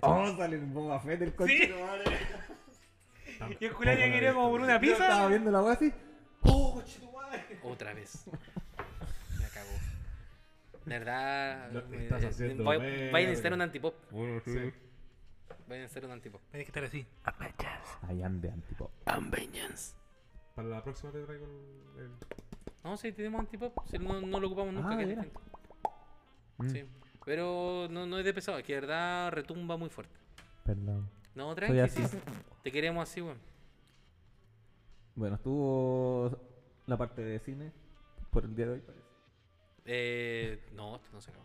Speaker 5: Oh, sale un Boba Fett del coche.
Speaker 3: Sí. Y el culiao ya quería como por una
Speaker 5: Yo estaba
Speaker 3: pizza.
Speaker 5: viendo la wea así.
Speaker 1: Otra vez. La cagó. La verdad,
Speaker 2: Lo
Speaker 1: eh,
Speaker 2: estás
Speaker 1: eh,
Speaker 2: haciendo
Speaker 1: voy-
Speaker 2: ver.
Speaker 1: vayan a necesitar un antipop.
Speaker 2: Sí.
Speaker 1: Vayan a necesitar un antipop.
Speaker 3: Tienes que estar así.
Speaker 5: Ahí ande, antipop.
Speaker 2: Para la próxima te traigo el. el-
Speaker 1: No, sí, tenemos antipop. Si no, no lo ocupamos nunca.
Speaker 5: Ah,
Speaker 1: que es
Speaker 5: mira. Mm.
Speaker 1: distinto. Sí. Pero no, no es de pesado, es que de verdad retumba muy fuerte.
Speaker 5: Perdón.
Speaker 1: No,
Speaker 5: Soy
Speaker 1: tranqui,
Speaker 5: así.
Speaker 1: sí. Te queremos así, weón.
Speaker 5: Bueno, estuvo la parte de cine por el día de hoy, parece.
Speaker 1: Eh, no, esto no se acabó.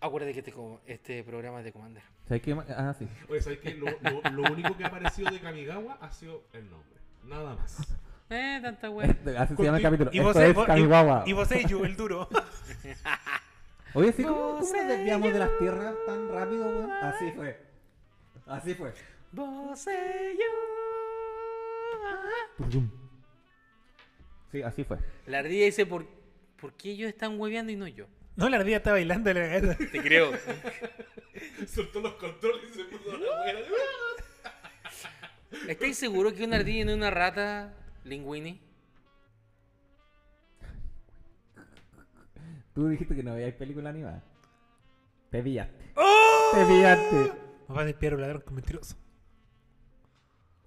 Speaker 1: Acuérdate que este, co- este programa es de Commander.
Speaker 5: ¿Sabes qué? más? Ah, sí.
Speaker 2: Oye, ¿sabes qué? Lo, lo- lo único que ha aparecido de Kamigawa ha sido el nombre. Nada más.
Speaker 1: Eh, tanta weón.
Speaker 5: Este- Así se llama el capítulo.
Speaker 3: Y
Speaker 5: Esto
Speaker 3: vos,
Speaker 5: es
Speaker 3: vos- y-
Speaker 5: Kamigawa.
Speaker 3: y vos, Eiju, el duro.
Speaker 5: Oye, sí, ¿cómo, cómo nos desviamos de las tierras tan rápido, weón? Así fue. Así fue.
Speaker 1: Vos eh, y yo.
Speaker 5: Sí, así fue.
Speaker 1: La ardilla dice, ¿por, ¿por qué ellos están hueveando y no yo?
Speaker 3: No, la ardilla está bailando en la cabeza.
Speaker 1: Te creo.
Speaker 2: Soltó los controles y se puso a la wea.
Speaker 1: ¿Estáis seguro que una ardilla y no una rata, Linguini?
Speaker 5: Tú dijiste que no veías película animada. Te pillaste.
Speaker 3: ¡Oh!
Speaker 5: Te pillaste.
Speaker 3: Papá de Piero Ladrón, que mentiroso.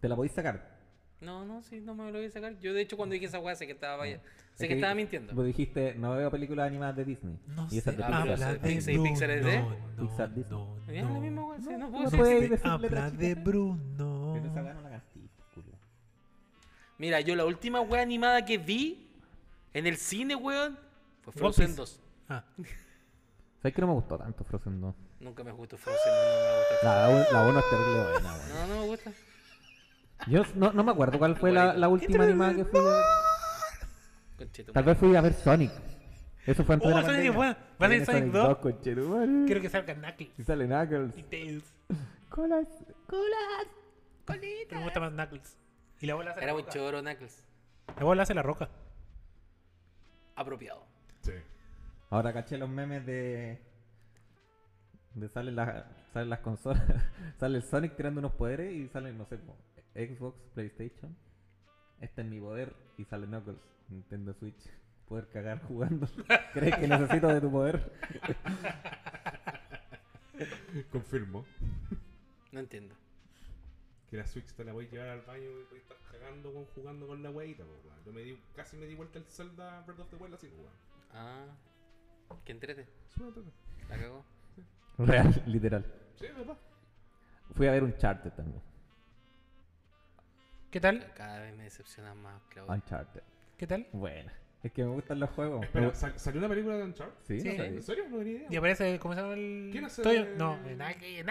Speaker 5: Te la podís sacar.
Speaker 1: No, no, sí, no me lo voy a sacar. Yo, de hecho, cuando dije esa weá, sé que estaba vaya. Sé
Speaker 5: Es
Speaker 1: que estaba
Speaker 5: di-
Speaker 1: mintiendo.
Speaker 5: Vos dijiste, no veo películas animadas de Disney.
Speaker 3: No
Speaker 5: y esa
Speaker 3: se
Speaker 5: te
Speaker 1: Ah, pero
Speaker 3: habla
Speaker 1: esa-
Speaker 5: pillaste.
Speaker 1: Pixar
Speaker 3: de
Speaker 1: y Pixar es de-
Speaker 3: Bruno. No,
Speaker 5: Pixar Disney.
Speaker 3: no,
Speaker 1: Ya, es
Speaker 3: no.
Speaker 1: lo mismo, weón. sí, no puedo
Speaker 5: no
Speaker 1: ser-
Speaker 5: puede-
Speaker 3: Se
Speaker 5: decir
Speaker 3: habla
Speaker 5: letras
Speaker 3: de
Speaker 5: chiquitas.
Speaker 3: Bruno.
Speaker 5: Pero esa weá no la cantí, culo.
Speaker 1: Mira, yo la última weá animada que vi en el cine, weón, fue
Speaker 3: One
Speaker 1: Frozen
Speaker 3: Piece.
Speaker 1: 2.
Speaker 3: Ah,
Speaker 5: ¿Sabes que no me gustó tanto Frozen 2?
Speaker 1: Nunca me gustó Frozen, no, no me gusta.
Speaker 5: La, la, la uno es terrible buena, weón.
Speaker 1: No, no me gusta.
Speaker 5: Yo no, no me acuerdo cuál fue la, la última animada que fui a ver.
Speaker 1: Conchetumare.
Speaker 5: Tal vez fui a ver Sonic. Eso fue antes
Speaker 3: Oh,
Speaker 5: de la
Speaker 3: Sonic
Speaker 5: pandemia.
Speaker 3: es bueno. Va a
Speaker 5: Viene
Speaker 3: salir Sonic 2.
Speaker 5: conchetumare.
Speaker 3: quiero que salga Knuckles
Speaker 5: Si sale Knuckles.
Speaker 3: y Tails.
Speaker 5: Colas.
Speaker 3: Pero me gusta más Knuckles. Y la bola hace
Speaker 1: Era
Speaker 3: la
Speaker 1: muy
Speaker 3: roca.
Speaker 1: choro, Knuckles.
Speaker 3: La bola hace la roca.
Speaker 1: Apropiado.
Speaker 2: Sí.
Speaker 5: Ahora caché los memes de. de salen las, salen las consolas. sale el Sonic tirando unos poderes y salen, no sé, po, Xbox, PlayStation. Este es mi poder y sale Knuckles, Nintendo Switch. Poder cagar jugando. ¿Crees que necesito de tu poder?
Speaker 2: Confirmo
Speaker 1: No entiendo.
Speaker 2: que la Switch te la voy a llevar al baño y voy a estar cagando con, jugando con la weita, po, weón. Yo me di, casi me di vuelta el Zelda Breath of the Wild así, po, weón.
Speaker 1: Ah, que entrete.
Speaker 2: Es una toca.
Speaker 1: La cagó.
Speaker 5: Real, literal.
Speaker 2: Sí, es verdad.
Speaker 5: Fui a ver Uncharted también.
Speaker 3: ¿Qué tal?
Speaker 1: Cada vez me decepciona más, Claudio.
Speaker 5: Uncharted.
Speaker 3: ¿Qué tal?
Speaker 5: Buena. Es que me gustan los juegos.
Speaker 2: Espera, ¿sal- ¿salió una película de Uncharted?
Speaker 5: Oh, Sí,
Speaker 3: Sí.
Speaker 5: no
Speaker 2: ¿En
Speaker 5: sabía.
Speaker 2: serio? No tenía
Speaker 3: Y
Speaker 2: idea.
Speaker 3: aparece, ¿cómo se llama el...?
Speaker 2: ¿Quién hace
Speaker 3: Toyo?
Speaker 2: de-
Speaker 3: No, eh, de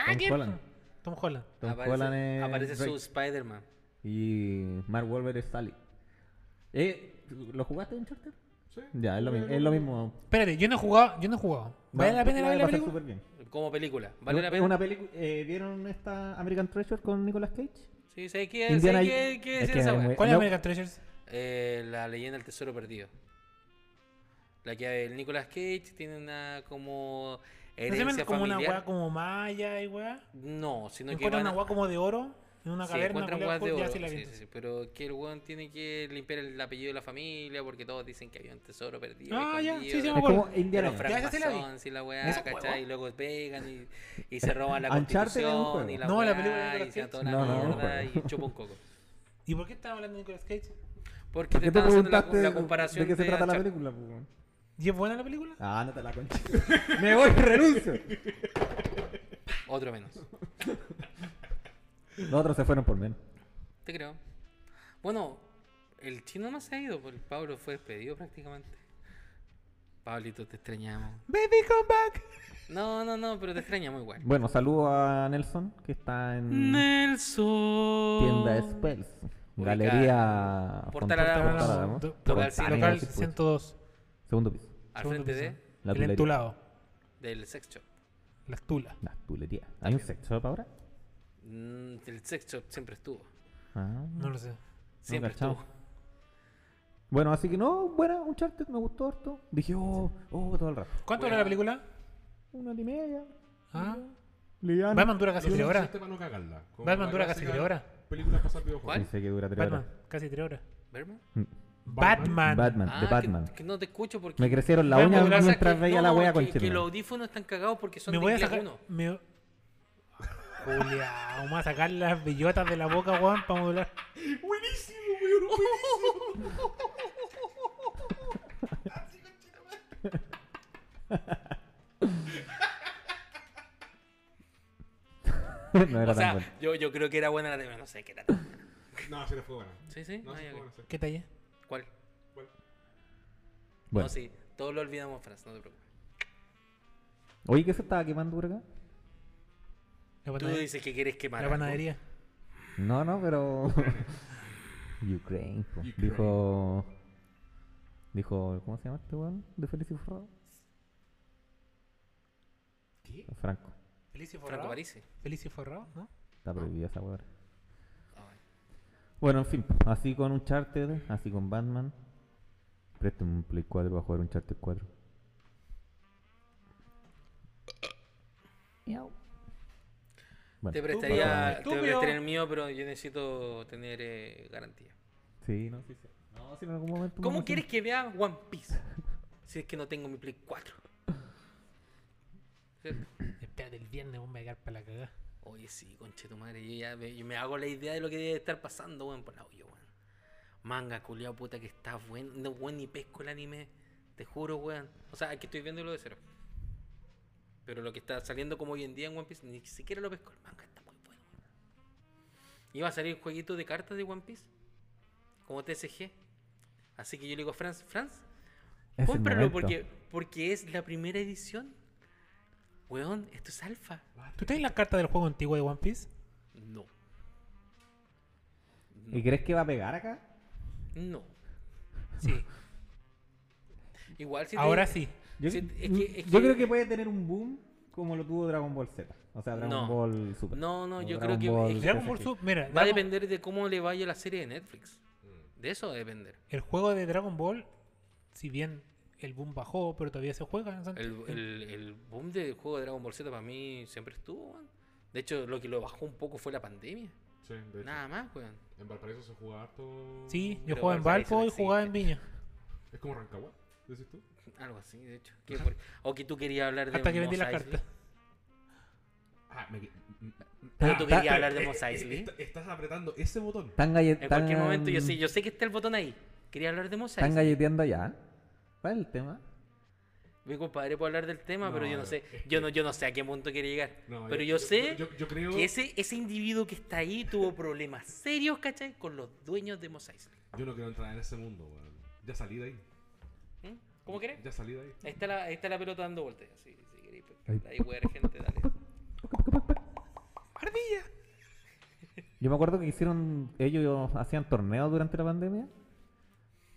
Speaker 3: Knuckles.
Speaker 5: Tom Holland.
Speaker 3: Tom Holland.
Speaker 5: Tom
Speaker 1: aparece
Speaker 5: Holland es
Speaker 1: aparece su
Speaker 5: Drake.
Speaker 1: Spider-Man.
Speaker 5: Y Mark Wahlberg es Sally. Eh, ¿Lo jugaste en Charter?
Speaker 2: Sí.
Speaker 5: Ya, es lo, mi- es lo mismo.
Speaker 3: Espérate, yo no he jugado, yo no he jugado. ¿Vale la pena ir a ver la
Speaker 5: Va a pasar
Speaker 3: película?
Speaker 5: súper bien.
Speaker 1: Como película. ¿Vale
Speaker 5: Es
Speaker 1: la pena?
Speaker 5: Una pelicu- eh, ¿Vieron esta American Treasure con Nicolas Cage?
Speaker 1: Sí, sé que
Speaker 5: Indiana-
Speaker 1: sé que- que
Speaker 5: es
Speaker 1: decir
Speaker 5: que
Speaker 1: esa
Speaker 5: es
Speaker 1: weá.
Speaker 5: muy-
Speaker 3: ¿Cuál es
Speaker 5: No.
Speaker 3: American Treasures?
Speaker 1: Eh, la leyenda del tesoro perdido. La que el Nicolas Cage tiene una como
Speaker 3: ¿No se
Speaker 1: herencia
Speaker 3: ven como una
Speaker 1: familiar.
Speaker 3: weá como maya y weá?
Speaker 1: No, sino que van
Speaker 3: Encuentran una
Speaker 1: a-
Speaker 3: weá como de oro en una
Speaker 1: sí,
Speaker 3: caverna.
Speaker 1: encuentran
Speaker 3: culiao,
Speaker 1: weas de
Speaker 3: ya
Speaker 1: oro,
Speaker 3: sí la
Speaker 1: sí,
Speaker 3: vi.
Speaker 1: sí, sí, pero que el weón tiene que limpiar el apellido de la familia porque todos dicen que había un tesoro perdido.
Speaker 3: Ah, ya,
Speaker 1: escondido
Speaker 3: sí, sí,
Speaker 1: de-
Speaker 3: me
Speaker 5: Es
Speaker 3: acuerdo.
Speaker 5: como Indiana
Speaker 1: Pero
Speaker 5: Jones.
Speaker 3: Ya, esa sí la vi.
Speaker 1: francmasón, sí, la weá,
Speaker 3: Esa
Speaker 1: ¿cachai?
Speaker 3: hueá.
Speaker 1: Y luego pegan y, y se roban la
Speaker 5: Uncharted es un
Speaker 1: constitución
Speaker 5: juego.
Speaker 1: y la
Speaker 3: No, la
Speaker 1: weá,
Speaker 3: película de
Speaker 1: y
Speaker 3: Nicolas
Speaker 1: se dan toda la
Speaker 5: Cage. No, no, no,
Speaker 1: mierda
Speaker 5: juego.
Speaker 1: y chupa un coco.
Speaker 3: ¿Y por qué estaba hablando de Nicolas Cage?
Speaker 1: Porque
Speaker 5: ¿Por
Speaker 1: te
Speaker 5: qué tú
Speaker 1: están haciendo la,
Speaker 5: preguntaste
Speaker 1: la comparación
Speaker 5: de qué se trata la
Speaker 1: Uncharted.
Speaker 5: película? po, weón?
Speaker 3: ¿Y es buena la película?
Speaker 5: Ah, no te la concha. Me voy, renuncio.
Speaker 1: Otro menos.
Speaker 5: Los otros se fueron por menos.
Speaker 1: Te creo. Bueno, el chino no se ha ido, porque Pablo fue despedido prácticamente. Pablito, te extrañamos.
Speaker 3: Baby, come back.
Speaker 1: No, no, no, pero te extrañamos igual.
Speaker 5: Bueno, saludo a Nelson, que está en
Speaker 1: Nelson.
Speaker 5: tienda Spells.
Speaker 1: Ubica-
Speaker 5: Galería...
Speaker 1: Portal
Speaker 5: Fontana,
Speaker 1: Álamo.
Speaker 5: Portal Álamo.
Speaker 3: Do-
Speaker 1: Local
Speaker 5: Portal
Speaker 1: sí,
Speaker 5: Álamo,
Speaker 3: Local
Speaker 5: sí, pues.
Speaker 3: 102.
Speaker 5: Segundo piso.
Speaker 1: Al
Speaker 3: segundo
Speaker 1: frente
Speaker 3: piso.
Speaker 1: de,
Speaker 5: La
Speaker 3: el
Speaker 5: tulería.
Speaker 3: entulado.
Speaker 1: del sex shop.
Speaker 3: Las tulas.
Speaker 5: La tulería. ¿Hay un sex shop ahora?
Speaker 1: Mm, el sex shop siempre estuvo.
Speaker 5: Ah,
Speaker 3: No lo sé.
Speaker 1: Siempre
Speaker 5: cachao.
Speaker 1: estuvo.
Speaker 5: Bueno, así que no, buena, Uncharted me gustó harto. Dije, oh, oh, todo el rato.
Speaker 3: ¿Cuánto
Speaker 1: Bueno.
Speaker 3: dura la película?
Speaker 5: Una hora y media.
Speaker 1: Mm.
Speaker 3: ¿Ah?
Speaker 5: Liviano.
Speaker 3: Batman dura casi
Speaker 2: Lo
Speaker 3: 3 horas.
Speaker 2: suficiente para este no cagarla. Como
Speaker 3: Batman
Speaker 2: la
Speaker 3: dura casi
Speaker 2: clásica
Speaker 3: tres horas.
Speaker 2: Película pasa al videojuego.
Speaker 1: ¿Cuál?
Speaker 5: Dice que dura tres
Speaker 3: Batman,
Speaker 5: horas.
Speaker 3: casi 3 horas.
Speaker 1: ¿Berman?
Speaker 3: Batman.
Speaker 5: Batman,
Speaker 1: Ah,
Speaker 5: de
Speaker 1: que-
Speaker 5: Batman.
Speaker 1: Que, no te escucho porque.
Speaker 5: Me crecieron las
Speaker 3: Bueno,
Speaker 5: uñas
Speaker 3: lo que pasa
Speaker 5: mientras veía la wea
Speaker 1: con
Speaker 5: con
Speaker 1: que, que los audífonos están cagados porque son
Speaker 3: Me
Speaker 1: de
Speaker 3: voy a
Speaker 1: inglés
Speaker 3: sacar.
Speaker 1: uno.
Speaker 3: Me... Julia, vamos a sacar las bellotas de la boca, weón, para modular.
Speaker 2: Buenísimo, weón. Buenísimo.
Speaker 5: no era
Speaker 1: O sea,
Speaker 5: tan bueno.
Speaker 1: yo, yo creo que era buena la de. No sé qué era.
Speaker 2: No, sí, no fue buena.
Speaker 1: Sí, sí.
Speaker 2: No,
Speaker 1: Ah,
Speaker 2: sí
Speaker 1: ya, ok.
Speaker 2: fue buena. sí.
Speaker 3: ¿Qué talla?
Speaker 1: ¿Cuál?
Speaker 5: Bueno.
Speaker 1: No, sí. Todos lo olvidamos, Franz, no te preocupes.
Speaker 5: Oye, ¿qué se estaba quemando por acá?
Speaker 1: Tú
Speaker 3: La panadería.
Speaker 1: dices que quieres quemar.
Speaker 3: La
Speaker 1: algo.
Speaker 3: panadería.
Speaker 5: No, no, pero. Ukraine, po.
Speaker 2: Ukraine.
Speaker 5: Dijo. Dijo. ¿Cómo se llama este weón? De Feliz y Forrado.
Speaker 3: ¿Qué?
Speaker 5: Franco.
Speaker 3: Felicio
Speaker 1: Franco
Speaker 3: Forrado.
Speaker 1: Parisi.
Speaker 3: Felicio Forrado, ¿no?
Speaker 5: Está prohibida esa weá.
Speaker 1: Ah,
Speaker 5: Bueno, en fin. Así con un charter, así con Batman. Préstame un Play 4 para jugar un charter 4. Bueno,
Speaker 1: Te prestaría, te
Speaker 3: Estúpido.
Speaker 1: prestaría el mío, pero yo necesito tener eh, garantía.
Speaker 5: sí, no, sí, sí. No, si en algún momento.
Speaker 1: ¿Cómo
Speaker 5: me
Speaker 1: quieres que vea One Piece? Si es que no tengo mi Play 4. ¿Cierto?
Speaker 3: Espérate, el viernes vos me vas a quedar para la cagada.
Speaker 1: Oye, sí, conche tu madre. Yo ya me, yo me hago la idea de lo que debe estar pasando, weón, por la olla, weón. Manga, culiao, puta, que está bueno. No, weón, ni pesco el anime. Te juro, weón. O sea, aquí estoy viendo lo de cero. Pero lo que está saliendo como hoy en día en One Piece, ni siquiera lo pesco. El manga está muy bueno, weón. Iba a salir el jueguito de cartas de One Piece. Como TSG. Así que yo le digo, Franz, Franz,
Speaker 5: Es el
Speaker 1: cómpralo
Speaker 5: momento.
Speaker 1: porque, porque es la primera edición. Weón, esto es alfa.
Speaker 3: ¿Tú tenés la carta del juego antiguo de One Piece?
Speaker 1: No.
Speaker 5: ¿Y crees que va a pegar acá?
Speaker 1: No.
Speaker 3: Sí.
Speaker 1: Igual si te-
Speaker 3: Ahora sí.
Speaker 5: Yo,
Speaker 1: Sí, es que- es
Speaker 5: yo
Speaker 1: que-
Speaker 5: creo que puede tener un boom como lo tuvo Dragon Ball Z. O sea, Dragon
Speaker 1: No.
Speaker 5: Ball Super.
Speaker 1: No, no,
Speaker 5: O
Speaker 1: yo
Speaker 5: Dragon
Speaker 1: creo que-
Speaker 5: Ball
Speaker 1: es que
Speaker 3: Dragon
Speaker 5: SG.
Speaker 3: Ball Super, mira,
Speaker 1: Va a
Speaker 3: Dragon-
Speaker 1: depender de cómo le vaya la serie de Netflix.
Speaker 2: Mm.
Speaker 1: De eso va a depender.
Speaker 3: el juego de Dragon Ball, si bien el boom bajó, pero todavía se juega. ¿no?
Speaker 1: El, el- el boom del juego de Dragon Ball Z para mí siempre estuvo, weón. De hecho, lo que lo bajó un poco fue la pandemia.
Speaker 2: Sí, de hecho.
Speaker 1: Nada más, weón.
Speaker 2: En Valparaíso se juega harto.
Speaker 3: Sí, yo
Speaker 1: Pero
Speaker 3: jugaba en
Speaker 1: Valparaíso
Speaker 3: Valpo
Speaker 1: no
Speaker 3: y jugaba en
Speaker 1: existe.
Speaker 3: Viña.
Speaker 2: Es como Rancagua, decís tú.
Speaker 1: Algo así, de hecho. Que por- O que tú querías hablar de
Speaker 3: Hasta que vendí
Speaker 1: Mos
Speaker 3: las
Speaker 1: Eisley.
Speaker 3: cartas.
Speaker 2: Ah, me. que- m-
Speaker 1: Pero tú
Speaker 5: Está-
Speaker 1: querías
Speaker 5: eh,
Speaker 1: hablar de
Speaker 2: eh,
Speaker 1: Mos
Speaker 2: eh,
Speaker 1: Eisley.
Speaker 2: est- estás apretando ese botón.
Speaker 5: Están, galle-
Speaker 1: En cualquier
Speaker 5: están-
Speaker 1: momento, yo sé, yo sé que está el botón ahí. Quería hablar de Mos
Speaker 5: Están
Speaker 1: Eisley.
Speaker 5: galleteando allá. ¿Cuál es el tema?
Speaker 1: Mi compadre puede hablar del tema, pero
Speaker 2: No,
Speaker 1: yo no
Speaker 2: no.
Speaker 1: sé. Yo no, yo no sé a qué punto quiere llegar.
Speaker 2: No,
Speaker 1: pero yo, sé
Speaker 2: Yo, yo creo.
Speaker 1: que ese, ese individuo que está ahí tuvo problemas serios, ¿cachai? Con los dueños de Mos Eisley.
Speaker 2: Yo no quiero entrar en ese mundo, weón. Ya salí de ahí.
Speaker 1: ¿Mm? ¿Cómo querés?
Speaker 2: Ya salí de ahí.
Speaker 1: Ahí está la, ahí está la pelota dando vueltas. Si, si querés, pues, ahí wear gente, dale.
Speaker 3: ¡Ardilla!
Speaker 5: Yo me acuerdo que hicieron. Ellos hacían torneos durante la pandemia.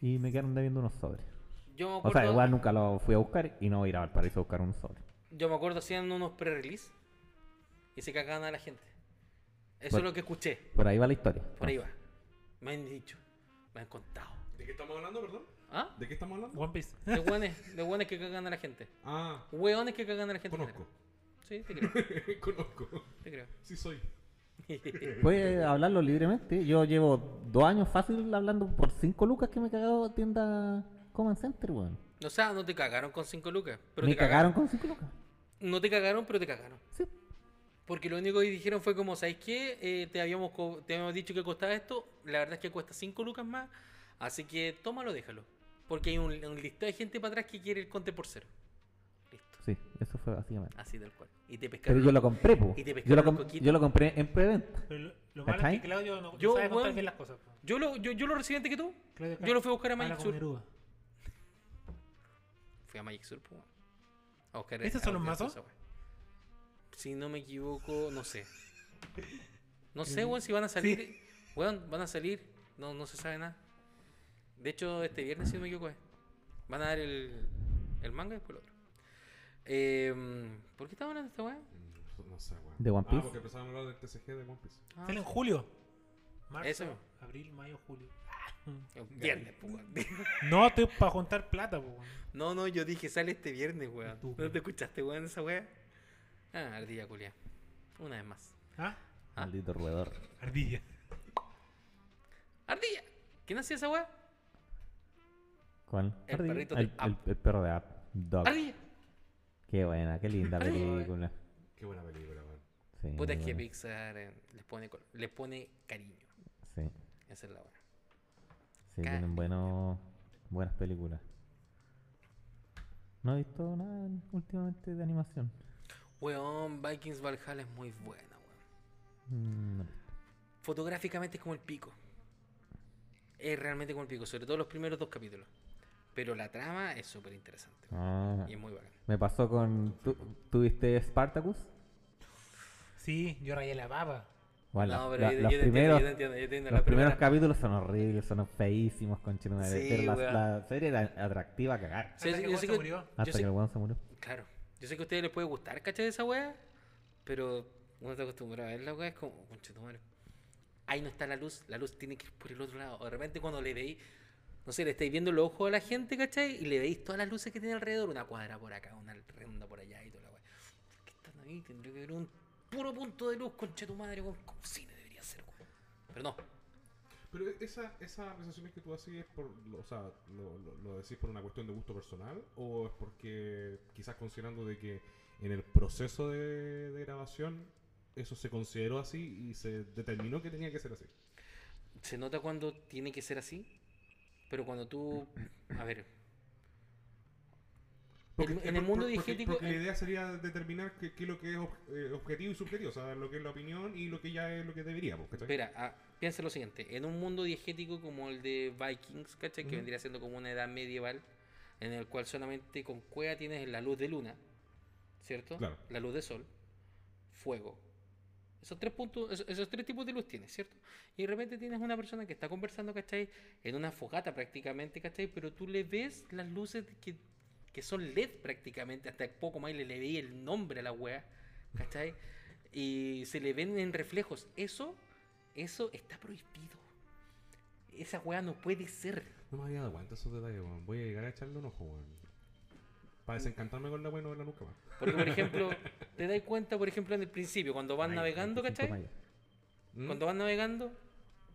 Speaker 5: Y me quedaron debiendo unos sobres.
Speaker 1: Yo me
Speaker 5: O sea,
Speaker 1: acuerdo,
Speaker 5: igual nunca lo fui a buscar y no voy a ir a Valparaíso a buscar unos sobres.
Speaker 1: yo me acuerdo hacían unos pre-release y se cagaban a la gente. Eso
Speaker 5: Por-
Speaker 1: es lo que escuché.
Speaker 5: Por ahí va la historia.
Speaker 1: Por ahí va. Me han dicho. Me han contado.
Speaker 2: ¿De qué estamos hablando, perdón?
Speaker 1: ¿Ah?
Speaker 2: ¿De qué estamos hablando?
Speaker 3: One Piece.
Speaker 1: De hueones, de hueones que cagan a la gente.
Speaker 2: Ah,
Speaker 1: Hueones que cagan a la gente.
Speaker 2: conozco.
Speaker 1: Sí, te creo.
Speaker 2: conozco.
Speaker 1: Te creo.
Speaker 2: Sí soy.
Speaker 5: Puedes hablarlo libremente. Yo llevo dos años fácil hablando por cinco lucas que me he cagado tienda Common Center, weón.
Speaker 1: O sea, no te cagaron con 5 lucas. Pero
Speaker 5: Me
Speaker 1: te cagaron.
Speaker 5: cagaron con cinco lucas.
Speaker 1: No te cagaron, pero te cagaron.
Speaker 5: Sí.
Speaker 1: Porque lo único que dijeron fue como, ¿sabes qué? Eh, te, habíamos co- te habíamos dicho que costaba esto. La verdad es que cuesta 5 lucas más. Así que tómalo, déjalo. Porque hay un, un listado de gente para atrás que quiere el conte por cero. Listo.
Speaker 5: Sí, eso fue básicamente.
Speaker 1: Así del cual. Y te pescaron.
Speaker 5: Pero yo lo
Speaker 1: los-
Speaker 5: compré, po.
Speaker 1: y te
Speaker 5: Yo lo,
Speaker 1: pescaron
Speaker 5: com-
Speaker 1: poquito.
Speaker 5: yo lo compré en preventa.
Speaker 3: Pero lo, lo malo es
Speaker 5: ¿Cachai?
Speaker 3: que Claudio no, no
Speaker 1: Yo,
Speaker 3: sabe contar
Speaker 1: weón,
Speaker 3: bien las cosas. po.
Speaker 1: yo lo, yo, yo lo recibí antes que tú.
Speaker 3: Claudio
Speaker 1: yo lo fui a buscar a
Speaker 3: habla
Speaker 1: Magic
Speaker 3: como
Speaker 1: Sur.
Speaker 3: Neruda.
Speaker 1: Fui a Magic Sur, pues. weón. A buscar
Speaker 3: ¿Esos
Speaker 1: a
Speaker 3: son los
Speaker 1: buscar
Speaker 3: mazos?
Speaker 1: esa weá. Si no me equivoco, no sé. No sé, weón, si van a salir. Weón, van a salir. No, no se sabe nada. De hecho, este viernes, si no me equivoco, es. Van a dar el, el manga y después el otro. Eh, ¿Por qué estamos hablando de esta weá?
Speaker 2: Mm, No sé, weón.
Speaker 5: ¿De One
Speaker 2: Ah,
Speaker 5: Piece?
Speaker 2: porque empezamos a hablar del TCG de One Piece.
Speaker 1: Ah,
Speaker 3: Sale en julio. Marzo,
Speaker 1: Eso.
Speaker 3: abril, mayo, julio.
Speaker 1: el viernes, pues, weón.
Speaker 3: No, estoy para juntar plata, po. weón.
Speaker 1: No, no, yo dije, sale este viernes, weón.
Speaker 3: Tú,
Speaker 1: ¿No
Speaker 3: weón.
Speaker 1: te escuchaste, weón, esa weá? Ah, ardilla culia. Una vez más.
Speaker 3: ¿Ah?
Speaker 1: Ah.
Speaker 5: Maldito roedor.
Speaker 3: Ardilla.
Speaker 1: ¡Ardilla! ¿Quién hacía esa weá?
Speaker 5: ¿Cuál?
Speaker 1: El
Speaker 5: Ardilla.
Speaker 1: perrito de
Speaker 5: el,
Speaker 1: Up.
Speaker 5: el- el perro de Up. Dog.
Speaker 1: ¡Ardilla!
Speaker 5: Qué buena, qué linda
Speaker 1: Ardilla.
Speaker 5: película.
Speaker 2: Qué buena película, weón.
Speaker 5: Sí,
Speaker 1: Puta, es
Speaker 5: muy
Speaker 1: que
Speaker 5: buena.
Speaker 1: Pixar eh, le pone, col- le pone cariño.
Speaker 5: Sí,
Speaker 1: Esa es la hora.
Speaker 5: sí,
Speaker 1: Ca-
Speaker 5: tienen buenos, buenas películas. No he visto nada últimamente de animación.
Speaker 1: Weón, Vikings Valhalla es muy buena, weón.
Speaker 5: Mm, no.
Speaker 1: Fotográficamente es como el pico. Es realmente como el pico, sobre todo los primeros dos capítulos. Pero la trama es súper interesante. weón,
Speaker 5: Ah,
Speaker 1: Y es muy bacán.
Speaker 5: me pasó con... ¿tú- ¿Tuviste Spartacus?
Speaker 3: Sí, yo rayé la baba.
Speaker 5: Bueno,
Speaker 1: no,
Speaker 5: Ah, la-
Speaker 1: pero
Speaker 5: la-
Speaker 1: yo, yo
Speaker 5: los
Speaker 1: te entiendo,
Speaker 5: primeros
Speaker 1: yo te entiendo, yo te entiendo.
Speaker 5: Los
Speaker 1: La
Speaker 5: primeros
Speaker 1: primera-
Speaker 5: capítulos son horribles, son feísimos, conchetumare,
Speaker 1: Sí,
Speaker 5: pero
Speaker 1: weón.
Speaker 5: la, la serie era atractiva a cagar.
Speaker 1: Sí,
Speaker 3: Hasta
Speaker 1: sí,
Speaker 3: que
Speaker 1: yo
Speaker 3: Juan
Speaker 1: sé
Speaker 3: se
Speaker 1: que-
Speaker 3: murió.
Speaker 5: Hasta
Speaker 1: sé-
Speaker 5: que el weón se murió.
Speaker 1: Claro. Yo sé que a ustedes les puede gustar, ¿cachai? Esa weá. Pero uno está acostumbrado a ver la weá. Es como, "Conche tu madre". Ahí no está la luz. La luz tiene que ir por el otro lado. O de repente cuando le veis, no sé, le estáis viendo los ojos a la gente, ¿cachai? Y le veis todas las luces que tiene alrededor. Una cuadra por acá, una redonda por allá y toda la weá. ¿Por qué están ahí? Tendría que haber un puro punto de luz, conche tu madre, weón. Como cine debería ser, weón. Pero no.
Speaker 2: Pero e-, esa, esas apreciaciones que tú haces es por, lo- o sea, lo, lo- lo decís por una cuestión de gusto personal o es porque quizás considerando de que en el proceso de, de grabación eso se consideró así y se determinó que tenía que ser así.
Speaker 1: se nota cuando tiene que ser así, pero cuando tú, a ver,
Speaker 2: Porque,
Speaker 1: En- en
Speaker 2: eh,
Speaker 1: el
Speaker 2: por-
Speaker 1: mundo
Speaker 2: por- porque-
Speaker 1: diegético,
Speaker 2: porque la
Speaker 1: eh.
Speaker 2: idea sería determinar qué qué es lo que es ob- eh, objetivo y subjetivo, o sea, lo que es la opinión y lo que ya es lo que debería. pues, ¿cachai?
Speaker 1: espera, ah, piensa lo siguiente, en un mundo diegético como el de Vikings, ¿cachai? Que vendría siendo como una edad medieval, en el cual solamente con cueva tienes la luz de luna, ¿cierto?
Speaker 2: Claro.
Speaker 1: La luz de sol, fuego. Esos tres puntos, esos, esos tres tipos de luz tienes, ¿cierto? Y de repente tienes una persona que está conversando, ¿cachai? En una fogata prácticamente, ¿cachai? Pero tú le ves las luces que, que son LED prácticamente, hasta poco más y le, le veía el nombre a la wea, ¿cachai? Y se le ven en reflejos. Eso, eso está prohibido. Esa wea no puede ser.
Speaker 2: No me había dado cuenta de esos detalles, weón. Voy a llegar a echarle un ojo, weón. Para desencantarme con la buena de la nunca más.
Speaker 1: Porque, por ejemplo, te das cuenta, por ejemplo, en el principio, cuando van navegando,
Speaker 5: 25
Speaker 1: ¿cachai?
Speaker 5: mayo.
Speaker 2: ¿Mm?
Speaker 1: Cuando van navegando,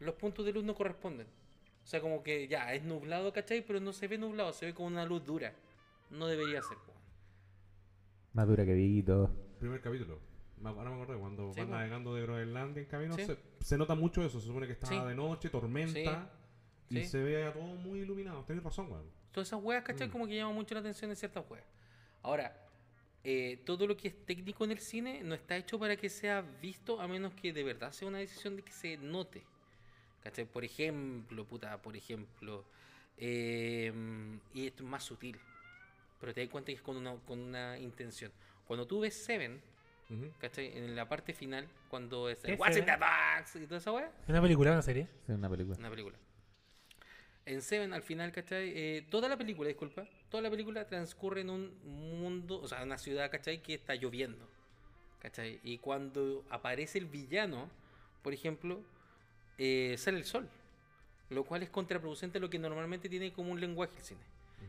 Speaker 1: los puntos de luz no corresponden. O sea, como que ya es nublado, ¿cachai? Pero no se ve nublado, se ve como una luz dura. No debería ser, po.
Speaker 5: Más dura que Vito.
Speaker 2: Primer capítulo. Me- Ahora me acordé, cuando
Speaker 1: Sí, pues.
Speaker 2: van navegando de Groenlandia en camino,
Speaker 1: Sí.
Speaker 2: se, se nota mucho eso. Se supone que está
Speaker 1: Sí.
Speaker 2: de noche, tormenta, y
Speaker 1: Sí.
Speaker 2: se ve a todo muy iluminado. Tenés razón, weón.
Speaker 1: Todas esas weas,
Speaker 3: Mm.
Speaker 1: ¿cachai? Como que llama mucho la atención en ciertas weas. Ahora, eh, todo lo que es técnico en el cine no está hecho para que sea visto a menos que de verdad sea una decisión de que se note. ¿Cachai? Por ejemplo, puta, por ejemplo. eh, y esto es más sutil. Pero te das cuenta que es con una, con una intención. Cuando tú ves Seven,
Speaker 2: Ujú.
Speaker 1: ¿cachai? En la parte final, cuando es
Speaker 3: ¿Qué
Speaker 1: el What's in the
Speaker 3: Seven?
Speaker 1: box y toda esa wea.
Speaker 3: ¿Una película, una serie?
Speaker 5: Es una película.
Speaker 1: Una película. En Seven, al final, ¿cachai? Eh, toda la película, disculpa, toda la película transcurre en un mundo, o sea, en una ciudad, ¿cachai? Que está lloviendo, ¿cachai? Y cuando aparece el villano, por ejemplo, eh, sale el sol, lo cual es contraproducente a lo que normalmente tiene como un lenguaje el cine.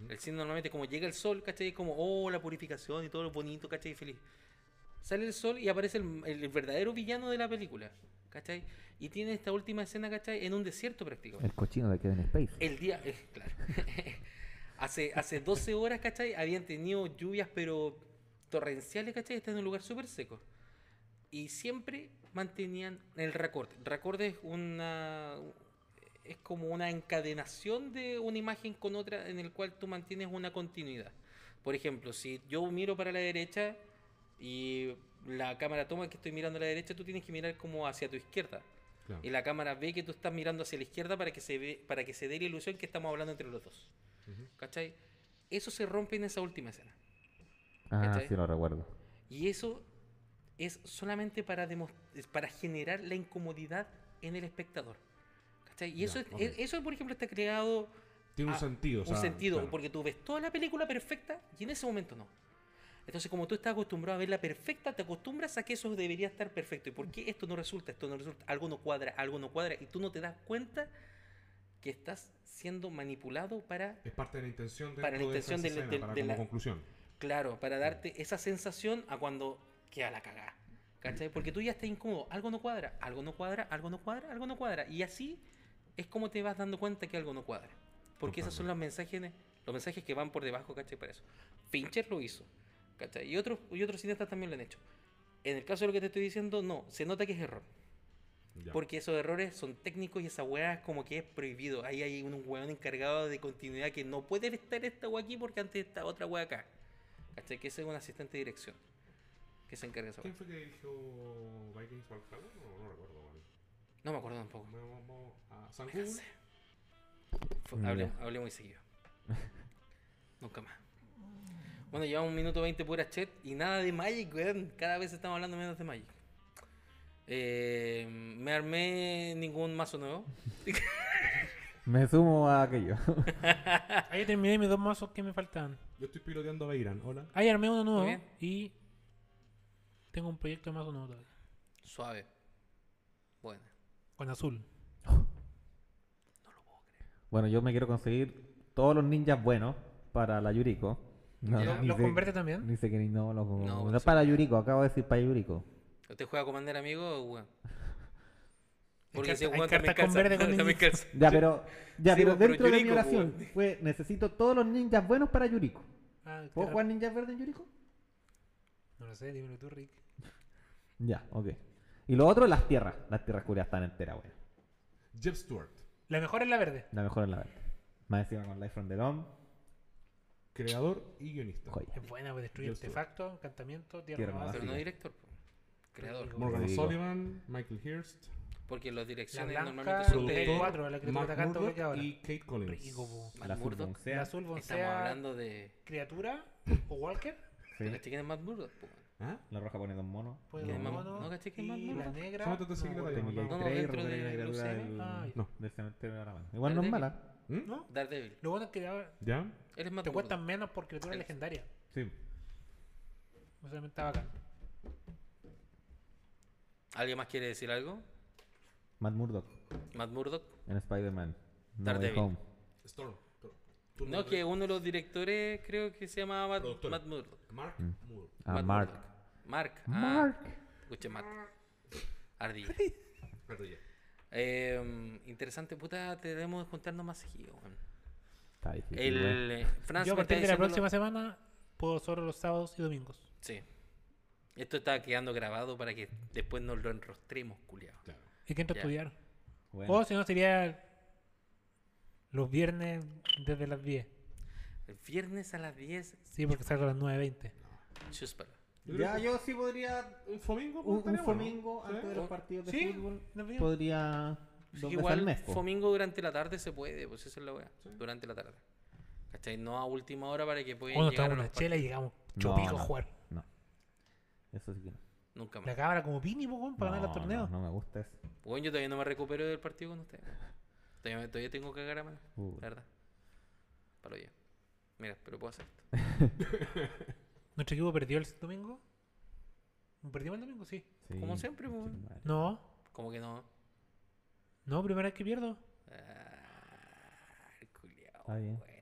Speaker 1: El cine normalmente, como llega el sol, ¿cachai? Es como, oh, la purificación y todo lo bonito, ¿cachai? Feliz. Sale el sol y aparece el, el- el verdadero villano de la película, ¿cachai? Y tiene esta última escena, ¿cachai? En un desierto prácticamente.
Speaker 5: El cochino de Kevin Space.
Speaker 1: El día, eh, claro. hace, hace 12 horas, ¿cachai? Habían tenido lluvias, pero torrenciales, ¿cachai? Está en un lugar súper seco. Y siempre mantenían el raccord. Raccord es una. Es como una encadenación de una imagen con otra en el cual tú mantienes una continuidad. Por ejemplo, si yo miro para la derecha y la cámara toma que estoy mirando a la derecha, tú tienes que mirar como hacia tu izquierda
Speaker 2: Claro.
Speaker 1: y la cámara ve que tú estás mirando hacia la izquierda para que se ve, para que se dé la ilusión que estamos hablando entre los dos.
Speaker 2: Ujú.
Speaker 1: ¿Cachai? Eso se rompe en esa última escena.
Speaker 5: Ah,
Speaker 1: ¿cachai?
Speaker 5: sí lo recuerdo.
Speaker 1: Y eso es solamente para demos- es para generar la incomodidad en el espectador. ¿Cachai? Y
Speaker 2: Ya,
Speaker 1: eso, es-
Speaker 2: ok.
Speaker 1: e- eso, por ejemplo, está creado
Speaker 2: Tiene
Speaker 1: Ah,
Speaker 2: un sentido, o sea,
Speaker 1: un sentido,
Speaker 2: claro.
Speaker 1: porque tú ves toda la película perfecta y en ese momento no. Entonces, como tú estás acostumbrado a verla perfecta, te acostumbras a que eso debería estar perfecto. ¿Y por qué esto no resulta? Esto no resulta. Algo no cuadra, algo no cuadra. Y tú no te das cuenta que estás siendo manipulado para,
Speaker 2: Es parte de la intención
Speaker 1: Para la
Speaker 2: dentro de esa
Speaker 1: intención del-
Speaker 2: escena,
Speaker 1: del-
Speaker 2: para
Speaker 1: de
Speaker 2: como
Speaker 1: la-
Speaker 2: conclusión.
Speaker 1: claro, para darte esa sensación a cuando queda la cagada. ¿Cachai? Porque tú ya estás incómodo. Algo no cuadra, algo no cuadra, algo no cuadra, algo no cuadra. Y así es como te vas dando cuenta que algo no cuadra. Porque esos son los mensajes, Los mensajes que van por debajo, ¿cachai? Para eso. Fincher lo hizo, ¿cachai? Y otros, y otros cineastas también lo han hecho. En el caso de lo que te estoy diciendo, no, se nota que es error.
Speaker 2: Ya.
Speaker 1: Porque esos errores son técnicos y esa weá es como que es prohibido. Ahí hay un weón encargado de continuidad que no puede estar esta weá aquí porque antes estaba otra weá acá. ¿Cachai? Que ese es un asistente de dirección que se encarga de esa weá.
Speaker 2: ¿Quién fue que dirigió Vikings Valhalla? No, no recuerdo, weón.
Speaker 1: No me acuerdo tampoco.
Speaker 2: Vamos, vamos a San
Speaker 1: Me cansé. Fue-
Speaker 5: Ya.
Speaker 1: Hablé, hablé muy seguido. Nunca más. Bueno, llevamos un minuto 20 pura chat y nada de Magic, weón. Cada vez estamos hablando menos de Magic. Eh, me armé ningún mazo nuevo.
Speaker 5: Me sumo a aquello.
Speaker 3: Ahí terminé mis dos mazos que me faltaban.
Speaker 2: Yo estoy piloteando a Beiran, hola.
Speaker 3: Ahí armé uno
Speaker 1: Muy
Speaker 3: nuevo
Speaker 1: bien.
Speaker 3: y tengo un proyecto de mazo nuevo todavía.
Speaker 1: Suave. Bueno.
Speaker 3: Con azul.
Speaker 5: Bueno, yo me quiero conseguir todos los ninjas buenos para la Yuriko. No,
Speaker 1: Ya,
Speaker 5: ni
Speaker 3: ¿Los
Speaker 5: sé-
Speaker 3: converte también?
Speaker 5: Dice que ni- no, los
Speaker 1: No, pues
Speaker 5: no,
Speaker 1: bueno,
Speaker 5: para Yuriko, acabo de decir para Yuriko.
Speaker 1: ¿Usted juega a comandar amigo, weón?
Speaker 3: Hay
Speaker 1: Porque ese
Speaker 3: carta- hay
Speaker 1: weón también
Speaker 3: carta con
Speaker 1: calza.
Speaker 3: verde con
Speaker 1: también
Speaker 3: ninja.
Speaker 1: calza.
Speaker 5: Ya, pero, ya,
Speaker 1: Sí,
Speaker 5: pero
Speaker 1: pero
Speaker 5: dentro de mi
Speaker 1: Yuriko,
Speaker 5: oración
Speaker 1: pues.
Speaker 5: fue, necesito todos los ninjas buenos para Yuriko.
Speaker 3: Ah, qué
Speaker 5: ¿Puedo
Speaker 3: raro.
Speaker 5: jugar ninjas verdes en Yuriko?
Speaker 3: No lo sé, dímelo tú, Rick.
Speaker 5: Ya, ok. Y lo otro, las tierras. Las tierras curiosas están enteras, weón.
Speaker 2: Jeff Stewart,
Speaker 3: La mejor es la verde.
Speaker 5: La mejor es la verde. Más encima con Life from the Dome,
Speaker 2: creador y guionista.
Speaker 5: joya.
Speaker 3: Es buena, pues destruye
Speaker 2: Yo estoy-
Speaker 3: artefactos, encantamiento, tierra,
Speaker 5: Tierra
Speaker 3: movada.
Speaker 1: Pero
Speaker 5: Así
Speaker 1: no
Speaker 5: es.
Speaker 1: director, po. creador.
Speaker 3: Digo,
Speaker 2: Morgan
Speaker 5: Rodrigo.
Speaker 2: O'Sullivan, Michael Hirst,
Speaker 1: Porque las
Speaker 3: La
Speaker 1: direcciones
Speaker 3: blanca
Speaker 1: normalmente son
Speaker 2: Productor,
Speaker 1: de.
Speaker 3: de 4, la criatura
Speaker 2: Mark
Speaker 3: atacante
Speaker 2: Murdock
Speaker 3: bloqueadora.
Speaker 2: y Kate Collins.
Speaker 3: Rico, po.
Speaker 1: Matt
Speaker 5: La
Speaker 1: Murdock.
Speaker 3: La
Speaker 5: Fulfoncea.
Speaker 3: azul
Speaker 1: Estamos
Speaker 3: boncea
Speaker 1: hablando de.
Speaker 3: criatura o walker.
Speaker 1: ¿Tú cachai quién es Matt Murdock? po?
Speaker 2: ¿Ah?
Speaker 5: La roja pone dos monos. Este
Speaker 3: Pues
Speaker 1: ¿Quién es
Speaker 3: dos
Speaker 1: Matt-
Speaker 3: monos
Speaker 1: no caché que es
Speaker 3: y
Speaker 1: Matt
Speaker 3: la
Speaker 1: Murdock?
Speaker 3: negra.
Speaker 2: Solamente te
Speaker 3: no,
Speaker 2: sigue la
Speaker 3: bueno.
Speaker 5: Tengo
Speaker 2: No,
Speaker 5: Lane
Speaker 1: no,
Speaker 5: 3 y
Speaker 1: dentro
Speaker 5: recuperé
Speaker 1: de
Speaker 5: una criatura
Speaker 1: Lucene.
Speaker 5: del,
Speaker 3: Ah, ya.
Speaker 2: No.
Speaker 5: del cementerio de la mano. Igual no es
Speaker 1: Daredevil.
Speaker 5: mala.
Speaker 2: ¿Mm?
Speaker 3: ¿No?
Speaker 1: Daredevil.
Speaker 3: Lo bueno es que ahora
Speaker 2: ¿Ya?
Speaker 1: Él es Matt
Speaker 3: te
Speaker 1: Murdock.
Speaker 3: cuestan menos por criatura
Speaker 1: Ahí.
Speaker 3: legendaria.
Speaker 5: Sí.
Speaker 3: No solamente está bacán.
Speaker 1: ¿Alguien más quiere decir algo?
Speaker 5: Matt Murdock
Speaker 1: Matt Murdock.
Speaker 5: en Spider-Man. No Way
Speaker 1: Daredevil.
Speaker 5: Home.
Speaker 2: Storm. pero- tu
Speaker 1: No,
Speaker 2: nombre.
Speaker 1: que uno de los directores creo que se llamaba Matt-
Speaker 2: Productor.
Speaker 1: Matt Murdock.
Speaker 2: Mark
Speaker 1: Mm.
Speaker 2: Moore.
Speaker 5: Ah,
Speaker 1: Matt
Speaker 5: Mark.
Speaker 1: Murdock. Mark. ah,
Speaker 5: Mark.
Speaker 1: escuche, Matt. Ardilla.
Speaker 2: Perdón, ya.
Speaker 1: Eh, interesante, puta, tenemos que juntarnos más seguido, weón.
Speaker 5: Está difícil. weón.
Speaker 1: El eh, Franz
Speaker 3: Yo a
Speaker 1: me está
Speaker 3: partir de la
Speaker 1: diciendo lo-
Speaker 3: próxima semana puedo solo los sábados y domingos.
Speaker 1: Sí. Esto está quedando grabado para que después nos lo enrostremos, culiado.
Speaker 2: Claro.
Speaker 3: Y que entro a
Speaker 1: Ya.
Speaker 3: estudiar.
Speaker 5: Bueno,
Speaker 3: O si no sería los viernes desde las 10.
Speaker 1: El viernes a las 10,
Speaker 3: Sí, porque salgo a las 9.20.
Speaker 1: chúspalo.
Speaker 2: Yo
Speaker 5: Ya,
Speaker 2: creo
Speaker 5: yo sí podría.
Speaker 2: que Un fomingo. pues,
Speaker 5: Un, un
Speaker 2: estaría bueno.
Speaker 5: domingo
Speaker 2: Sí.
Speaker 5: antes de los partidos de
Speaker 3: Sí,
Speaker 5: fútbol.
Speaker 3: no veo.
Speaker 5: Podría.
Speaker 1: Sí,
Speaker 5: Dos veces
Speaker 1: igual
Speaker 5: al mes. po.
Speaker 1: domingo durante la tarde se puede, pues esa es la weá. Durante la tarde. ¿Cachai? No a última hora para que puedan
Speaker 3: O nos
Speaker 1: llegar a
Speaker 3: tomamos una
Speaker 1: los partidos.
Speaker 3: chela y llegamos
Speaker 5: No,
Speaker 3: chopico
Speaker 5: no.
Speaker 3: a jugar.
Speaker 5: No. Eso sí que no.
Speaker 1: Nunca
Speaker 3: La
Speaker 1: más.
Speaker 3: cámara como Pini, po, weón, para ganar
Speaker 5: No,
Speaker 3: los torneos.
Speaker 5: No, no me gusta eso.
Speaker 1: Weón, yo todavía no me recupero del partido con ustedes. Todavía, todavía tengo que agarrar mano,
Speaker 5: Puta.
Speaker 1: la verdad. Para lo yo. Mira, pero puedo hacer esto.
Speaker 3: Nuestro equipo perdió el domingo. ¿Perdimos el domingo? Sí.
Speaker 5: Sí,
Speaker 1: Como siempre, po.
Speaker 5: conche tu madre.
Speaker 3: No,
Speaker 1: Como que no.
Speaker 3: no, primera vez que pierdo.
Speaker 1: Ah, culiao,
Speaker 5: Está bien.
Speaker 1: bueno.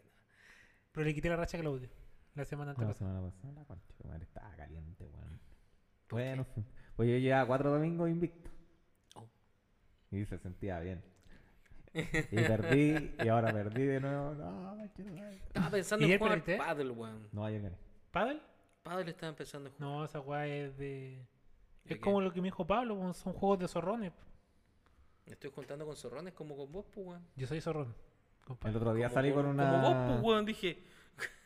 Speaker 3: Pero le quité la racha a Claudio la semana
Speaker 5: La
Speaker 3: anterior.
Speaker 5: semana pasada, la concha tu madre, estaba caliente, weón. Bueno, en fin. pues yo llevaba cuatro domingos invicto.
Speaker 1: Oh.
Speaker 5: Y se sentía bien. y perdí, y ahora perdí de nuevo. No, conche tu madre.
Speaker 1: Estaba pensando
Speaker 3: ¿Y
Speaker 1: en
Speaker 3: ayer
Speaker 1: jugar
Speaker 3: perdiste?
Speaker 1: paddle, weón.
Speaker 5: No, yo gané.
Speaker 3: ¿Paddle?
Speaker 1: Paddle estaba empezando a jugar.
Speaker 3: No, esa weá es de.
Speaker 1: ¿De
Speaker 3: Es
Speaker 1: qué?
Speaker 3: como lo que me dijo Pablo, weón, son juegos de zorrones.
Speaker 1: Me estoy juntando con zorrones como con vos, pues, weón.
Speaker 3: Yo soy zorrón. compadre.
Speaker 5: El otro día
Speaker 1: Como
Speaker 5: salí con
Speaker 1: con- Como vos,
Speaker 5: una.
Speaker 1: pues, weón, dije.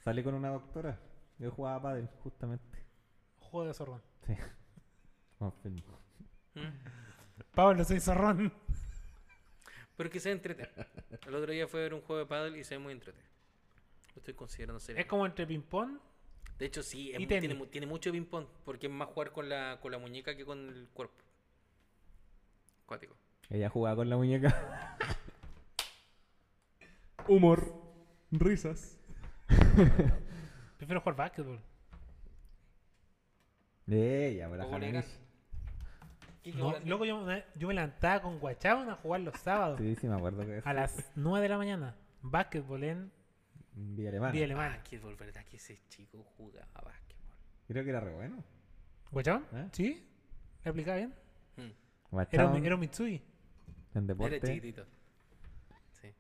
Speaker 5: Salí con una doctora. Yo jugaba pádel, justamente.
Speaker 3: Juego de zorrón.
Speaker 5: Sí. Confirmo.
Speaker 1: Mm.
Speaker 3: Pablo, soy zorrón.
Speaker 1: Pero que sea entrete. El otro día fue a ver un juego de pádel y se ve muy entrete. Lo estoy considerando serio.
Speaker 3: Es como entre ping-pong.
Speaker 1: De hecho, sí, es
Speaker 3: y
Speaker 1: mu-
Speaker 3: tenis.
Speaker 1: tiene, mu- tiene mucho ping-pong. Porque es más jugar con la, con la muñeca que con el cuerpo. Cuático.
Speaker 5: Ella jugaba con la muñeca.
Speaker 2: Humor. Risas.
Speaker 3: Prefiero jugar básquetbol.
Speaker 5: Ella,
Speaker 1: Un
Speaker 5: me la
Speaker 1: poco
Speaker 5: jalan.
Speaker 1: elegante. Qué
Speaker 3: No,
Speaker 1: ignorante.
Speaker 3: loco, yo, una- yo me levantaba con Guachabón a jugar los sábados
Speaker 5: Sí, sí, me acuerdo que es
Speaker 3: a las 9 de la mañana. Básquetbol en
Speaker 5: Villa Alemana.
Speaker 3: Vía Alemana.
Speaker 1: Básquetbol, ¿verdad? Que ese chico jugaba básquetbol.
Speaker 5: Creo que era re bueno.
Speaker 3: ¿Guachabón?
Speaker 5: ¿Eh?
Speaker 3: ¿Sí? ¿Le aplicaba bien? Era
Speaker 5: Guachao,
Speaker 3: un, era un Mitsui.
Speaker 5: en
Speaker 1: Hmm. Era
Speaker 5: deporte.
Speaker 1: chiquitito. Sí.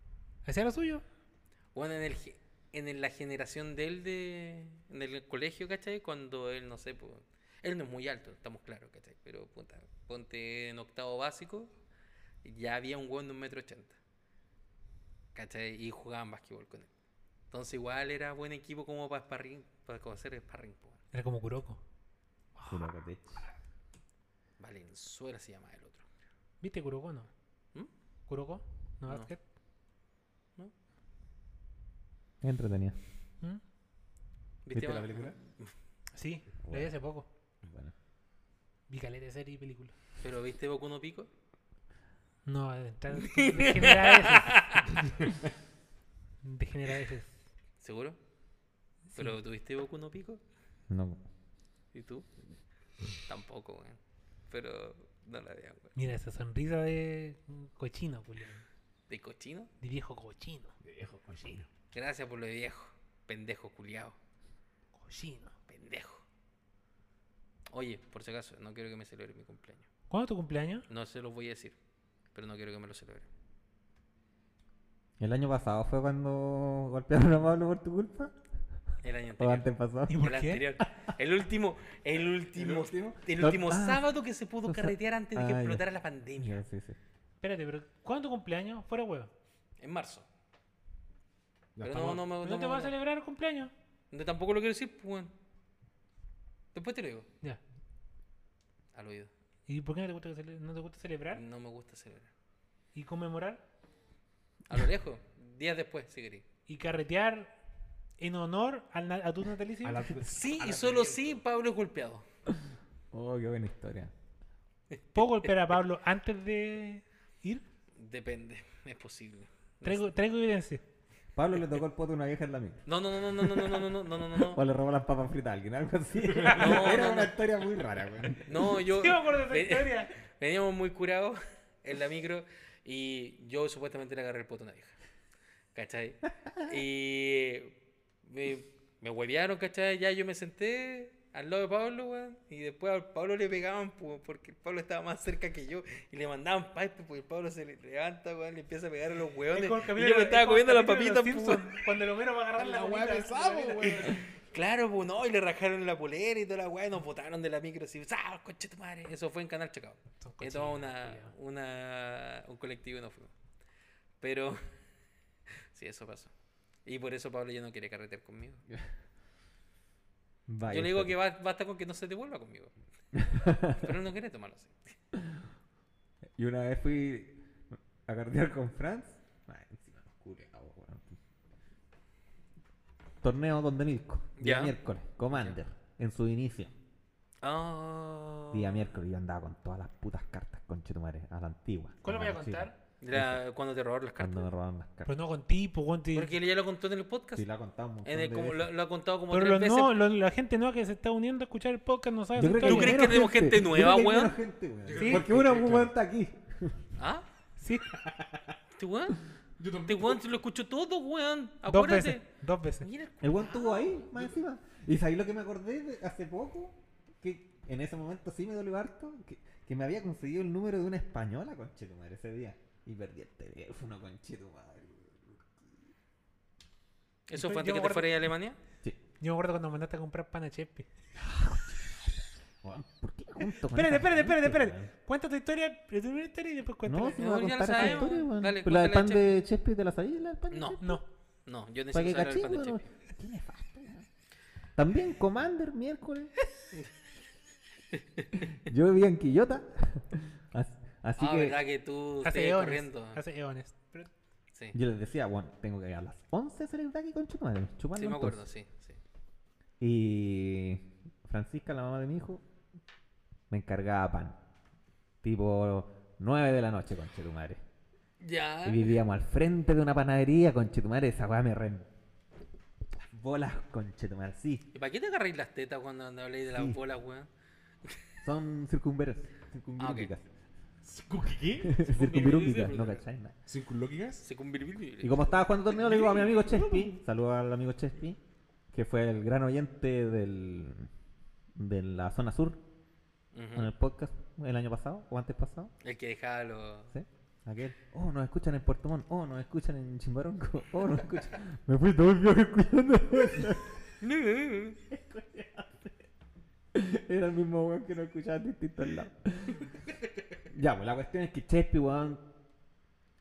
Speaker 3: Hacía lo suyo.
Speaker 1: Bueno, en el, gi- en la generación de él de, en el colegio, ¿cachai? Cuando él, no sé, pues, él no es muy alto, estamos claros, ¿cachai? Pero puta, ponte en octavo básico, ya había un weón de un metro ochenta, ¿cachai? Y jugaban básquetbol con él. Entonces igual era buen equipo como para sparring, para hacer sparring, po.
Speaker 3: Era como Kuroko.
Speaker 1: Valenzuela se llama el otro.
Speaker 3: ¿Viste Kuroko o no?
Speaker 1: ¿Mm?
Speaker 3: ¿Kuroko? ¿No,
Speaker 1: No.
Speaker 3: basket?
Speaker 5: Entretenida.
Speaker 3: ¿Mm?
Speaker 5: ¿Viste la
Speaker 1: Eva?
Speaker 5: película?
Speaker 3: Sí, la vi
Speaker 5: Bueno.
Speaker 3: hace poco.
Speaker 5: Bueno.
Speaker 3: Vi caleta de serie y película.
Speaker 1: ¿Pero viste Boku no Pico?
Speaker 3: No, de entrar de generar De generar
Speaker 1: ¿Seguro? ¿Pero tuviste Boku no Pico?
Speaker 5: No.
Speaker 1: ¿Y tú? Tampoco, weón. Pero no la vean, weón.
Speaker 3: Mira esa sonrisa de cochino, Julián.
Speaker 1: ¿De cochino?
Speaker 3: De viejo cochino.
Speaker 1: Gracias por lo de viejo. Pendejo culiao.
Speaker 3: Cochino.
Speaker 1: Pendejo. Oye, por si acaso, no quiero que me celebre mi cumpleaños.
Speaker 3: ¿Cuándo es tu cumpleaños?
Speaker 1: No se los voy a decir, pero no quiero que me lo celebre.
Speaker 5: ¿El año pasado fue cuando golpearon a Pablo por tu culpa?
Speaker 1: El año
Speaker 5: ¿O
Speaker 1: anterior.
Speaker 5: antes pasado?
Speaker 3: ¿Y por
Speaker 1: el
Speaker 3: qué?
Speaker 1: anterior. El último, el último, el último,
Speaker 5: último? No, ah,
Speaker 1: sábado que se pudo carretear antes de que
Speaker 5: ah, ya.
Speaker 1: explotara la pandemia.
Speaker 5: Ya, sí, sí.
Speaker 3: Espérate, pero ¿cuándo es tu cumpleaños? Fuera huevo.
Speaker 1: En marzo.
Speaker 2: Ya
Speaker 1: pero no,
Speaker 2: estamos-
Speaker 1: no me
Speaker 3: ¿No,
Speaker 1: no
Speaker 3: te
Speaker 1: me-
Speaker 3: vas a
Speaker 1: no.
Speaker 3: celebrar el cumpleaños?
Speaker 1: No, Tampoco lo quiero decir, pues, weón. Después te lo digo.
Speaker 3: Ya.
Speaker 1: Al oído.
Speaker 3: ¿Y por qué no te gusta, que cele- no te gusta celebrar
Speaker 1: No me gusta celebrar.
Speaker 3: y conmemorar
Speaker 1: A lo lejos. Días después, si queréis.
Speaker 3: y carretear en honor al na- a tu natalicio?
Speaker 2: a la-
Speaker 1: Sí,
Speaker 2: a
Speaker 1: y
Speaker 2: la
Speaker 1: solo
Speaker 2: siguiente.
Speaker 1: sí, Pablo es golpeado.
Speaker 5: Oh, qué buena historia.
Speaker 3: ¿Puedo golpear a Pablo antes de ir?
Speaker 1: Depende, es posible. No
Speaker 3: Traigo, traigo evidencia.
Speaker 5: Pablo le tocó el poto a una vieja en la micro.
Speaker 1: No, no, no, no, no, no, no, no, no, no, no,
Speaker 5: O
Speaker 1: no.
Speaker 5: le robó las papas fritas a alguien, algo así. Era
Speaker 1: no,
Speaker 5: una
Speaker 1: no.
Speaker 5: historia muy rara, güey.
Speaker 1: No, yo. eh,
Speaker 3: Sí, me acuerdo de esa
Speaker 1: ve-
Speaker 3: historia.
Speaker 1: Veníamos muy curados en la micro y yo supuestamente le agarré el poto a una vieja. ¿Cachai? Y me, me huevearon, ¿cachai? Ya yo me senté al lado de Pablo, weón. Y después al Pablo le pegaban pu, porque el Pablo estaba más cerca que yo. Y le mandaban pipe porque el Pablo se le levanta, weón. Le empieza a pegar a los
Speaker 3: Es
Speaker 1: weones.
Speaker 3: como el
Speaker 1: Y
Speaker 3: capítulo-
Speaker 1: yo me
Speaker 3: es
Speaker 1: estaba
Speaker 3: como el
Speaker 1: comiendo las
Speaker 3: capítulo
Speaker 1: papitas,
Speaker 3: de los
Speaker 1: pu,
Speaker 3: Simpsons,
Speaker 1: weón.
Speaker 3: Cuando el Homero va a agarrar la, papita, la papita.
Speaker 1: Claro, pues no, y le rajaron la polera y toda la weá, y nos botaron de la micro así, ¡ah, coche tu madre! Eso fue en Canal Chacao.
Speaker 3: Son
Speaker 1: He
Speaker 3: cochinos,
Speaker 1: tomado una,
Speaker 3: culiao.
Speaker 1: una, un colectivo y nos fuimos. Pero, sí, eso pasó. Y por eso Pablo ya no quiere carretear conmigo.
Speaker 5: Vaya
Speaker 1: Yo le digo que
Speaker 5: historia.
Speaker 1: va- basta con que no se devuelva conmigo. Pero él no quiere tomarlo así.
Speaker 5: Y una vez fui a cardear con Franz. Ay, encima nos culeamos, weón. Torneo con Denilco. Día
Speaker 1: Ya.
Speaker 5: miércoles. Commander. En su inicio.
Speaker 1: Ah.
Speaker 5: Día miércoles. Yo andaba con todas las putas cartas, conchetumare. A la antigua.
Speaker 3: ¿Cuál lo voy a
Speaker 5: Cuando era
Speaker 3: contar?
Speaker 5: chico,
Speaker 1: Era cuando te robaron las
Speaker 5: Cuando me
Speaker 1: cartas.
Speaker 5: robaron las cartas.
Speaker 3: Pero no con tipo, con ti.
Speaker 1: Porque él ya lo contó en el podcast.
Speaker 5: Sí, la contamos.
Speaker 1: En el- eh, como- lo, lo ha contado como
Speaker 3: Pero
Speaker 1: tres
Speaker 3: los
Speaker 1: veces.
Speaker 3: no, los- la gente nueva que se está uniendo a escuchar el podcast no sabe. esa
Speaker 1: ¿Tú
Speaker 3: historia.
Speaker 1: crees que tenemos gente nueva, weón?
Speaker 3: Sí.
Speaker 5: Porque uno aguanta aquí.
Speaker 1: ¿Ah?
Speaker 3: Sí,
Speaker 1: ¿Este weón?
Speaker 2: Yo
Speaker 1: Este
Speaker 2: también.
Speaker 1: weón se lo escuchó todo, weón.
Speaker 3: dos
Speaker 1: Acuérdate.
Speaker 3: veces. Dos veces.
Speaker 1: Mira el
Speaker 5: El weón estuvo ahí, más encima. Y sabéis lo que me acordé de hace poco, que en ese momento sí me dolió harto, que, que me había conseguido el número de una española, conchetumadre, ese día. Y perdí el teléfono, conchetumadre.
Speaker 1: ¿Eso fue antes
Speaker 3: Yo me
Speaker 1: que te
Speaker 3: acuerdo-
Speaker 1: fueras a Alemania?
Speaker 5: Sí.
Speaker 3: Yo me acuerdo cuando mandaste a comprar pan a Chepe.
Speaker 5: Weón, ¿Por qué junto con
Speaker 3: Espérate,
Speaker 5: esa
Speaker 3: espérate,
Speaker 5: gente,
Speaker 3: espérate,
Speaker 5: weón?
Speaker 3: espérate. Cuenta tu historia, la primera historia y después cuenta.
Speaker 5: No,
Speaker 3: la-
Speaker 5: si
Speaker 1: No,
Speaker 5: me va a
Speaker 1: ya la
Speaker 5: contar esa
Speaker 1: sabemos.
Speaker 5: historia, weón.
Speaker 1: Dale,
Speaker 5: Pues ¿La del pan
Speaker 1: cuéntale,
Speaker 5: de Chespi te la sabéis, la del pan de
Speaker 1: No.
Speaker 5: Chespi?
Speaker 3: No.
Speaker 1: No, yo
Speaker 5: Para
Speaker 1: necesito
Speaker 5: que
Speaker 1: saber el
Speaker 5: cachín,
Speaker 1: pan de
Speaker 5: weón.
Speaker 1: Chepe.
Speaker 5: Qué nefasto, weón. También Commander, miércoles. Yo vivía en Quillota. Así, así
Speaker 1: Ah,
Speaker 5: que...
Speaker 1: verdad que tú
Speaker 3: Hace
Speaker 1: estés
Speaker 3: eones.
Speaker 1: corriendo.
Speaker 3: Hace eones. Pero
Speaker 1: Sí.
Speaker 5: Yo les decía, bueno, tengo que ir a las 11 celebrar aquí con Chutumare.
Speaker 1: Sí, me acuerdo, sí. sí.
Speaker 5: Y Francisca, la mamá de mi hijo, me encargaba pan. Tipo 9 de la noche con Chetumare.
Speaker 1: Ya.
Speaker 5: Y vivíamos al frente de una panadería con Chetumare. Esa weá me ren. Las bolas con Chetumare, sí.
Speaker 1: ¿Y para qué te agarréis las tetas cuando cuando habléis de las
Speaker 5: Sí.
Speaker 1: bolas, weón?
Speaker 5: Son circunveras. Circunvirúpicas.
Speaker 2: ¿Qué?
Speaker 5: Circunvirúpicas, no cacháis nada.
Speaker 2: ¿Sin culóquicas?
Speaker 1: Se convirtió.
Speaker 5: Y como estaba jugando torneo, le digo a mi amigo Chespi, saludo al amigo Chespi, que fue el gran oyente del, de la zona Ah. sur en el podcast el año pasado o antes pasado.
Speaker 1: El que dejaba los.
Speaker 5: ¿sí? Aquel, oh, nos escuchan en Puerto Montt, oh, nos escuchan en Chimbaronco, oh, nos escuchan. Me fui todo el viaje escuchando. esa. Era el mismo weón que no escuchaba en distintos lados. ya, pues la cuestión es que Chespi, weón,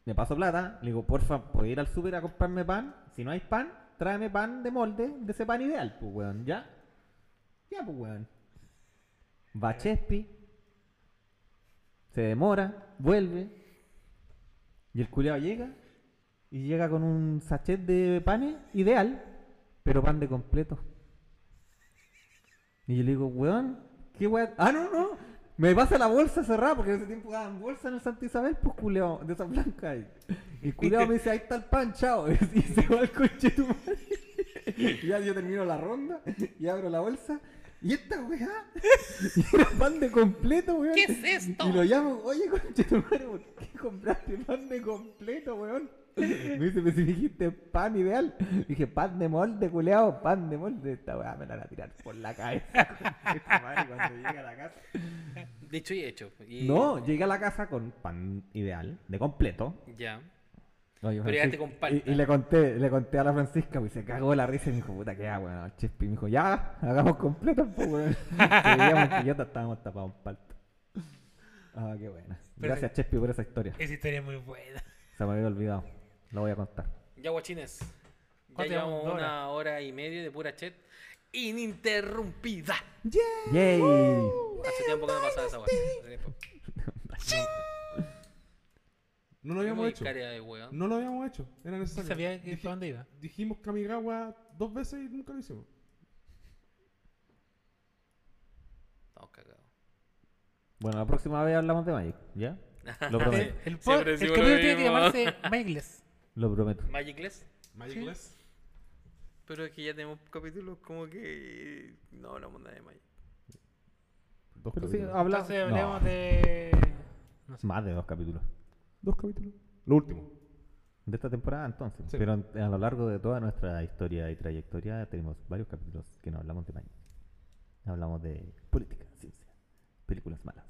Speaker 5: me pasó plata. Le digo, porfa, ¿puedo ir al súper a comprarme pan? Si no hay pan, tráeme pan de molde, de ese pan ideal, pues, weón, ya. Ya, pues, weón. Va Chespi, se demora, vuelve. Y el culiao llega y llega con un sachet de panes ideal, pero pan de completo. Y yo le digo, weón, qué weón. Ah, no, no. Me pasa la bolsa cerrada, porque en ese tiempo daban bolsa en el Santa Isabel, pues culiao, de esa blanca. Y el culiao me dice, ahí está el pan, chao. Y se va al coche tu madre. Y ya yo termino la ronda y abro la bolsa. Y esta weá, y era pan de completo, weón.
Speaker 1: ¿Qué es esto?
Speaker 5: Y lo llamo, oye, conche tu madre, ¿por qué compraste pan de completo, weón? Me dice, pero si dijiste pan ideal. Dije, pan de molde, culeado, pan de molde. Esta weá me la van a tirar por la cabeza. conche tu madre, cuando llegue a la casa.
Speaker 1: De hecho y hecho. Y-
Speaker 5: No, llegué a la casa con pan ideal, de completo.
Speaker 1: Ya.
Speaker 5: Oye,
Speaker 1: Pero llegaste
Speaker 5: Francisco,
Speaker 1: con palta.
Speaker 5: Y, y le conté, le conté a la Francisca, pues se cagó la risa y me dijo, puta, qué hago, weón. Chespi me dijo, ya, hagamos completo, pues, weón. Seguíamos pillotas, estábamos tapados en palta. Ah, qué buena. Gracias, Chespi, por esa historia.
Speaker 3: Esa historia es muy buena.
Speaker 5: Se me había olvidado. La voy a contar.
Speaker 1: Ya, guachines. Ya
Speaker 3: ¿Cuánto llevamos?
Speaker 1: llevamos
Speaker 3: ¿Dos
Speaker 1: una hora y media de pura chat ininterrumpida.
Speaker 5: ¡Yay!
Speaker 1: Hace tiempo que no pasaba esa guay.
Speaker 2: No lo habíamos hecho.
Speaker 1: Cara de weón.
Speaker 2: No lo habíamos hecho. Era
Speaker 3: No
Speaker 2: necesario.
Speaker 3: sabía que,
Speaker 2: Dij-
Speaker 3: para dónde iba.
Speaker 2: Dijimos Kamigawa dos veces y nunca lo hicimos.
Speaker 1: Estamos cagados.
Speaker 5: Bueno, la próxima vez hablamos de Magic, ¿ya? Lo prometo.
Speaker 3: El, pod-
Speaker 1: Siempre
Speaker 3: el
Speaker 1: decimos
Speaker 3: capítulo
Speaker 1: lo
Speaker 3: tiene que
Speaker 1: mismo.
Speaker 3: llamarse Magless.
Speaker 5: Lo prometo.
Speaker 1: Magicless.
Speaker 2: Magic Less.
Speaker 1: Pero es que ya tenemos capítulos como que. No hablamos nada de Magic.
Speaker 2: Dos
Speaker 5: Pero sí,
Speaker 2: capítulos.
Speaker 5: hablamos.
Speaker 3: Entonces
Speaker 5: No,
Speaker 3: hablemos de. No sé.
Speaker 5: Más de dos capítulos.
Speaker 2: Dos capítulos. Lo último.
Speaker 5: De esta temporada, entonces.
Speaker 2: Sí.
Speaker 5: Pero en- a lo largo de toda nuestra historia y trayectoria tenemos varios capítulos que no hablamos de Magic. Hablamos de política, ciencia, películas malas.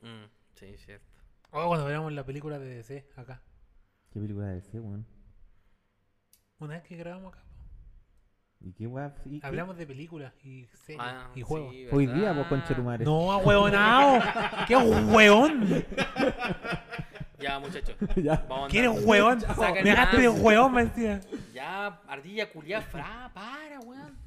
Speaker 1: Mm, sí, cierto.
Speaker 3: Oh, cuando veamos la película de DC acá.
Speaker 5: ¿Qué película de ese, weón?
Speaker 3: Una vez que grabamos acá,
Speaker 5: ¿Y qué weá? y qué-
Speaker 3: hablamos de películas y series
Speaker 1: Ah,
Speaker 3: y juegos.
Speaker 1: sí,
Speaker 5: Hoy
Speaker 1: ¿verdad?
Speaker 5: día vos con Chetumare.
Speaker 3: No, ahueonao. ¡Qué hueón!
Speaker 1: Ya, muchachos.
Speaker 5: ya.
Speaker 1: Vamos a
Speaker 3: ¿Qué eres
Speaker 1: andar.
Speaker 3: hueón?
Speaker 1: Saca el
Speaker 3: Me dejaste de
Speaker 1: lance.
Speaker 3: hueón, mentira.
Speaker 1: Ya, ardilla culiá, fra, para, weón.